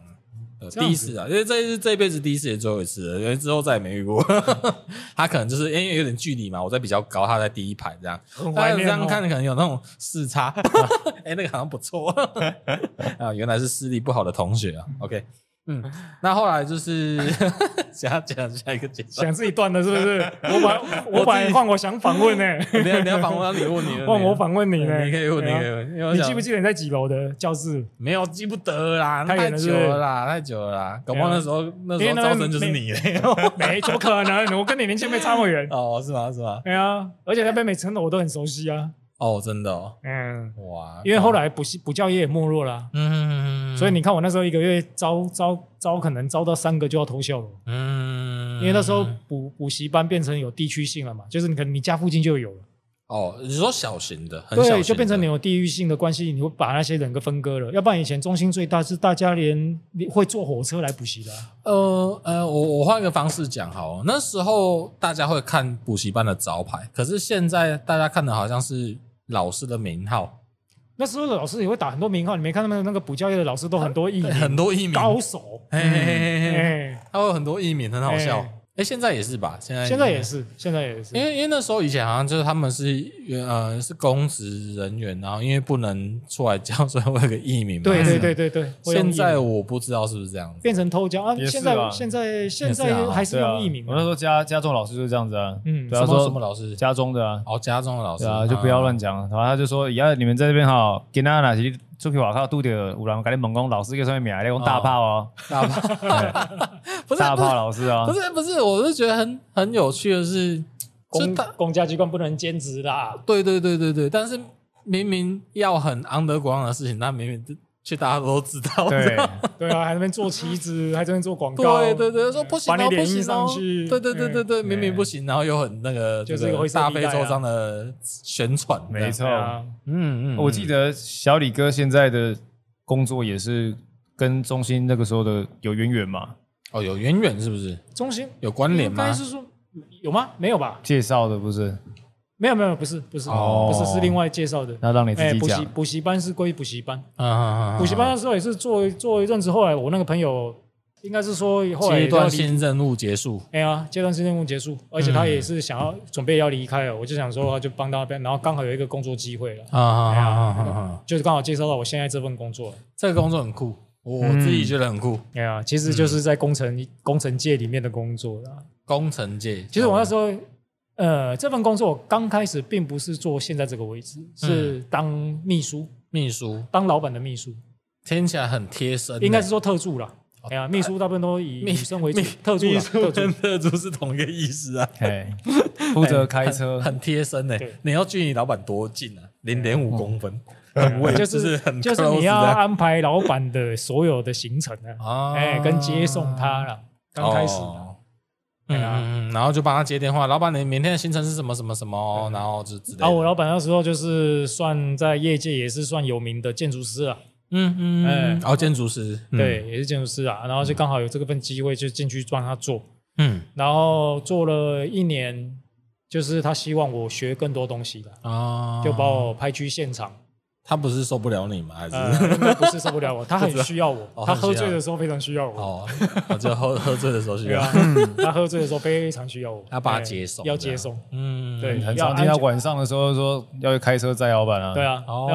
[SPEAKER 1] 呃，
[SPEAKER 2] 这样
[SPEAKER 1] 第一次啊，因为这是这一辈子第一次，也最后一次了，因为之后再也没遇 过。他可能就是因为有点距离嘛，我在比较高，他在第一排这样。
[SPEAKER 2] 很
[SPEAKER 1] 大
[SPEAKER 2] 怀
[SPEAKER 1] 家这
[SPEAKER 2] 念
[SPEAKER 1] 样
[SPEAKER 2] 哦
[SPEAKER 1] 看可能有那种视 差，哎、那个好像不错啊，原来是视力不好的同学啊。OK，
[SPEAKER 2] 嗯
[SPEAKER 1] 那后来就是 想要讲下一个阶段，
[SPEAKER 2] 想自己断了是 不是？我把我
[SPEAKER 1] 我自
[SPEAKER 2] 把
[SPEAKER 1] 己
[SPEAKER 2] 换我想反问呢、欸，
[SPEAKER 1] 你要你要反问啊，你问 你了，
[SPEAKER 2] 换
[SPEAKER 1] 你
[SPEAKER 2] 我反问你 呢、
[SPEAKER 1] 对
[SPEAKER 2] 欸，
[SPEAKER 1] 你可以问，你
[SPEAKER 2] 对啊
[SPEAKER 1] 可以问，因为我
[SPEAKER 2] 你
[SPEAKER 1] 想
[SPEAKER 2] 记不记得你在几楼的教室？
[SPEAKER 1] 没有记不得啦，
[SPEAKER 2] 太
[SPEAKER 1] 太
[SPEAKER 2] 远了
[SPEAKER 1] 久了啦，太久了啦，搞不好那时候那时
[SPEAKER 2] 因为
[SPEAKER 1] 候
[SPEAKER 2] 那
[SPEAKER 1] 招生就是你 嘞。。
[SPEAKER 2] 没，怎么可能？我跟你年纪没差那么远
[SPEAKER 1] 哦，是吗？是吗？
[SPEAKER 2] 对啊，而且那边每层楼我都很熟悉啊。
[SPEAKER 1] 哦，真的哦，
[SPEAKER 2] 嗯，
[SPEAKER 1] 哇！
[SPEAKER 2] 因为后来补习补教业也没落了啊、
[SPEAKER 1] 嗯，嗯，嗯
[SPEAKER 2] 所以你看我那时候一个月招招招，可能招到三个就要偷笑了，
[SPEAKER 1] 嗯，
[SPEAKER 2] 因为那时候补补习班变成有地区性了嘛，就是你可能你家附近就有了，
[SPEAKER 1] 哦，你说小型的，很小型
[SPEAKER 2] 对，
[SPEAKER 1] 的
[SPEAKER 2] 就变成你有地域性的关系，你会把那些人给分割了。要不然以前中心最大是大家连会坐火车来补习的啊、
[SPEAKER 1] 呃呃，我我换个方式讲好了，那时候大家会看补习班的招牌，可是现在大家看的好像是老师的名号，
[SPEAKER 2] 那时候的老师也会打很多名号，你没看他们那个补教业的老师都很多艺名
[SPEAKER 1] 很多艺名，
[SPEAKER 2] 嗯高手，
[SPEAKER 1] 嘿嘿嘿嘿嘿，
[SPEAKER 2] 哎，
[SPEAKER 1] 他会有很多艺名，很好笑
[SPEAKER 2] 哎。
[SPEAKER 1] 哎，现在也是吧？现在
[SPEAKER 2] 现在也是，现在也是，
[SPEAKER 3] 哎
[SPEAKER 1] 因为因为那时候以前好像就是他们是呃是公职人员，然后因为不能出来教，所以会有个艺名嘛。
[SPEAKER 2] 对对
[SPEAKER 1] 是吗。
[SPEAKER 2] 对对对，会用
[SPEAKER 1] 现
[SPEAKER 2] 艺
[SPEAKER 1] 在
[SPEAKER 2] 名
[SPEAKER 1] 我不知道是不是这样子。
[SPEAKER 2] 变成偷教啊！
[SPEAKER 3] 也是
[SPEAKER 2] 现在
[SPEAKER 3] 吧
[SPEAKER 2] 现在现
[SPEAKER 1] 也是
[SPEAKER 2] 在
[SPEAKER 1] 啊
[SPEAKER 2] 还是
[SPEAKER 3] 对啊
[SPEAKER 2] 用艺名
[SPEAKER 3] 我那时
[SPEAKER 2] 啊，
[SPEAKER 3] 候家家中老师就是这样子啊，
[SPEAKER 2] 嗯
[SPEAKER 3] 对啊，
[SPEAKER 1] 什么
[SPEAKER 3] 说
[SPEAKER 1] 什么老师？
[SPEAKER 3] 家中的啊，
[SPEAKER 1] 哦，家中的老师
[SPEAKER 3] 对啊，就不要乱讲。然后他就说，以后你们在这边哈，今天哪是出去外口拄着有人跟你问讲老师叫什么名，你讲大炮哦，
[SPEAKER 1] 大炮，啊 不是
[SPEAKER 3] 大
[SPEAKER 1] 不
[SPEAKER 3] 炮
[SPEAKER 1] 是
[SPEAKER 3] 老师啊
[SPEAKER 1] 不，是不是，我是觉得很很有趣的是，就
[SPEAKER 2] 公
[SPEAKER 1] 大
[SPEAKER 2] 公家机关不能兼 职啦。
[SPEAKER 1] 对对对对对，但是明明要很 underground 的事情，那明明却大家都知道。
[SPEAKER 3] 对，
[SPEAKER 2] 对啊，还在那边做旗子，还在那边做广告，
[SPEAKER 1] 对对对，说不行
[SPEAKER 2] 把你
[SPEAKER 1] 哦，不
[SPEAKER 2] 脸
[SPEAKER 1] 行
[SPEAKER 2] 印上
[SPEAKER 1] 哦，
[SPEAKER 2] 去，嗯
[SPEAKER 1] 对对对对对，明明不行，然后又很那个，
[SPEAKER 2] 就是
[SPEAKER 1] 这
[SPEAKER 2] 一个灰色
[SPEAKER 1] 大
[SPEAKER 2] 地
[SPEAKER 1] 费
[SPEAKER 2] 带啊
[SPEAKER 1] 周章的宣传，
[SPEAKER 3] 没错
[SPEAKER 2] 对。啊，
[SPEAKER 1] 嗯，嗯嗯，
[SPEAKER 3] 我记得小李哥现在的工作也是跟中心那个时候的有渊源嘛，
[SPEAKER 1] 哦，有渊源是不是？
[SPEAKER 2] 中心
[SPEAKER 1] 有关联
[SPEAKER 2] 应
[SPEAKER 1] 吗
[SPEAKER 2] 该？是说有吗？没有吧？
[SPEAKER 3] 介绍的不是？
[SPEAKER 2] 没有没有，不是不是
[SPEAKER 3] 哦
[SPEAKER 2] 不是是另外介绍的。
[SPEAKER 3] 那让你自
[SPEAKER 2] 哎，
[SPEAKER 3] 己
[SPEAKER 2] 补习
[SPEAKER 3] 讲。
[SPEAKER 2] 补习班是归补习班，
[SPEAKER 1] 啊啊啊啊啊
[SPEAKER 2] 补习班那时候也是做做一阵子，后来我那个朋友应该是说后来
[SPEAKER 1] 阶
[SPEAKER 2] 也要
[SPEAKER 1] 段
[SPEAKER 2] 离
[SPEAKER 1] 性任务结束，
[SPEAKER 2] 哎呀，阶段性任务结束，而且他也是想要准备要离开了，我就想说就帮到那边，然后刚好有一个工作机会了，
[SPEAKER 1] 啊啊啊啊啊
[SPEAKER 2] 哎
[SPEAKER 1] 啊啊！
[SPEAKER 2] 就是刚好介绍到我现在这份工作了。
[SPEAKER 1] 这个工作很酷，我我自己觉得很酷，
[SPEAKER 2] 哎呀，其实就是在工程、工程界里面的工作啦。
[SPEAKER 1] 工程界。
[SPEAKER 2] 其实我那时候，呃，这份工作我刚开始并不是做现在这个位置，是当秘书，
[SPEAKER 1] 秘书
[SPEAKER 2] 当老板的秘书，
[SPEAKER 1] 听起来很贴身，啊
[SPEAKER 2] 应该是说特助啦。哎呀，秘书大部分都 以
[SPEAKER 1] 秘
[SPEAKER 2] 女生为主
[SPEAKER 1] 秘，
[SPEAKER 2] 特助
[SPEAKER 1] 秘
[SPEAKER 2] 啦，
[SPEAKER 1] 书
[SPEAKER 2] 特助
[SPEAKER 1] 跟。特助是同一个意思啊，
[SPEAKER 3] 嘿，负责开车，
[SPEAKER 1] 很贴身呢
[SPEAKER 2] 对。
[SPEAKER 1] 你要距离老板多近啊？零点五公分，
[SPEAKER 2] 很
[SPEAKER 1] 位
[SPEAKER 2] 就
[SPEAKER 1] 就
[SPEAKER 2] 是
[SPEAKER 1] 是 很
[SPEAKER 2] 就是
[SPEAKER 1] close
[SPEAKER 2] 你要
[SPEAKER 1] 的
[SPEAKER 2] 安排老板的所有的行程啊，
[SPEAKER 1] 啊
[SPEAKER 2] 哎、跟接送他了。刚开始嘛、
[SPEAKER 1] 哦
[SPEAKER 2] 哎
[SPEAKER 1] 嗯
[SPEAKER 2] 呀
[SPEAKER 1] 嗯，嗯然后就帮他接电话，老板，你明天的行程是什么什么什么，然后就之类的。
[SPEAKER 2] 啊，我老板那时候就是算在业界也是算有名的建筑师啊，
[SPEAKER 1] 嗯嗯，
[SPEAKER 2] 哎
[SPEAKER 1] 嗯哦，建筑师，嗯，
[SPEAKER 2] 对，也是建筑师啊，然后就刚好有这个份机会就进去帮他做，
[SPEAKER 1] 嗯，
[SPEAKER 2] 然后做了一年，就是他希望我学更多东西的，
[SPEAKER 1] 哦，
[SPEAKER 2] 就把我派去现场。
[SPEAKER 1] 他不是受不了你吗？还是
[SPEAKER 2] 呃，应该不是受不了 我，他很需要我，
[SPEAKER 1] 哦
[SPEAKER 2] 他
[SPEAKER 1] 很需要
[SPEAKER 2] 喝醉的时候非常需要我，
[SPEAKER 1] 哦，我就喝 喝醉的时候需
[SPEAKER 2] 对
[SPEAKER 1] 要
[SPEAKER 2] 啊，， 他喝醉的时候非常需要我，
[SPEAKER 1] 要把他
[SPEAKER 2] 哎
[SPEAKER 1] 接送
[SPEAKER 2] 要
[SPEAKER 1] 这样
[SPEAKER 2] 接送，
[SPEAKER 1] 嗯，
[SPEAKER 2] 对要
[SPEAKER 3] 很常
[SPEAKER 2] 安
[SPEAKER 3] 听到
[SPEAKER 2] 全
[SPEAKER 3] 晚上的时候说要去开车载老板啊。
[SPEAKER 2] 对，啊，
[SPEAKER 1] 哦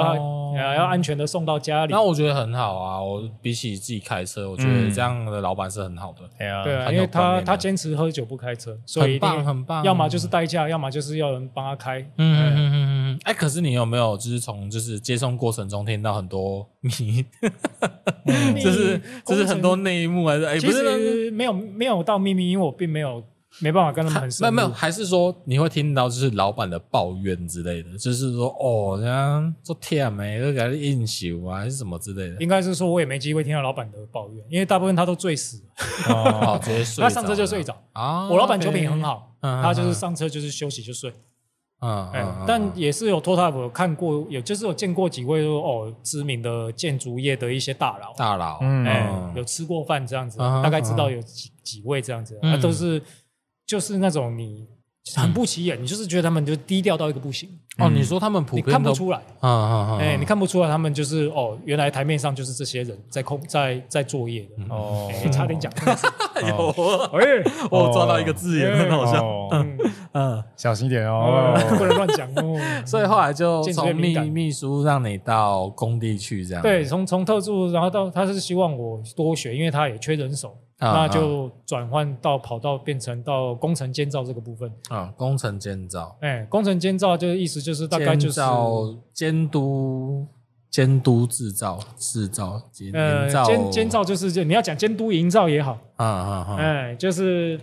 [SPEAKER 2] 要呃要安全的送到家里
[SPEAKER 1] 那。我觉得很好啊，我比起自己开车，我觉得
[SPEAKER 3] 嗯
[SPEAKER 1] 这样的老板是很好的，
[SPEAKER 3] 哎呀，
[SPEAKER 2] 对啊，
[SPEAKER 1] 很
[SPEAKER 2] 因为
[SPEAKER 1] 有观
[SPEAKER 2] 他
[SPEAKER 1] 念啊
[SPEAKER 2] 他坚持喝酒不开车，所以
[SPEAKER 1] 很
[SPEAKER 2] 一定
[SPEAKER 1] 棒很棒。啊
[SPEAKER 2] 要么就是代驾，要么就是要人帮他开。
[SPEAKER 1] 嗯嗯嗯嗯嗯，哎，可是你有没有就是从就是接送过程中听到很多谜嗯就是就是很多内幕还是哎，
[SPEAKER 2] 嗯其
[SPEAKER 1] 不是
[SPEAKER 2] 实没有没有到秘密，因为我并没有没办法跟他们很
[SPEAKER 1] 没有
[SPEAKER 2] 深入
[SPEAKER 1] 没有，还是说你会听到就是老板的抱怨之类的，就是说哦，人家做天没，又给他应酬啊，还是什么之类的。
[SPEAKER 2] 应该是说我也没机会听到老板的抱怨，因为大部分他都醉死了，
[SPEAKER 1] 哦，直接睡着
[SPEAKER 2] 他
[SPEAKER 1] 了，
[SPEAKER 2] 上车就睡着。
[SPEAKER 1] 啊。
[SPEAKER 2] 我老板酒品很
[SPEAKER 1] 好，
[SPEAKER 2] 好，
[SPEAKER 1] 嗯
[SPEAKER 2] 他就是上车就是休息就
[SPEAKER 1] 哦
[SPEAKER 2] 睡。
[SPEAKER 1] 嗯
[SPEAKER 2] 哎
[SPEAKER 1] 嗯，
[SPEAKER 2] 但也是有托他，我有看过，有就是有见过几位说哦知名的建筑业的一些大佬，
[SPEAKER 1] 大佬，
[SPEAKER 3] 嗯
[SPEAKER 2] 哎、
[SPEAKER 1] 嗯
[SPEAKER 2] 有吃过饭这样子，
[SPEAKER 1] 啊哈
[SPEAKER 2] 大概知道有几、几位这样子，啊
[SPEAKER 1] 嗯
[SPEAKER 2] 啊、都是就是那种你很不起眼，你就是觉得他们就低调到一个不行，
[SPEAKER 1] 哦，你说他们嗯普
[SPEAKER 2] 嗯你
[SPEAKER 1] 遍
[SPEAKER 2] 看不
[SPEAKER 1] 都
[SPEAKER 2] 出来。
[SPEAKER 1] 啊啊啊！
[SPEAKER 2] 哎、你看不出来，他们就是哦，原来台面上就是这些人在空在在作业的。哦，
[SPEAKER 3] 哦
[SPEAKER 2] 哎差点讲，
[SPEAKER 1] 嗯 有啊我
[SPEAKER 2] 哎，
[SPEAKER 1] 我抓到一个字眼，很好笑。
[SPEAKER 3] 哦
[SPEAKER 2] 嗯，
[SPEAKER 1] 嗯，
[SPEAKER 3] 小心一点
[SPEAKER 2] 哦
[SPEAKER 3] 哦，。
[SPEAKER 2] 不能乱讲哦。
[SPEAKER 1] 所以后来就
[SPEAKER 2] 见识
[SPEAKER 1] 从
[SPEAKER 2] 敏
[SPEAKER 1] 秘
[SPEAKER 2] 感
[SPEAKER 1] 秘书让你到工地去，这样
[SPEAKER 2] 对，从从特助，然后到他是希望我多学，因为他也缺人手，
[SPEAKER 1] 啊
[SPEAKER 2] 那就转换到跑道变成到工程建造这个部分。
[SPEAKER 1] 啊，工程建造，
[SPEAKER 2] 哎、工程建造就是意思就是大概就
[SPEAKER 1] 监
[SPEAKER 2] 是
[SPEAKER 1] 造监督监督制造制造监
[SPEAKER 2] 呃
[SPEAKER 1] 营造
[SPEAKER 2] 监监造就是就你要讲监督营造也好，
[SPEAKER 1] 啊啊啊
[SPEAKER 2] 哎、就是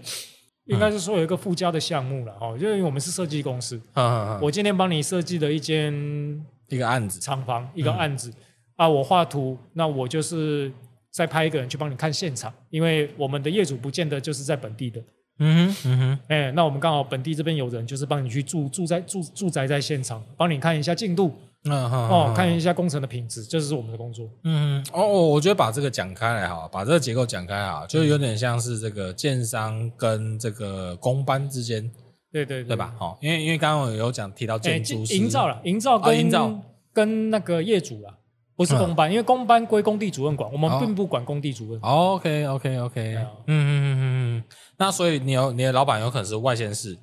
[SPEAKER 2] 应该是说有一个附加的项目了哦，因为我们是设计公司，
[SPEAKER 1] 啊啊！
[SPEAKER 2] 我今天帮你设计了一间
[SPEAKER 1] 一个案子
[SPEAKER 2] 厂房一个案子、
[SPEAKER 1] 嗯
[SPEAKER 2] 啊，我画图，那我就是再派一个人去帮你看现场，因为我们的业主不见得就是在本地的，
[SPEAKER 1] 嗯哼嗯哼
[SPEAKER 2] 哎，那我们刚好本地这边有人，就是帮你去住住在住住宅在现场，帮你看一下进度
[SPEAKER 1] 嗯哼
[SPEAKER 2] 哦，看一下工程的品质，这是我们的工作。
[SPEAKER 1] 嗯哦，我觉得把这个讲开来好，把这个结构讲开好，就有点像是这个建商跟这个工班之间，
[SPEAKER 2] 对对
[SPEAKER 1] 对吧？？哦，因为因为刚刚我有讲提到
[SPEAKER 2] 嗯哎，
[SPEAKER 1] 建
[SPEAKER 2] 建
[SPEAKER 1] 筑师
[SPEAKER 2] 营造了，营造
[SPEAKER 1] 哦
[SPEAKER 2] 跟、
[SPEAKER 1] 营造
[SPEAKER 2] 跟那个业主啦，不是工班，因为工班归工地主任管，我们
[SPEAKER 1] 哦
[SPEAKER 2] 并不管工地主任。
[SPEAKER 1] OK OK OK，
[SPEAKER 2] 啊
[SPEAKER 1] 哦嗯嗯嗯嗯嗯，那所以你有你的老板有可能是外县市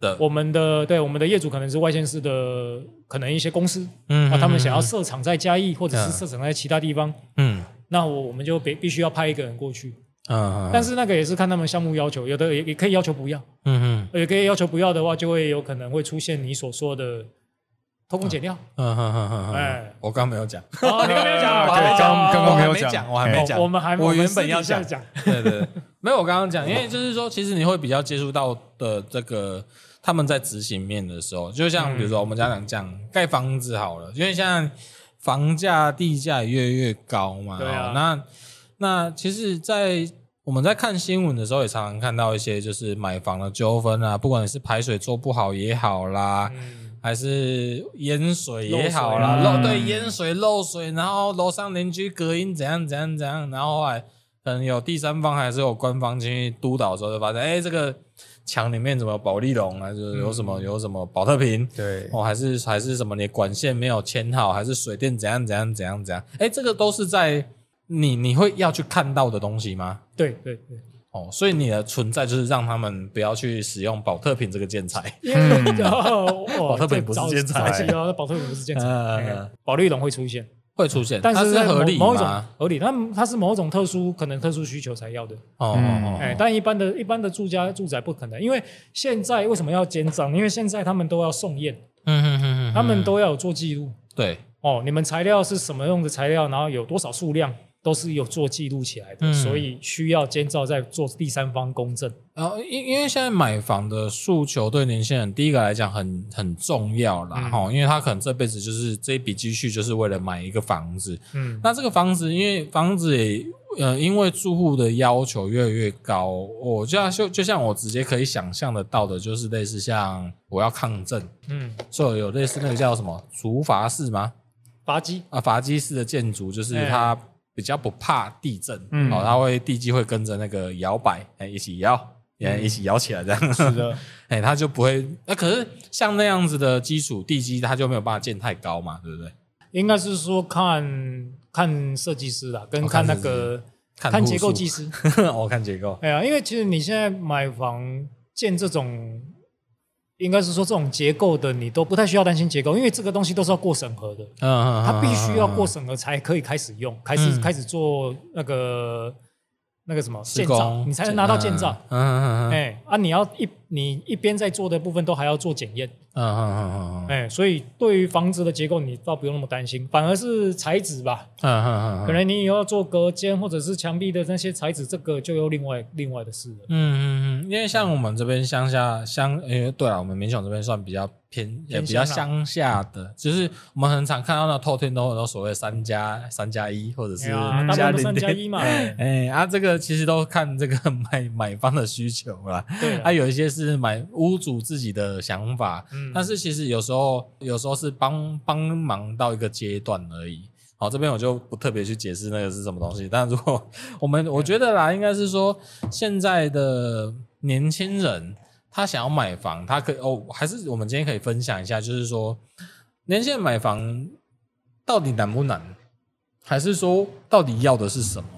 [SPEAKER 1] 的，
[SPEAKER 2] 我们的对我们的业主可能是外县市的，可能一些公司，
[SPEAKER 1] 嗯
[SPEAKER 2] 啊，他们想要
[SPEAKER 1] 嗯
[SPEAKER 2] 设厂在嘉义，或者
[SPEAKER 1] 嗯
[SPEAKER 2] 是设厂在其他地方，
[SPEAKER 1] 嗯
[SPEAKER 2] 那我我们就必必须要派一个人过去。
[SPEAKER 1] 嗯，
[SPEAKER 2] 但
[SPEAKER 1] 是
[SPEAKER 2] 是那个也是看他们项目要求，有的也也可以要求不要，
[SPEAKER 1] 嗯嗯
[SPEAKER 2] 有可以要求不要的话，就会有可能会出现你所说的偷工减料。
[SPEAKER 1] 嗯嗯嗯嗯，
[SPEAKER 2] 哎，
[SPEAKER 1] 我刚没有讲，
[SPEAKER 2] 哦，你刚没有讲，哦
[SPEAKER 3] 对刚刚
[SPEAKER 1] 我
[SPEAKER 3] 刚没
[SPEAKER 1] 还
[SPEAKER 3] 有
[SPEAKER 1] 没
[SPEAKER 3] 讲
[SPEAKER 1] 我还没讲，
[SPEAKER 2] 我们还
[SPEAKER 1] 我原
[SPEAKER 2] 们
[SPEAKER 1] 本要
[SPEAKER 2] 私底下
[SPEAKER 1] 讲，
[SPEAKER 2] 讲，
[SPEAKER 1] 对对，对没有，我刚刚讲，因为就是说，其实你会比较接触到的这个他们在执行面的时候，就
[SPEAKER 2] 嗯
[SPEAKER 1] 像比如说我们家长讲盖房子好了，因为现在房价、地价也越来越高嘛，
[SPEAKER 2] 对啊
[SPEAKER 1] 哦那那其实，在我们在看新闻的时候，也常常看到一些就是买房的纠纷啊，不管你是排水做不好也好啦，
[SPEAKER 2] 嗯
[SPEAKER 1] 还是淹水也好啦，
[SPEAKER 3] 漏水
[SPEAKER 1] 漏
[SPEAKER 3] 啊
[SPEAKER 1] 对淹水漏水，然后楼上邻居隔音怎样怎样怎样，然后后来可能有第三方还是有官方进去督导的时候，就发现哎、这个墙里面怎么有保丽龙啊，就是有什么、有什么保特瓶。
[SPEAKER 3] 对，
[SPEAKER 1] 哦，还是还是什么？你管线没有牵好，还是水电怎样怎样怎样怎样？哎，这个都是在你你会要去看到的东西吗？
[SPEAKER 2] 对对对，
[SPEAKER 1] 哦，所以你的存在就是让他们不要去使用保特瓶这个建材。
[SPEAKER 2] 因为
[SPEAKER 3] 嗯
[SPEAKER 2] 哦
[SPEAKER 1] 保特瓶不是建材
[SPEAKER 2] 哦，保特瓶不是建材，
[SPEAKER 1] 嗯
[SPEAKER 2] 哎保绿龙会出现，
[SPEAKER 1] 会出现，
[SPEAKER 2] 但
[SPEAKER 1] 它
[SPEAKER 2] 在
[SPEAKER 1] 合理
[SPEAKER 2] 某某一
[SPEAKER 1] 吗
[SPEAKER 2] 种？合理，但它是某种特殊可能特殊需求才要的。
[SPEAKER 1] 哦
[SPEAKER 3] 嗯
[SPEAKER 1] 哦，
[SPEAKER 2] 哎，但一般的一般的住家住宅不可能，因为现在为什么要监账？因为现在他们都要送验，
[SPEAKER 1] 嗯嗯嗯
[SPEAKER 2] 他们都要有做记录。
[SPEAKER 1] 对，
[SPEAKER 2] 哦，你们材料是什么用的材料，然后有多少数量，都是有做记录起来的，
[SPEAKER 1] 嗯
[SPEAKER 2] 所以需要监造再做第三方公证。
[SPEAKER 1] 然后因因为现在买房的诉求对年轻人，第一个来讲很很重要啦，
[SPEAKER 2] 嗯
[SPEAKER 1] 哈、因为他可能这辈子就是这一笔积蓄就是为了买一个房子，
[SPEAKER 2] 嗯，
[SPEAKER 1] 那这个房子，因为房子也呃，因为住户的要求越来越高，我就像就就像我直接可以想象得到的，就是类似像我要抗震，
[SPEAKER 2] 嗯，
[SPEAKER 1] 所以有类似那个叫什么竹筏式吗？
[SPEAKER 2] 罚基
[SPEAKER 1] 啊，筏基式的建筑就是
[SPEAKER 2] 哎
[SPEAKER 1] 它比较不怕地震，
[SPEAKER 3] 嗯
[SPEAKER 1] 哦，它会地基会跟着那个摇摆，哎，一起摇，哎，一起摇起来这样，
[SPEAKER 3] 是的，
[SPEAKER 1] 哎，它就不会。那可是像那样子的基础地基，它就没有办法建太高嘛，对不对？
[SPEAKER 2] 应该是说看看设计师啦，跟
[SPEAKER 1] 哦看
[SPEAKER 2] 看
[SPEAKER 1] 设
[SPEAKER 2] 那
[SPEAKER 1] 计师
[SPEAKER 2] 个、
[SPEAKER 1] 看
[SPEAKER 2] 看
[SPEAKER 1] 户
[SPEAKER 2] 结构
[SPEAKER 1] 数
[SPEAKER 2] 技，师。
[SPEAKER 1] 我看结构，
[SPEAKER 2] 哎呀，因为其实你现在买房建这种，应该是说这种结构的，你都不太需要担心结构，因为这个东西都是要过审核的。
[SPEAKER 1] 嗯嗯，嗯
[SPEAKER 2] 它必须要过，
[SPEAKER 1] 嗯嗯
[SPEAKER 2] 审核才可以开始用，开始、
[SPEAKER 1] 嗯
[SPEAKER 2] 开始做那个那个什么
[SPEAKER 1] 施
[SPEAKER 2] 建造，
[SPEAKER 1] 工
[SPEAKER 2] 你才能拿到建造。，
[SPEAKER 1] 嗯嗯嗯嗯嗯
[SPEAKER 2] 哎、啊，你要一你一边在做的部分都还要做检验，
[SPEAKER 1] 嗯嗯嗯嗯嗯
[SPEAKER 2] 哎、所以对于房子的结构你倒不用那么担心，反而是材质吧，
[SPEAKER 1] 嗯嗯，
[SPEAKER 2] 可能你以后要做隔间或者是墙壁的那些材质，这个就又另外另外的事了。
[SPEAKER 1] 嗯嗯嗯，因为像我们这边乡下乡，诶，对啊，我们民雄这边算比较偏，也
[SPEAKER 2] 偏
[SPEAKER 1] 比较
[SPEAKER 2] 乡啊
[SPEAKER 1] 乡下的，就是我们很常看到那透天都有那所谓三加三加一，或者
[SPEAKER 2] 哎
[SPEAKER 1] 是
[SPEAKER 2] 呀，大
[SPEAKER 1] 加
[SPEAKER 2] 家都
[SPEAKER 1] 零
[SPEAKER 2] 三加
[SPEAKER 1] 点。
[SPEAKER 2] 一嘛，
[SPEAKER 1] 哎啊，这个其实都看这个 买买方的需求啦。
[SPEAKER 2] 对啊
[SPEAKER 1] 啊，有一些是买屋主自己的想法，
[SPEAKER 2] 嗯
[SPEAKER 1] 但是其实有时候有时候是帮帮忙到一个阶段而已。好，这边我就不特别去解释那个是什么东西。但如果我们我觉得啦，应该是说现在的年轻人。他想要买房，他可哦，还是我们今天可以分享一下，就是说年轻人买房到底难不难，还是说到底要的是什么？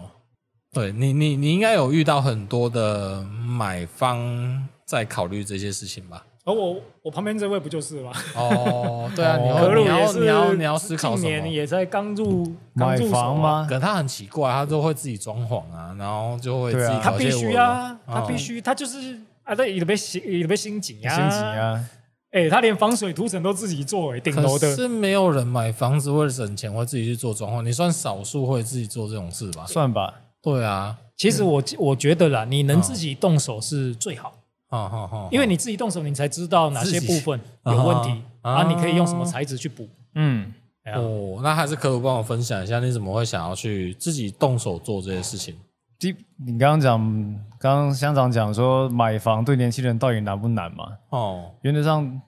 [SPEAKER 1] 对你，你你应该有遇到很多的买方在考虑这些事情吧？
[SPEAKER 2] 而我我旁边这位不就是吗？
[SPEAKER 1] 哦，对啊，你要
[SPEAKER 2] 何鲁
[SPEAKER 1] 你
[SPEAKER 2] 也
[SPEAKER 1] 要
[SPEAKER 2] 是，
[SPEAKER 1] 你要你要思考什
[SPEAKER 2] 近年
[SPEAKER 1] 么？
[SPEAKER 2] 也在刚入刚
[SPEAKER 3] 买
[SPEAKER 2] 入手啊
[SPEAKER 3] 房吗
[SPEAKER 1] 可能他很奇怪，他都会自己装潢啊，然后就会自己
[SPEAKER 3] 对啊
[SPEAKER 2] 他
[SPEAKER 1] 搞一
[SPEAKER 2] 必
[SPEAKER 1] 些
[SPEAKER 2] 须
[SPEAKER 1] 文玩
[SPEAKER 2] 啊，他必须，他就是啊，对，有被新有被新景
[SPEAKER 3] 心
[SPEAKER 2] 啊，
[SPEAKER 3] 急，啊，
[SPEAKER 2] 哎，他连防水涂层都自己做，哎，顶楼
[SPEAKER 1] 可
[SPEAKER 2] 的
[SPEAKER 1] 是没有人买房子为了省钱会自己去做装潢，你算少数会自己做这种事吧？
[SPEAKER 3] 算吧，
[SPEAKER 1] 对啊，
[SPEAKER 2] 其实我我觉得啦，你能自己动手是最好，
[SPEAKER 1] 好好好，
[SPEAKER 2] 因为你自己动手，你才知道哪些
[SPEAKER 1] 自己
[SPEAKER 2] 部分有问题，
[SPEAKER 1] 啊
[SPEAKER 2] 然后你可以用什么材质去补。
[SPEAKER 3] 嗯，
[SPEAKER 2] 哎呀
[SPEAKER 1] 哦，那还是可以帮我分享一下，你怎么会想要去自己动手做这些事情？
[SPEAKER 3] 第你刚刚讲，刚刚乡长讲说买房对年轻人到底难不难嘛？
[SPEAKER 1] 哦，
[SPEAKER 3] 原则上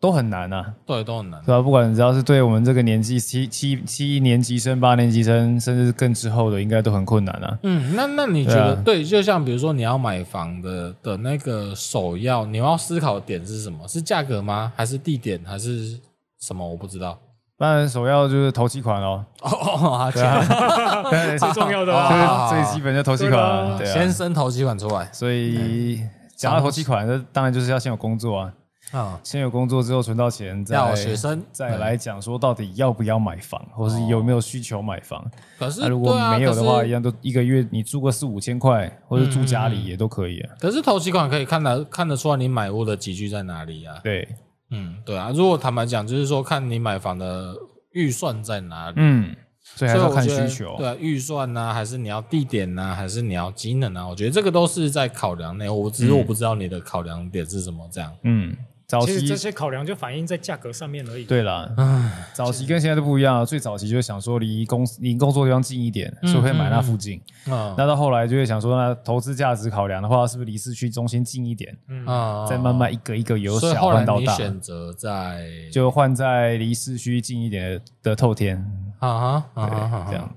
[SPEAKER 3] 都很难啊，
[SPEAKER 1] 对，都很难
[SPEAKER 3] 对。吧、不管只要是对我们这个年纪七七七年级生、八年级生，甚至更之后的，应该都很困难啊。
[SPEAKER 1] 嗯，那那你觉得
[SPEAKER 3] 对啊
[SPEAKER 1] 对,、就像比如说你要买房的的那个首要，你要思考的点是什么？是价格吗？还是地点？还是什么？我不知道。
[SPEAKER 3] 当然，首要就是投期款哦，
[SPEAKER 1] 哦哦， 啊，
[SPEAKER 3] 对啊，对
[SPEAKER 2] 最重要的啊
[SPEAKER 1] 好 好好
[SPEAKER 3] 这是最基本的投期款啊，
[SPEAKER 2] 对
[SPEAKER 3] 对
[SPEAKER 1] 先
[SPEAKER 3] 啊。
[SPEAKER 1] 生头几款出来
[SPEAKER 3] 所以讲到投期款，那当然就是要先有工作啊，
[SPEAKER 1] 啊、
[SPEAKER 3] 先有工作之后存到钱，再
[SPEAKER 1] 嗯要有学生哦
[SPEAKER 3] 再来讲说到底要不要买房，或是有没有需求买房。
[SPEAKER 1] 可是、
[SPEAKER 3] 那如果
[SPEAKER 1] 对啊
[SPEAKER 3] 没有的
[SPEAKER 1] 可
[SPEAKER 3] 话，
[SPEAKER 1] 是
[SPEAKER 3] 一样都一个月你住个四五千块，或者住家里也都可以啊。
[SPEAKER 1] 可是头期款可以看得看得出来你买屋的集聚在哪里啊？
[SPEAKER 3] 对，
[SPEAKER 1] 嗯，对啊。如果坦白讲，就是说看你买房的预算在哪里，
[SPEAKER 3] 嗯，所以还
[SPEAKER 1] 所
[SPEAKER 3] 是
[SPEAKER 1] 以
[SPEAKER 3] 要
[SPEAKER 1] 我
[SPEAKER 3] 看
[SPEAKER 1] 觉得
[SPEAKER 3] 需求
[SPEAKER 1] 对。啊，预算呐、还是你要地点呐、还是你要机能啊？我觉得这个都是在考量内。我只是我不知道你的考量点是什么，这样。
[SPEAKER 3] 嗯，早
[SPEAKER 2] 其实这
[SPEAKER 3] 期
[SPEAKER 2] 些考量就反映在价格上面而已。
[SPEAKER 3] 对啦，早期跟现在都不一样啊。最早期就是想说离公司离工作地方近一点，所以会买那附近。
[SPEAKER 1] 嗯
[SPEAKER 3] 那到后来就会想说，那投资价值考量的话，是不是离市区中心近一点？
[SPEAKER 2] 嗯
[SPEAKER 1] 啊
[SPEAKER 3] 再慢慢一个一个由
[SPEAKER 1] 所以
[SPEAKER 3] 小
[SPEAKER 1] 后
[SPEAKER 3] 换
[SPEAKER 1] 来
[SPEAKER 3] 到
[SPEAKER 1] 你
[SPEAKER 3] 大，
[SPEAKER 1] 选择在
[SPEAKER 3] 就换在离市区近一点的的透天，
[SPEAKER 1] 啊哈啊
[SPEAKER 3] 对
[SPEAKER 1] 哈啊哈，
[SPEAKER 3] 这样。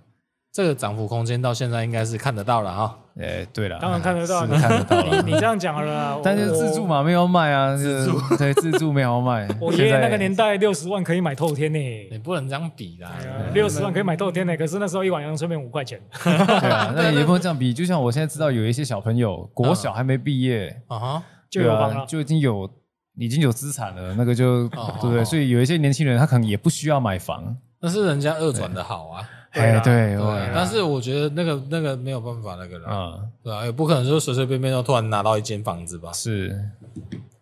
[SPEAKER 1] 这个涨幅空间到现在应该是看得到了哈。
[SPEAKER 3] 哎，对了，
[SPEAKER 2] 当然看得到啊
[SPEAKER 3] 是看得到
[SPEAKER 2] 你这
[SPEAKER 3] 了。
[SPEAKER 2] 样讲好了啦，
[SPEAKER 3] 但是
[SPEAKER 2] 我
[SPEAKER 3] 自住。嘛，没有卖啊，自助对自住没有卖。
[SPEAKER 2] 我爷爷
[SPEAKER 3] 现在
[SPEAKER 2] 那个年代六十万可以买透天呢、呃
[SPEAKER 1] 你不能这样比啦，
[SPEAKER 3] 啊
[SPEAKER 2] 六十万可以买透天呢、可是那时候一碗阳春面五块钱，
[SPEAKER 3] 对啊，那也不能这样比。就像我现在知道有一些小朋友，国小还没毕业，
[SPEAKER 1] 啊哈，
[SPEAKER 2] 就
[SPEAKER 3] 对
[SPEAKER 2] 有
[SPEAKER 3] 啊
[SPEAKER 2] 房了。
[SPEAKER 3] 就已经有已经有资产了，那个就对
[SPEAKER 1] 哦
[SPEAKER 3] 不对？所以有一些年轻人他可能也不需要买房。
[SPEAKER 1] 那是人家二转的好啊。
[SPEAKER 2] 对
[SPEAKER 3] 哎，
[SPEAKER 2] 啊
[SPEAKER 3] 对，
[SPEAKER 1] 对啊，
[SPEAKER 3] 我
[SPEAKER 1] 但是我觉得那个那个没有办法那个了，
[SPEAKER 3] 嗯，
[SPEAKER 1] 对啊，也不可能说随随便便就突然拿到一间房 子吧。
[SPEAKER 3] 是，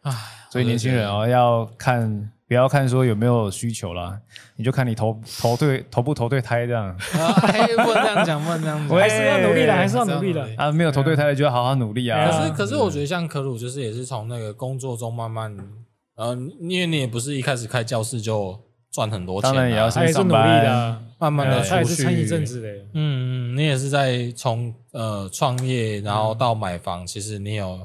[SPEAKER 1] 唉，
[SPEAKER 3] 所以年轻人
[SPEAKER 1] 我
[SPEAKER 3] 啊要看。不要看说有没有需求啦，你就看你投投对投不投对胎这样
[SPEAKER 1] 就觉得，啊哎不能这样讲，不能这样讲
[SPEAKER 3] 喂
[SPEAKER 2] 还是要努力的，还是要努力
[SPEAKER 1] 还是要努
[SPEAKER 2] 的
[SPEAKER 1] 力。
[SPEAKER 3] 啊，没有投对胎的就要好好努力啊。
[SPEAKER 1] 可是，
[SPEAKER 2] 嗯
[SPEAKER 1] 可是我觉得像科鲁，就是也是从那个工作中慢慢，呃，因为你也不是一开始开教室就赚很多钱、啊，
[SPEAKER 3] 当然也要
[SPEAKER 2] 他也是努力的啊，
[SPEAKER 1] 慢慢的
[SPEAKER 2] 呃他也
[SPEAKER 1] 出
[SPEAKER 2] 是
[SPEAKER 1] 去。
[SPEAKER 2] 撑一阵子的。
[SPEAKER 1] 嗯，嗯，你也是在从呃创业，然后到买房，
[SPEAKER 2] 嗯
[SPEAKER 1] 其实你有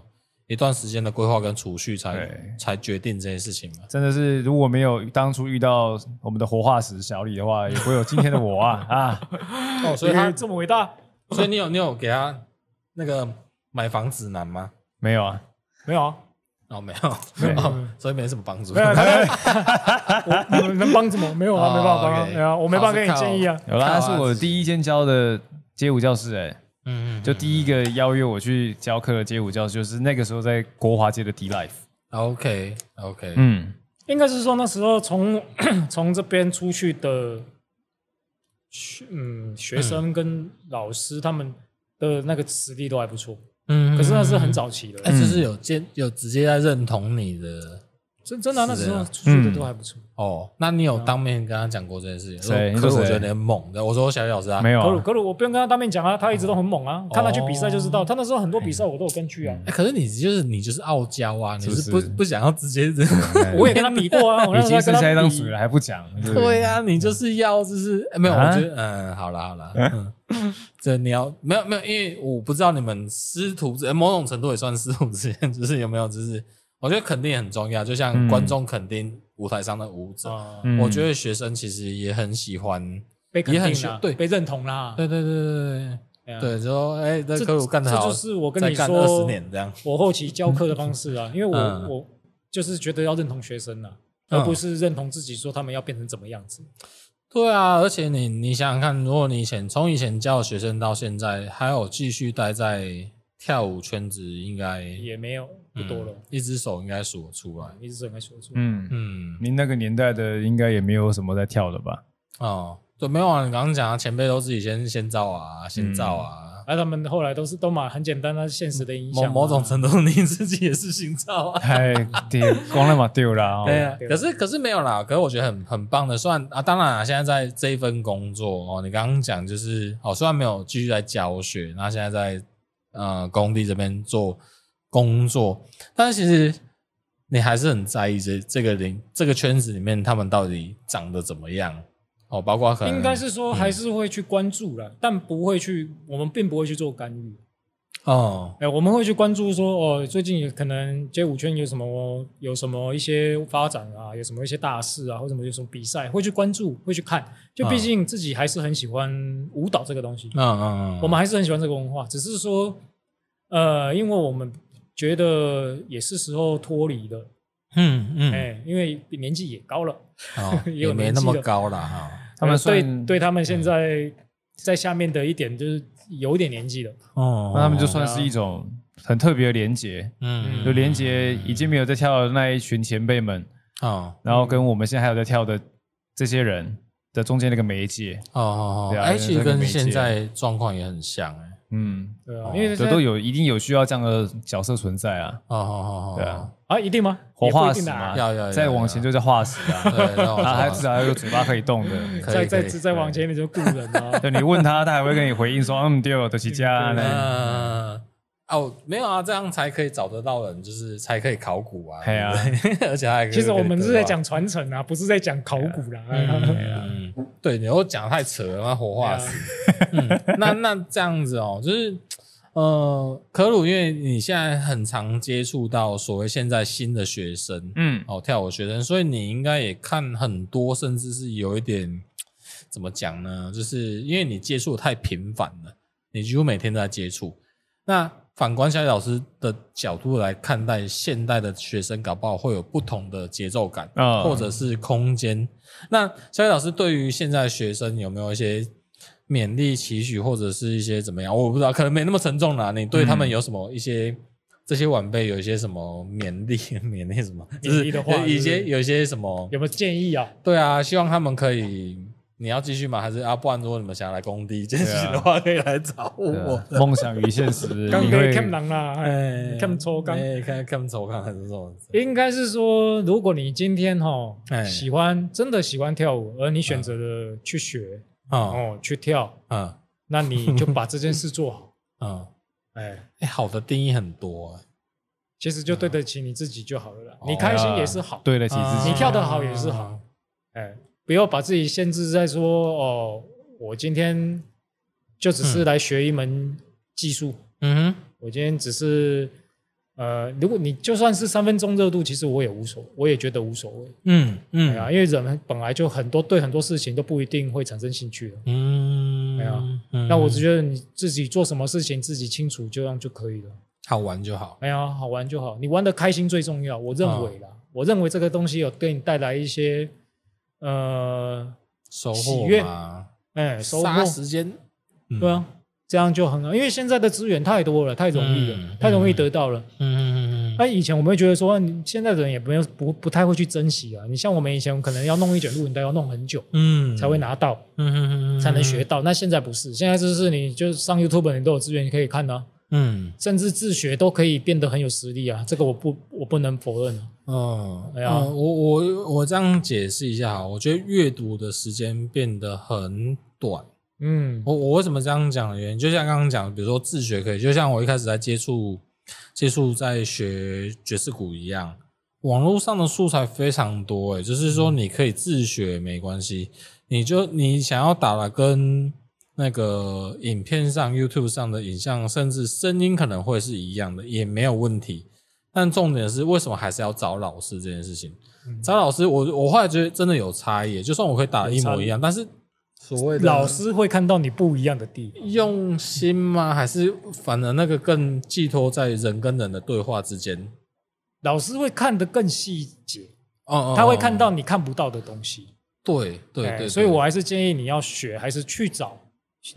[SPEAKER 1] 一段时间的规划跟储蓄才
[SPEAKER 3] 对
[SPEAKER 1] 才决定这些事情嘛。
[SPEAKER 3] 真的是如果没有当初遇到我们的活化石小李的话，也不会有今天的我啊啊！
[SPEAKER 1] 哦，所以他，
[SPEAKER 2] 这么伟大，
[SPEAKER 1] 所以你有你有给他那个买房指南吗？
[SPEAKER 3] 没有啊，
[SPEAKER 2] 没 有啊？
[SPEAKER 1] 哦，没有，
[SPEAKER 3] 对
[SPEAKER 1] 哦所以没什么帮助。
[SPEAKER 2] 没有， 没有我 我能帮什么？没有啊，
[SPEAKER 1] 哦
[SPEAKER 2] 没办法帮啊，
[SPEAKER 1] OK
[SPEAKER 2] 没有啊，我没办法给你建议啊。
[SPEAKER 3] 有啦，
[SPEAKER 1] 靠
[SPEAKER 3] 那是我第一间教的街舞教室、欸，哎，
[SPEAKER 1] 嗯，嗯，
[SPEAKER 3] 就第一个邀约我去教课的街舞教室，就是那个时候在国华街的 D Life。
[SPEAKER 1] OK OK，
[SPEAKER 3] 嗯，
[SPEAKER 2] 应该是说那时候从 从这边出去的学嗯学生跟老师他们的那个实力都还不错，
[SPEAKER 1] 嗯
[SPEAKER 2] 可是那是很，早期
[SPEAKER 1] 哎，
[SPEAKER 2] 的，
[SPEAKER 1] 就是有接有直接在认同你的
[SPEAKER 2] 真真的啊那
[SPEAKER 1] 是
[SPEAKER 2] 时
[SPEAKER 1] 这样
[SPEAKER 2] 候出去的都还不错。
[SPEAKER 1] 哦。那你有当面跟他讲过这件事情？
[SPEAKER 3] 嗯谁
[SPEAKER 1] 可是我
[SPEAKER 3] 你说谁
[SPEAKER 1] 觉得你很猛的。我说小雨老师啊，哦
[SPEAKER 3] 没有
[SPEAKER 2] 格鲁
[SPEAKER 3] 啊，
[SPEAKER 2] 格鲁，我不用跟他当面讲啊，他一直都很猛啊，看他去比赛就知道，他那时候很多比赛我都有跟去啊，
[SPEAKER 1] 欸可是你就是你就是傲娇啊，你
[SPEAKER 3] 不
[SPEAKER 1] 就是
[SPEAKER 3] 是
[SPEAKER 1] 不不想要直接这
[SPEAKER 2] 我也跟他比过啊，我那
[SPEAKER 3] 哎已
[SPEAKER 2] 时候
[SPEAKER 3] 经
[SPEAKER 2] 跟
[SPEAKER 3] 剩
[SPEAKER 2] 他
[SPEAKER 3] 下一张
[SPEAKER 2] 比
[SPEAKER 3] 嘴了，还不讲？ 对不对
[SPEAKER 1] 对啊，你就是要就是、欸没有，
[SPEAKER 3] 啊
[SPEAKER 1] 我觉得嗯，好啦好啦，嗯，这你要没有没有，因为我不知道你们师徒之、呃某种程度也算师徒之间，就是有没有就是我觉得肯定也很重要，就像
[SPEAKER 3] 嗯
[SPEAKER 1] 观众肯定舞台上的舞者，
[SPEAKER 2] 啊，
[SPEAKER 3] 嗯
[SPEAKER 1] 我觉得学生其实也很喜欢，
[SPEAKER 2] 被肯
[SPEAKER 1] 也很
[SPEAKER 2] 定
[SPEAKER 1] 需
[SPEAKER 2] 啦，
[SPEAKER 1] 对
[SPEAKER 2] 被认同啦，
[SPEAKER 1] 对对对对对，
[SPEAKER 2] 哎呀，
[SPEAKER 1] 对，就说哎，这
[SPEAKER 2] 这
[SPEAKER 1] 科鲁干得
[SPEAKER 2] 这
[SPEAKER 1] 好，
[SPEAKER 2] 就是我跟
[SPEAKER 1] 再
[SPEAKER 2] 你
[SPEAKER 1] 干二十
[SPEAKER 2] 说，
[SPEAKER 1] 年这样。
[SPEAKER 2] 我后期教课的方式啊，因为我、
[SPEAKER 1] 嗯
[SPEAKER 2] 我就是觉得要认同学生啊，
[SPEAKER 1] 嗯
[SPEAKER 2] 而不是认同自己说他们要变成怎么样子。
[SPEAKER 1] 对啊，而且你你想想看，如果你以前从以前教学生到现在，还有继续待在跳舞圈子，应该
[SPEAKER 2] 也没有不多了
[SPEAKER 1] 嗯，一只手应该数得出来。
[SPEAKER 2] 一直应该说出。
[SPEAKER 3] 嗯，
[SPEAKER 1] 嗯，
[SPEAKER 3] 您那个年代的应该也没有什么在跳的 吧？
[SPEAKER 1] 哦，对，没有啊，你刚刚讲啊，前辈都自己先先造啊，先造啊，
[SPEAKER 2] 而、他们后来都是都嘛很简单的现实的影响啊
[SPEAKER 1] 某
[SPEAKER 2] 嘛、
[SPEAKER 1] 某种程度你自己也是新造啊。
[SPEAKER 3] 太丢，哎光了嘛丢啦。哦
[SPEAKER 1] 对啊，
[SPEAKER 2] 对
[SPEAKER 1] 可是可是没有啦，可是我觉得很很棒的，虽然啊，当然啊，现在在这一份工作哦，你刚刚讲就是哦，虽然没有继续在教学，那现在在呃工地这边做工作，但是其实你还是很在意这这个领这个圈子里面他们到底长得怎么样哦，包括可能
[SPEAKER 2] 应该是
[SPEAKER 1] 嗯
[SPEAKER 2] 说还是会去关注啦，但不会去，我们并不会去做干预。
[SPEAKER 1] 哦，
[SPEAKER 2] 哎、我们会去关注说，哦，最近有可能街舞圈有什么有什么一些发展啊，有什么一些大事啊，或者什么有什么比赛，会去关注，会去看。就毕竟自己还是很喜欢舞蹈这个东西，
[SPEAKER 1] 嗯嗯嗯，
[SPEAKER 2] 我们还是很喜欢这个文化，只是说，呃，因为我们觉得也是时候脱离了，
[SPEAKER 1] 嗯嗯，
[SPEAKER 2] 哎、因为年纪也高了，
[SPEAKER 1] 哦
[SPEAKER 2] 也有
[SPEAKER 1] 也没
[SPEAKER 2] 年
[SPEAKER 1] 那
[SPEAKER 2] 纪
[SPEAKER 1] 么
[SPEAKER 2] 了
[SPEAKER 1] 高啦。哈。
[SPEAKER 3] 他们
[SPEAKER 2] 呃
[SPEAKER 3] 算
[SPEAKER 2] 对对他们现在在下面的一点就是有一点年纪了，
[SPEAKER 1] 哦
[SPEAKER 3] 那他们就算是一种很特别的连接，
[SPEAKER 1] 嗯
[SPEAKER 3] 就连接已经没有在跳的那一群前辈们，
[SPEAKER 1] 哦
[SPEAKER 3] 然后跟我们现在还有在跳的这些人的中间那个媒介，
[SPEAKER 1] 哦哦哦，
[SPEAKER 3] 对啊
[SPEAKER 1] 哎，其实
[SPEAKER 3] 这个
[SPEAKER 1] 跟
[SPEAKER 3] 媒介
[SPEAKER 1] 现在状况也很像哎。
[SPEAKER 3] 嗯，
[SPEAKER 2] 对啊，
[SPEAKER 1] 哦
[SPEAKER 2] 因为现
[SPEAKER 3] 这
[SPEAKER 2] 在
[SPEAKER 3] 都有一定有需要这样的角色存在啊，
[SPEAKER 1] 哦哦哦，
[SPEAKER 3] 对啊，
[SPEAKER 2] 啊，一定吗？
[SPEAKER 3] 活
[SPEAKER 2] 也不
[SPEAKER 3] 化
[SPEAKER 2] 一定
[SPEAKER 3] 石
[SPEAKER 2] 啊
[SPEAKER 3] 嘛，
[SPEAKER 1] 要要要
[SPEAKER 3] 再往前就叫化石啊，
[SPEAKER 1] 对，那我
[SPEAKER 3] 然后还
[SPEAKER 1] 知
[SPEAKER 3] 至
[SPEAKER 1] 道
[SPEAKER 3] 少要有嘴巴可以动的。，
[SPEAKER 1] 可以
[SPEAKER 2] 再
[SPEAKER 1] 可
[SPEAKER 2] 再
[SPEAKER 1] 以
[SPEAKER 2] 再往前一点就是故人啊
[SPEAKER 3] 对你问他，他还会跟你回应说：“嗯，对，德西家。
[SPEAKER 2] 对啊
[SPEAKER 3] 呢
[SPEAKER 1] 嗯，哦，没有啊，这样才可以找得到人，就是才可以考古啊。
[SPEAKER 3] 嘿啊
[SPEAKER 1] 对不对， 而且还可以
[SPEAKER 2] 其实我们是在，讲传承啊，不是在讲考古啦。
[SPEAKER 1] 嗯嗯，
[SPEAKER 3] 啊
[SPEAKER 1] 嗯对，你又讲得太扯了，那活
[SPEAKER 2] 啊
[SPEAKER 1] 化石。嗯那那这样子哦，就是呃，可鲁，因为你现在很常接触到所谓现在新的学生，
[SPEAKER 3] 嗯，
[SPEAKER 1] 哦，跳舞学生，所以你应该也看很多，甚至是有一点怎么讲呢？就是因为你接触得太频繁了，你几乎每天都在接触。那反观小野老师的角度来看待现代的学生，搞不好会有不同的节奏感，
[SPEAKER 3] 嗯
[SPEAKER 1] 或者是空间。那小野老师对于现在的学生有没有一些勉励、期许，或者是一些怎么样？我不知道，可能没那么沉重啦。你对他们有什么一些、这些晚辈有一些什么勉励、 勉励什么？就是
[SPEAKER 2] 勉励的话
[SPEAKER 1] 有一些
[SPEAKER 2] 就是
[SPEAKER 1] 有一些什么？
[SPEAKER 2] 有没有建议啊？
[SPEAKER 1] 对啊，希望他们可以。你要继续吗？还是啊？不然如果你们想要来工地见习的话，可以
[SPEAKER 2] 啊
[SPEAKER 1] 来找我。
[SPEAKER 3] 啊梦想与现实，
[SPEAKER 2] 刚
[SPEAKER 3] 嗯你
[SPEAKER 2] 可
[SPEAKER 3] 会
[SPEAKER 2] 以看狼啦，哎，啊看抽刚。
[SPEAKER 1] 哎，看看抽刚还是这种。
[SPEAKER 2] 应该是说，如果你今天哈
[SPEAKER 1] 哎
[SPEAKER 2] 喜欢真的喜欢跳舞，而你选择了去学
[SPEAKER 1] 嗯
[SPEAKER 2] 哦去跳，
[SPEAKER 1] 嗯
[SPEAKER 2] 那你就把这件事做好。
[SPEAKER 1] 嗯，
[SPEAKER 2] 哎，
[SPEAKER 1] 哎，好的定义很多哎。
[SPEAKER 2] 其实就对得起你自己就好了啦
[SPEAKER 1] 哦。
[SPEAKER 2] 你开心也是好，
[SPEAKER 3] 对得起
[SPEAKER 1] 啊
[SPEAKER 3] 自己
[SPEAKER 2] 你。跳得好也是好。哎，不要把自己限制在说哦，我今天就只是来学一门技术，
[SPEAKER 1] 嗯
[SPEAKER 2] 我今天只是呃，如果你就算是三分钟热度，其实我也无所，我也觉得无所谓，
[SPEAKER 1] 哼嗯
[SPEAKER 2] 对
[SPEAKER 1] 嗯
[SPEAKER 2] 啊，因为人本来就很多对很多事情都不一定会产生兴趣的。
[SPEAKER 1] 嗯，
[SPEAKER 2] 没有
[SPEAKER 1] 嗯
[SPEAKER 2] 啊那我只觉得你自己做什么事情自己清楚，这样就可以了。
[SPEAKER 1] 好玩就好。
[SPEAKER 2] 哎呀，好玩就好，你玩的开心最重要。我认为
[SPEAKER 1] 啊
[SPEAKER 2] 啦，我认为这个东西有给你带来一些呃，
[SPEAKER 1] 收
[SPEAKER 2] 喜
[SPEAKER 1] 获
[SPEAKER 2] 悦
[SPEAKER 1] 嘛，
[SPEAKER 2] 哎，收获
[SPEAKER 1] 杀时间，嗯
[SPEAKER 2] 对，啊，这样就很好，因为现在的资源太多了，太容易了，
[SPEAKER 1] 嗯
[SPEAKER 2] 太容易得到了。
[SPEAKER 1] 嗯嗯嗯
[SPEAKER 2] 那、以前我们会觉得说，你现在的人也没有不不太会去珍惜啊。你像我们以前可能要弄一卷录影带，要弄很久
[SPEAKER 1] 嗯，
[SPEAKER 2] 才会，拿到，
[SPEAKER 1] 嗯嗯嗯，
[SPEAKER 2] 才能学，到。那现在不是，现在就是你就是上 YouTube 你都有资源可以看啊，
[SPEAKER 1] 嗯
[SPEAKER 2] 甚至自学都可以变得很有实力啊。这个我不我不能否认啊。
[SPEAKER 1] 嗯，
[SPEAKER 2] 哎
[SPEAKER 1] 哎
[SPEAKER 2] 呀
[SPEAKER 1] 呀，我我我这样解释一下哈，我觉得阅读的时间变得很短。
[SPEAKER 2] 嗯，
[SPEAKER 1] 我我为什么这样讲的原因，就像刚刚讲的，比如说自学可以，就像我一开始在接触接触在学爵士鼓一样，网络上的素材非常多、欸，就是说你可以自学没关系，你就你想要打了跟那个影片上 YouTube 上的影像，甚至声音可能会是一样的，也没有问题。但重点是，为什么还是要找老师这件事情？找老师，我我后来觉得真的有差异。就算我可以打得一模一样，但是所谓的
[SPEAKER 2] 老师会看到你不一样的地方。
[SPEAKER 1] 用心吗？还是反而那个更寄托在人跟人的对话之间？
[SPEAKER 2] 老师会看得更细节，
[SPEAKER 1] 哦
[SPEAKER 2] 他会看到你看不到的东西。
[SPEAKER 1] 对对
[SPEAKER 2] 哎
[SPEAKER 1] 对，
[SPEAKER 2] 所以我还是建议你要学，还是去找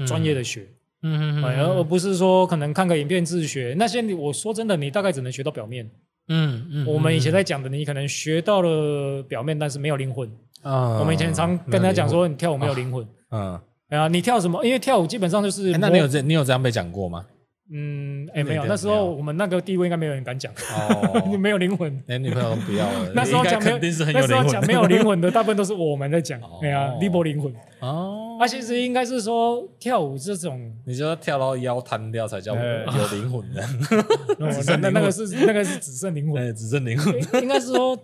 [SPEAKER 2] 专业的学，
[SPEAKER 1] 嗯
[SPEAKER 2] 哎而、而不是说可能看个影片自学那些你。我说真的，你大概只能学到表面。
[SPEAKER 1] 嗯嗯
[SPEAKER 2] 我们以前在讲的，你可能学到了表面，但是没有灵魂。
[SPEAKER 1] 啊
[SPEAKER 2] 我们以前常跟他讲说，你跳舞没有灵魂。
[SPEAKER 1] 嗯，
[SPEAKER 2] 哎呀，你跳什么？因为跳舞基本上就是
[SPEAKER 1] 哎
[SPEAKER 2] 模，
[SPEAKER 1] 那你有这你有这样被讲过吗？
[SPEAKER 2] 嗯，哎，没有，
[SPEAKER 1] 对
[SPEAKER 2] 那时
[SPEAKER 1] 没
[SPEAKER 2] 候
[SPEAKER 1] 有
[SPEAKER 2] 我们那个地位应该没有人敢讲，
[SPEAKER 1] 哦，
[SPEAKER 2] 没有灵魂。
[SPEAKER 1] 哎，女朋友不要了，
[SPEAKER 2] 那时候
[SPEAKER 1] 应该
[SPEAKER 2] 讲没有
[SPEAKER 1] 肯定是很
[SPEAKER 2] 那
[SPEAKER 1] 有
[SPEAKER 2] 时
[SPEAKER 1] 灵
[SPEAKER 2] 候
[SPEAKER 1] 魂
[SPEAKER 2] 讲没有灵 魂的，大部分都是我们在讲
[SPEAKER 1] 哦。
[SPEAKER 2] 哎呀，离不灵魂。
[SPEAKER 1] 哦，
[SPEAKER 2] 啊，其实应该是说跳舞这 种，
[SPEAKER 1] 你就要跳到腰瘫掉才叫
[SPEAKER 3] 哎
[SPEAKER 1] 有灵魂的，
[SPEAKER 2] 哦那那那个是那个是只剩灵魂，
[SPEAKER 1] 哎，只剩灵魂。
[SPEAKER 2] 应应该是说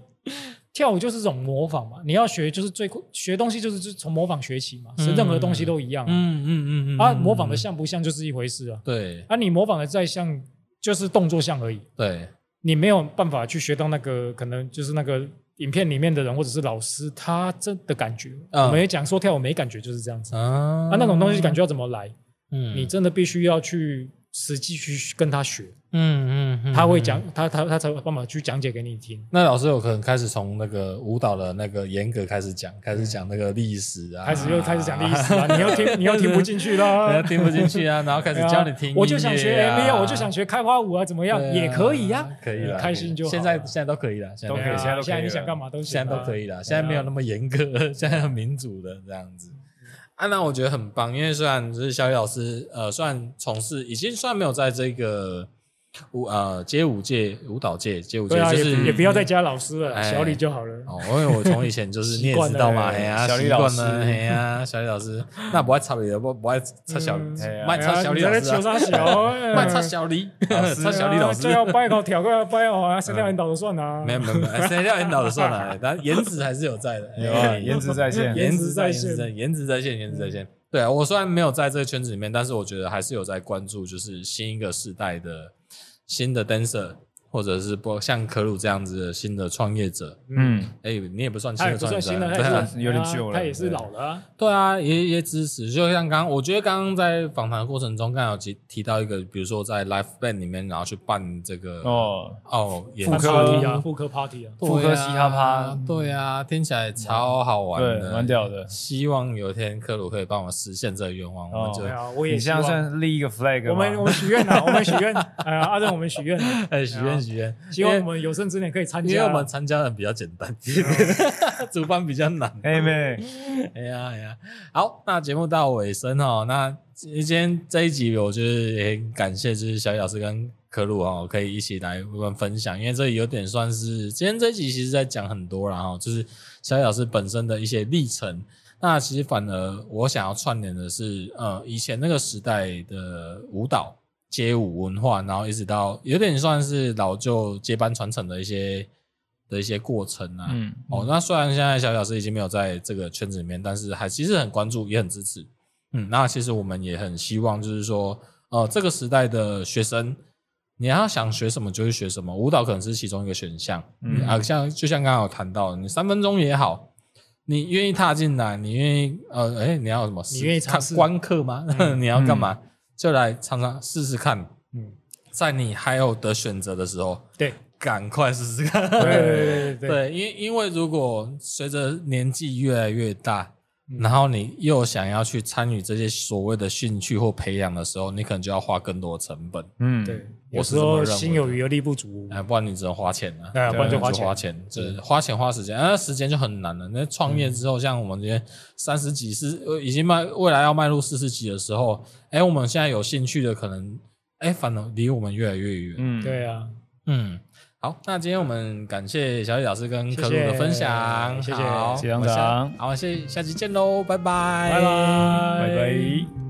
[SPEAKER 2] 跳舞就是种模仿嘛。你要学就是最学东西就是就是从模仿学起嘛，是
[SPEAKER 1] 嗯
[SPEAKER 2] 任何东西都一样啊。
[SPEAKER 1] 嗯嗯嗯嗯
[SPEAKER 2] 啊，模仿的像不像就是一回事啊。
[SPEAKER 1] 对
[SPEAKER 2] 啊，你模仿的再像就是动作像而已，
[SPEAKER 1] 对，
[SPEAKER 2] 你没有办法去学到那个可能就是那个影片里面的人或者是老师他真的感觉。
[SPEAKER 1] 嗯
[SPEAKER 2] 我们也讲说跳舞没感觉就是这样子。
[SPEAKER 1] 啊
[SPEAKER 2] 啊，那种东西感觉要怎么来？
[SPEAKER 1] 嗯
[SPEAKER 2] 你真的必须要去实际去跟他学，
[SPEAKER 1] 嗯嗯
[SPEAKER 2] 他会讲，他他他才有办法去讲解给你听。
[SPEAKER 1] 那老师有可能开始从那个舞蹈的那个严格开始讲，开始讲那个历史啊，
[SPEAKER 2] 开始又开始讲历史了，你 又听你又听不进去
[SPEAKER 1] 人家
[SPEAKER 2] 啦。
[SPEAKER 1] 听不进去啊，然后开始
[SPEAKER 2] 对啊
[SPEAKER 1] 教你听音乐啊、
[SPEAKER 2] 我就想学 MV 啊，我就想学开花舞啊，怎么样
[SPEAKER 1] 对啊
[SPEAKER 2] 也可以呀，
[SPEAKER 1] 可以了，
[SPEAKER 2] 开心就好啊
[SPEAKER 1] 现在现在都可以了，现在
[SPEAKER 3] 都可以
[SPEAKER 2] 对啊
[SPEAKER 3] 现在都可以
[SPEAKER 2] 现在你
[SPEAKER 3] 了
[SPEAKER 2] 想干嘛都行啊
[SPEAKER 1] 现在都可以了，现在没有那么严格， 现在很民主的这样子。啊，那我觉得很棒，因为虽然就是小雨老师，呃，虽然从事已经算没有在这个舞呃街舞界、舞蹈界、街舞界，
[SPEAKER 2] 对啊，
[SPEAKER 1] 就
[SPEAKER 2] 也
[SPEAKER 1] 是
[SPEAKER 2] 也不要再加老师了，
[SPEAKER 1] 哎
[SPEAKER 2] 小李就好了。
[SPEAKER 1] 哦，因为我从以前就是你也知道嘛，
[SPEAKER 3] 习惯了
[SPEAKER 1] 哎呀，
[SPEAKER 3] 小李
[SPEAKER 1] 习惯
[SPEAKER 3] 老师
[SPEAKER 1] 了哎呀，小李老师，那不爱插你的，不不爱插小，
[SPEAKER 2] 嗯
[SPEAKER 3] 哎呀
[SPEAKER 1] 卖插小李
[SPEAKER 2] 哎
[SPEAKER 1] 老
[SPEAKER 2] 呀你在
[SPEAKER 1] 师
[SPEAKER 2] 那嗯求
[SPEAKER 1] 啊，
[SPEAKER 2] 啥小？哎
[SPEAKER 1] 卖插小李，
[SPEAKER 2] 啊
[SPEAKER 1] 插小李老师
[SPEAKER 2] 就，要拜个条个拜好 啊，谁叫你导的算啊？
[SPEAKER 1] 没有没有没有，谁料引导的算了，但颜值还是有在的，
[SPEAKER 3] 有啊，颜值在线，
[SPEAKER 1] 颜值在
[SPEAKER 2] 颜
[SPEAKER 1] 颜值
[SPEAKER 2] 值在
[SPEAKER 1] 在颜值在线颜值在线。对啊，我虽然没有在这个圈子里面，但是我觉得还是有在关注，就是新一个世代的新的 dancer，或者是不像可鲁这样子的新的创业者。
[SPEAKER 3] 嗯，
[SPEAKER 1] 哎，你也不算新
[SPEAKER 2] 他也
[SPEAKER 1] 的
[SPEAKER 2] 哎
[SPEAKER 1] 创业
[SPEAKER 2] 不
[SPEAKER 1] 者
[SPEAKER 2] 算新的，
[SPEAKER 1] 啊，
[SPEAKER 2] 他
[SPEAKER 1] 对
[SPEAKER 2] 也
[SPEAKER 1] 啊
[SPEAKER 2] 是
[SPEAKER 3] 算有点旧了
[SPEAKER 2] 他也是老了啊。
[SPEAKER 1] 对啊，也也支持。就像刚，我觉得刚刚在访谈的过程中，刚刚有提提到一个，比如说在 l i f e band 里面，然后去办这个哦
[SPEAKER 3] 哦，
[SPEAKER 1] 哦，演
[SPEAKER 3] 妇
[SPEAKER 2] 办
[SPEAKER 3] 科
[SPEAKER 1] 唱
[SPEAKER 2] party 啊，妇科 party 啊，
[SPEAKER 3] 妇科嘻哈趴嗯
[SPEAKER 1] 对啊对啊，听起来超好玩
[SPEAKER 3] 对，
[SPEAKER 1] 的，
[SPEAKER 3] 蛮屌的。
[SPEAKER 1] 希望有一天克鲁可以帮我实现这个愿望，我们
[SPEAKER 3] 哦
[SPEAKER 1] 就
[SPEAKER 2] 对啊，我也
[SPEAKER 3] 你
[SPEAKER 2] 希
[SPEAKER 3] 现在
[SPEAKER 2] 望
[SPEAKER 3] 算立一个 flag 吗
[SPEAKER 2] 我们我们许愿 啊，我们许愿，哎呀，阿正我们许愿啊，
[SPEAKER 1] 哎许愿许愿，
[SPEAKER 2] 希望我们有生之年可以参
[SPEAKER 1] 因为因
[SPEAKER 2] 加
[SPEAKER 1] 为
[SPEAKER 2] 啊。
[SPEAKER 1] 我们参加的比较简单， 主办比较难。
[SPEAKER 3] 哎妹，
[SPEAKER 1] 哎呀哎呀，好，那节目到尾声哦，那今天这一集我就是也很感谢，就是小雨老师跟可鲁哦，可以一起来我们分享，因为这有点算是今天这一集其实在讲很多啦哈、哦，就是小雨老师本身的一些历程。那其实反而我想要串联的是，呃，以前那个时代的舞蹈、街舞文化，然后一直到有点算是老旧接班传承的一些的一些过程啊。
[SPEAKER 3] 嗯，
[SPEAKER 1] 哦，那虽然现在小小师已经没有在这个圈子里面，但是还其实很关注，也很支持。嗯，那其实我们也很希望，就是说，呃，这个时代的学生，你要想学什么就去学什么，舞蹈可能是其中一个选项。嗯
[SPEAKER 3] 嗯
[SPEAKER 1] 啊，像就像刚刚有谈到的，你三分钟也好，你愿意踏进来，你愿意呃，哎，你要有什么？
[SPEAKER 2] 你愿意尝试嗯
[SPEAKER 1] 看观课吗？ 你要干嘛？就来尝尝试试看。嗯，在你还有的选择的时候，
[SPEAKER 2] 对
[SPEAKER 1] 赶快试试看。
[SPEAKER 2] 对对对对对，
[SPEAKER 1] 对，因为因为如果随着年纪越来越大，
[SPEAKER 2] 嗯
[SPEAKER 1] 然后你又想要去参与这些所谓的兴趣或培养的时候，你可能就要花更多的成本，
[SPEAKER 3] 嗯，
[SPEAKER 2] 对，
[SPEAKER 1] 我
[SPEAKER 2] 有
[SPEAKER 1] 是
[SPEAKER 2] 时
[SPEAKER 1] 这么认为
[SPEAKER 2] 候
[SPEAKER 1] 的
[SPEAKER 2] 心有余而力不足，
[SPEAKER 1] 哎，不然你只能花钱了、
[SPEAKER 2] 哎，不然就花
[SPEAKER 1] 花
[SPEAKER 2] 钱。
[SPEAKER 1] 钱，就是花钱花时间，啊，时间就很难了。那创
[SPEAKER 2] 嗯
[SPEAKER 1] 业之后，像我们这些三十几、四呃已经迈未来要迈入四十几的时候，哎，我们现在有兴趣的可能，哎，反而离我们越来越远。
[SPEAKER 3] 嗯，
[SPEAKER 2] 对啊，
[SPEAKER 1] 嗯，好，那今天我们感谢小李老师跟
[SPEAKER 2] 谢
[SPEAKER 1] 可鲁的分享，
[SPEAKER 2] 谢谢
[SPEAKER 1] 好
[SPEAKER 2] 谢
[SPEAKER 3] 谢
[SPEAKER 1] 我
[SPEAKER 3] 杨
[SPEAKER 1] 们下
[SPEAKER 3] 长
[SPEAKER 1] 好，下下期见喽，拜拜，
[SPEAKER 2] 拜拜
[SPEAKER 3] 拜拜。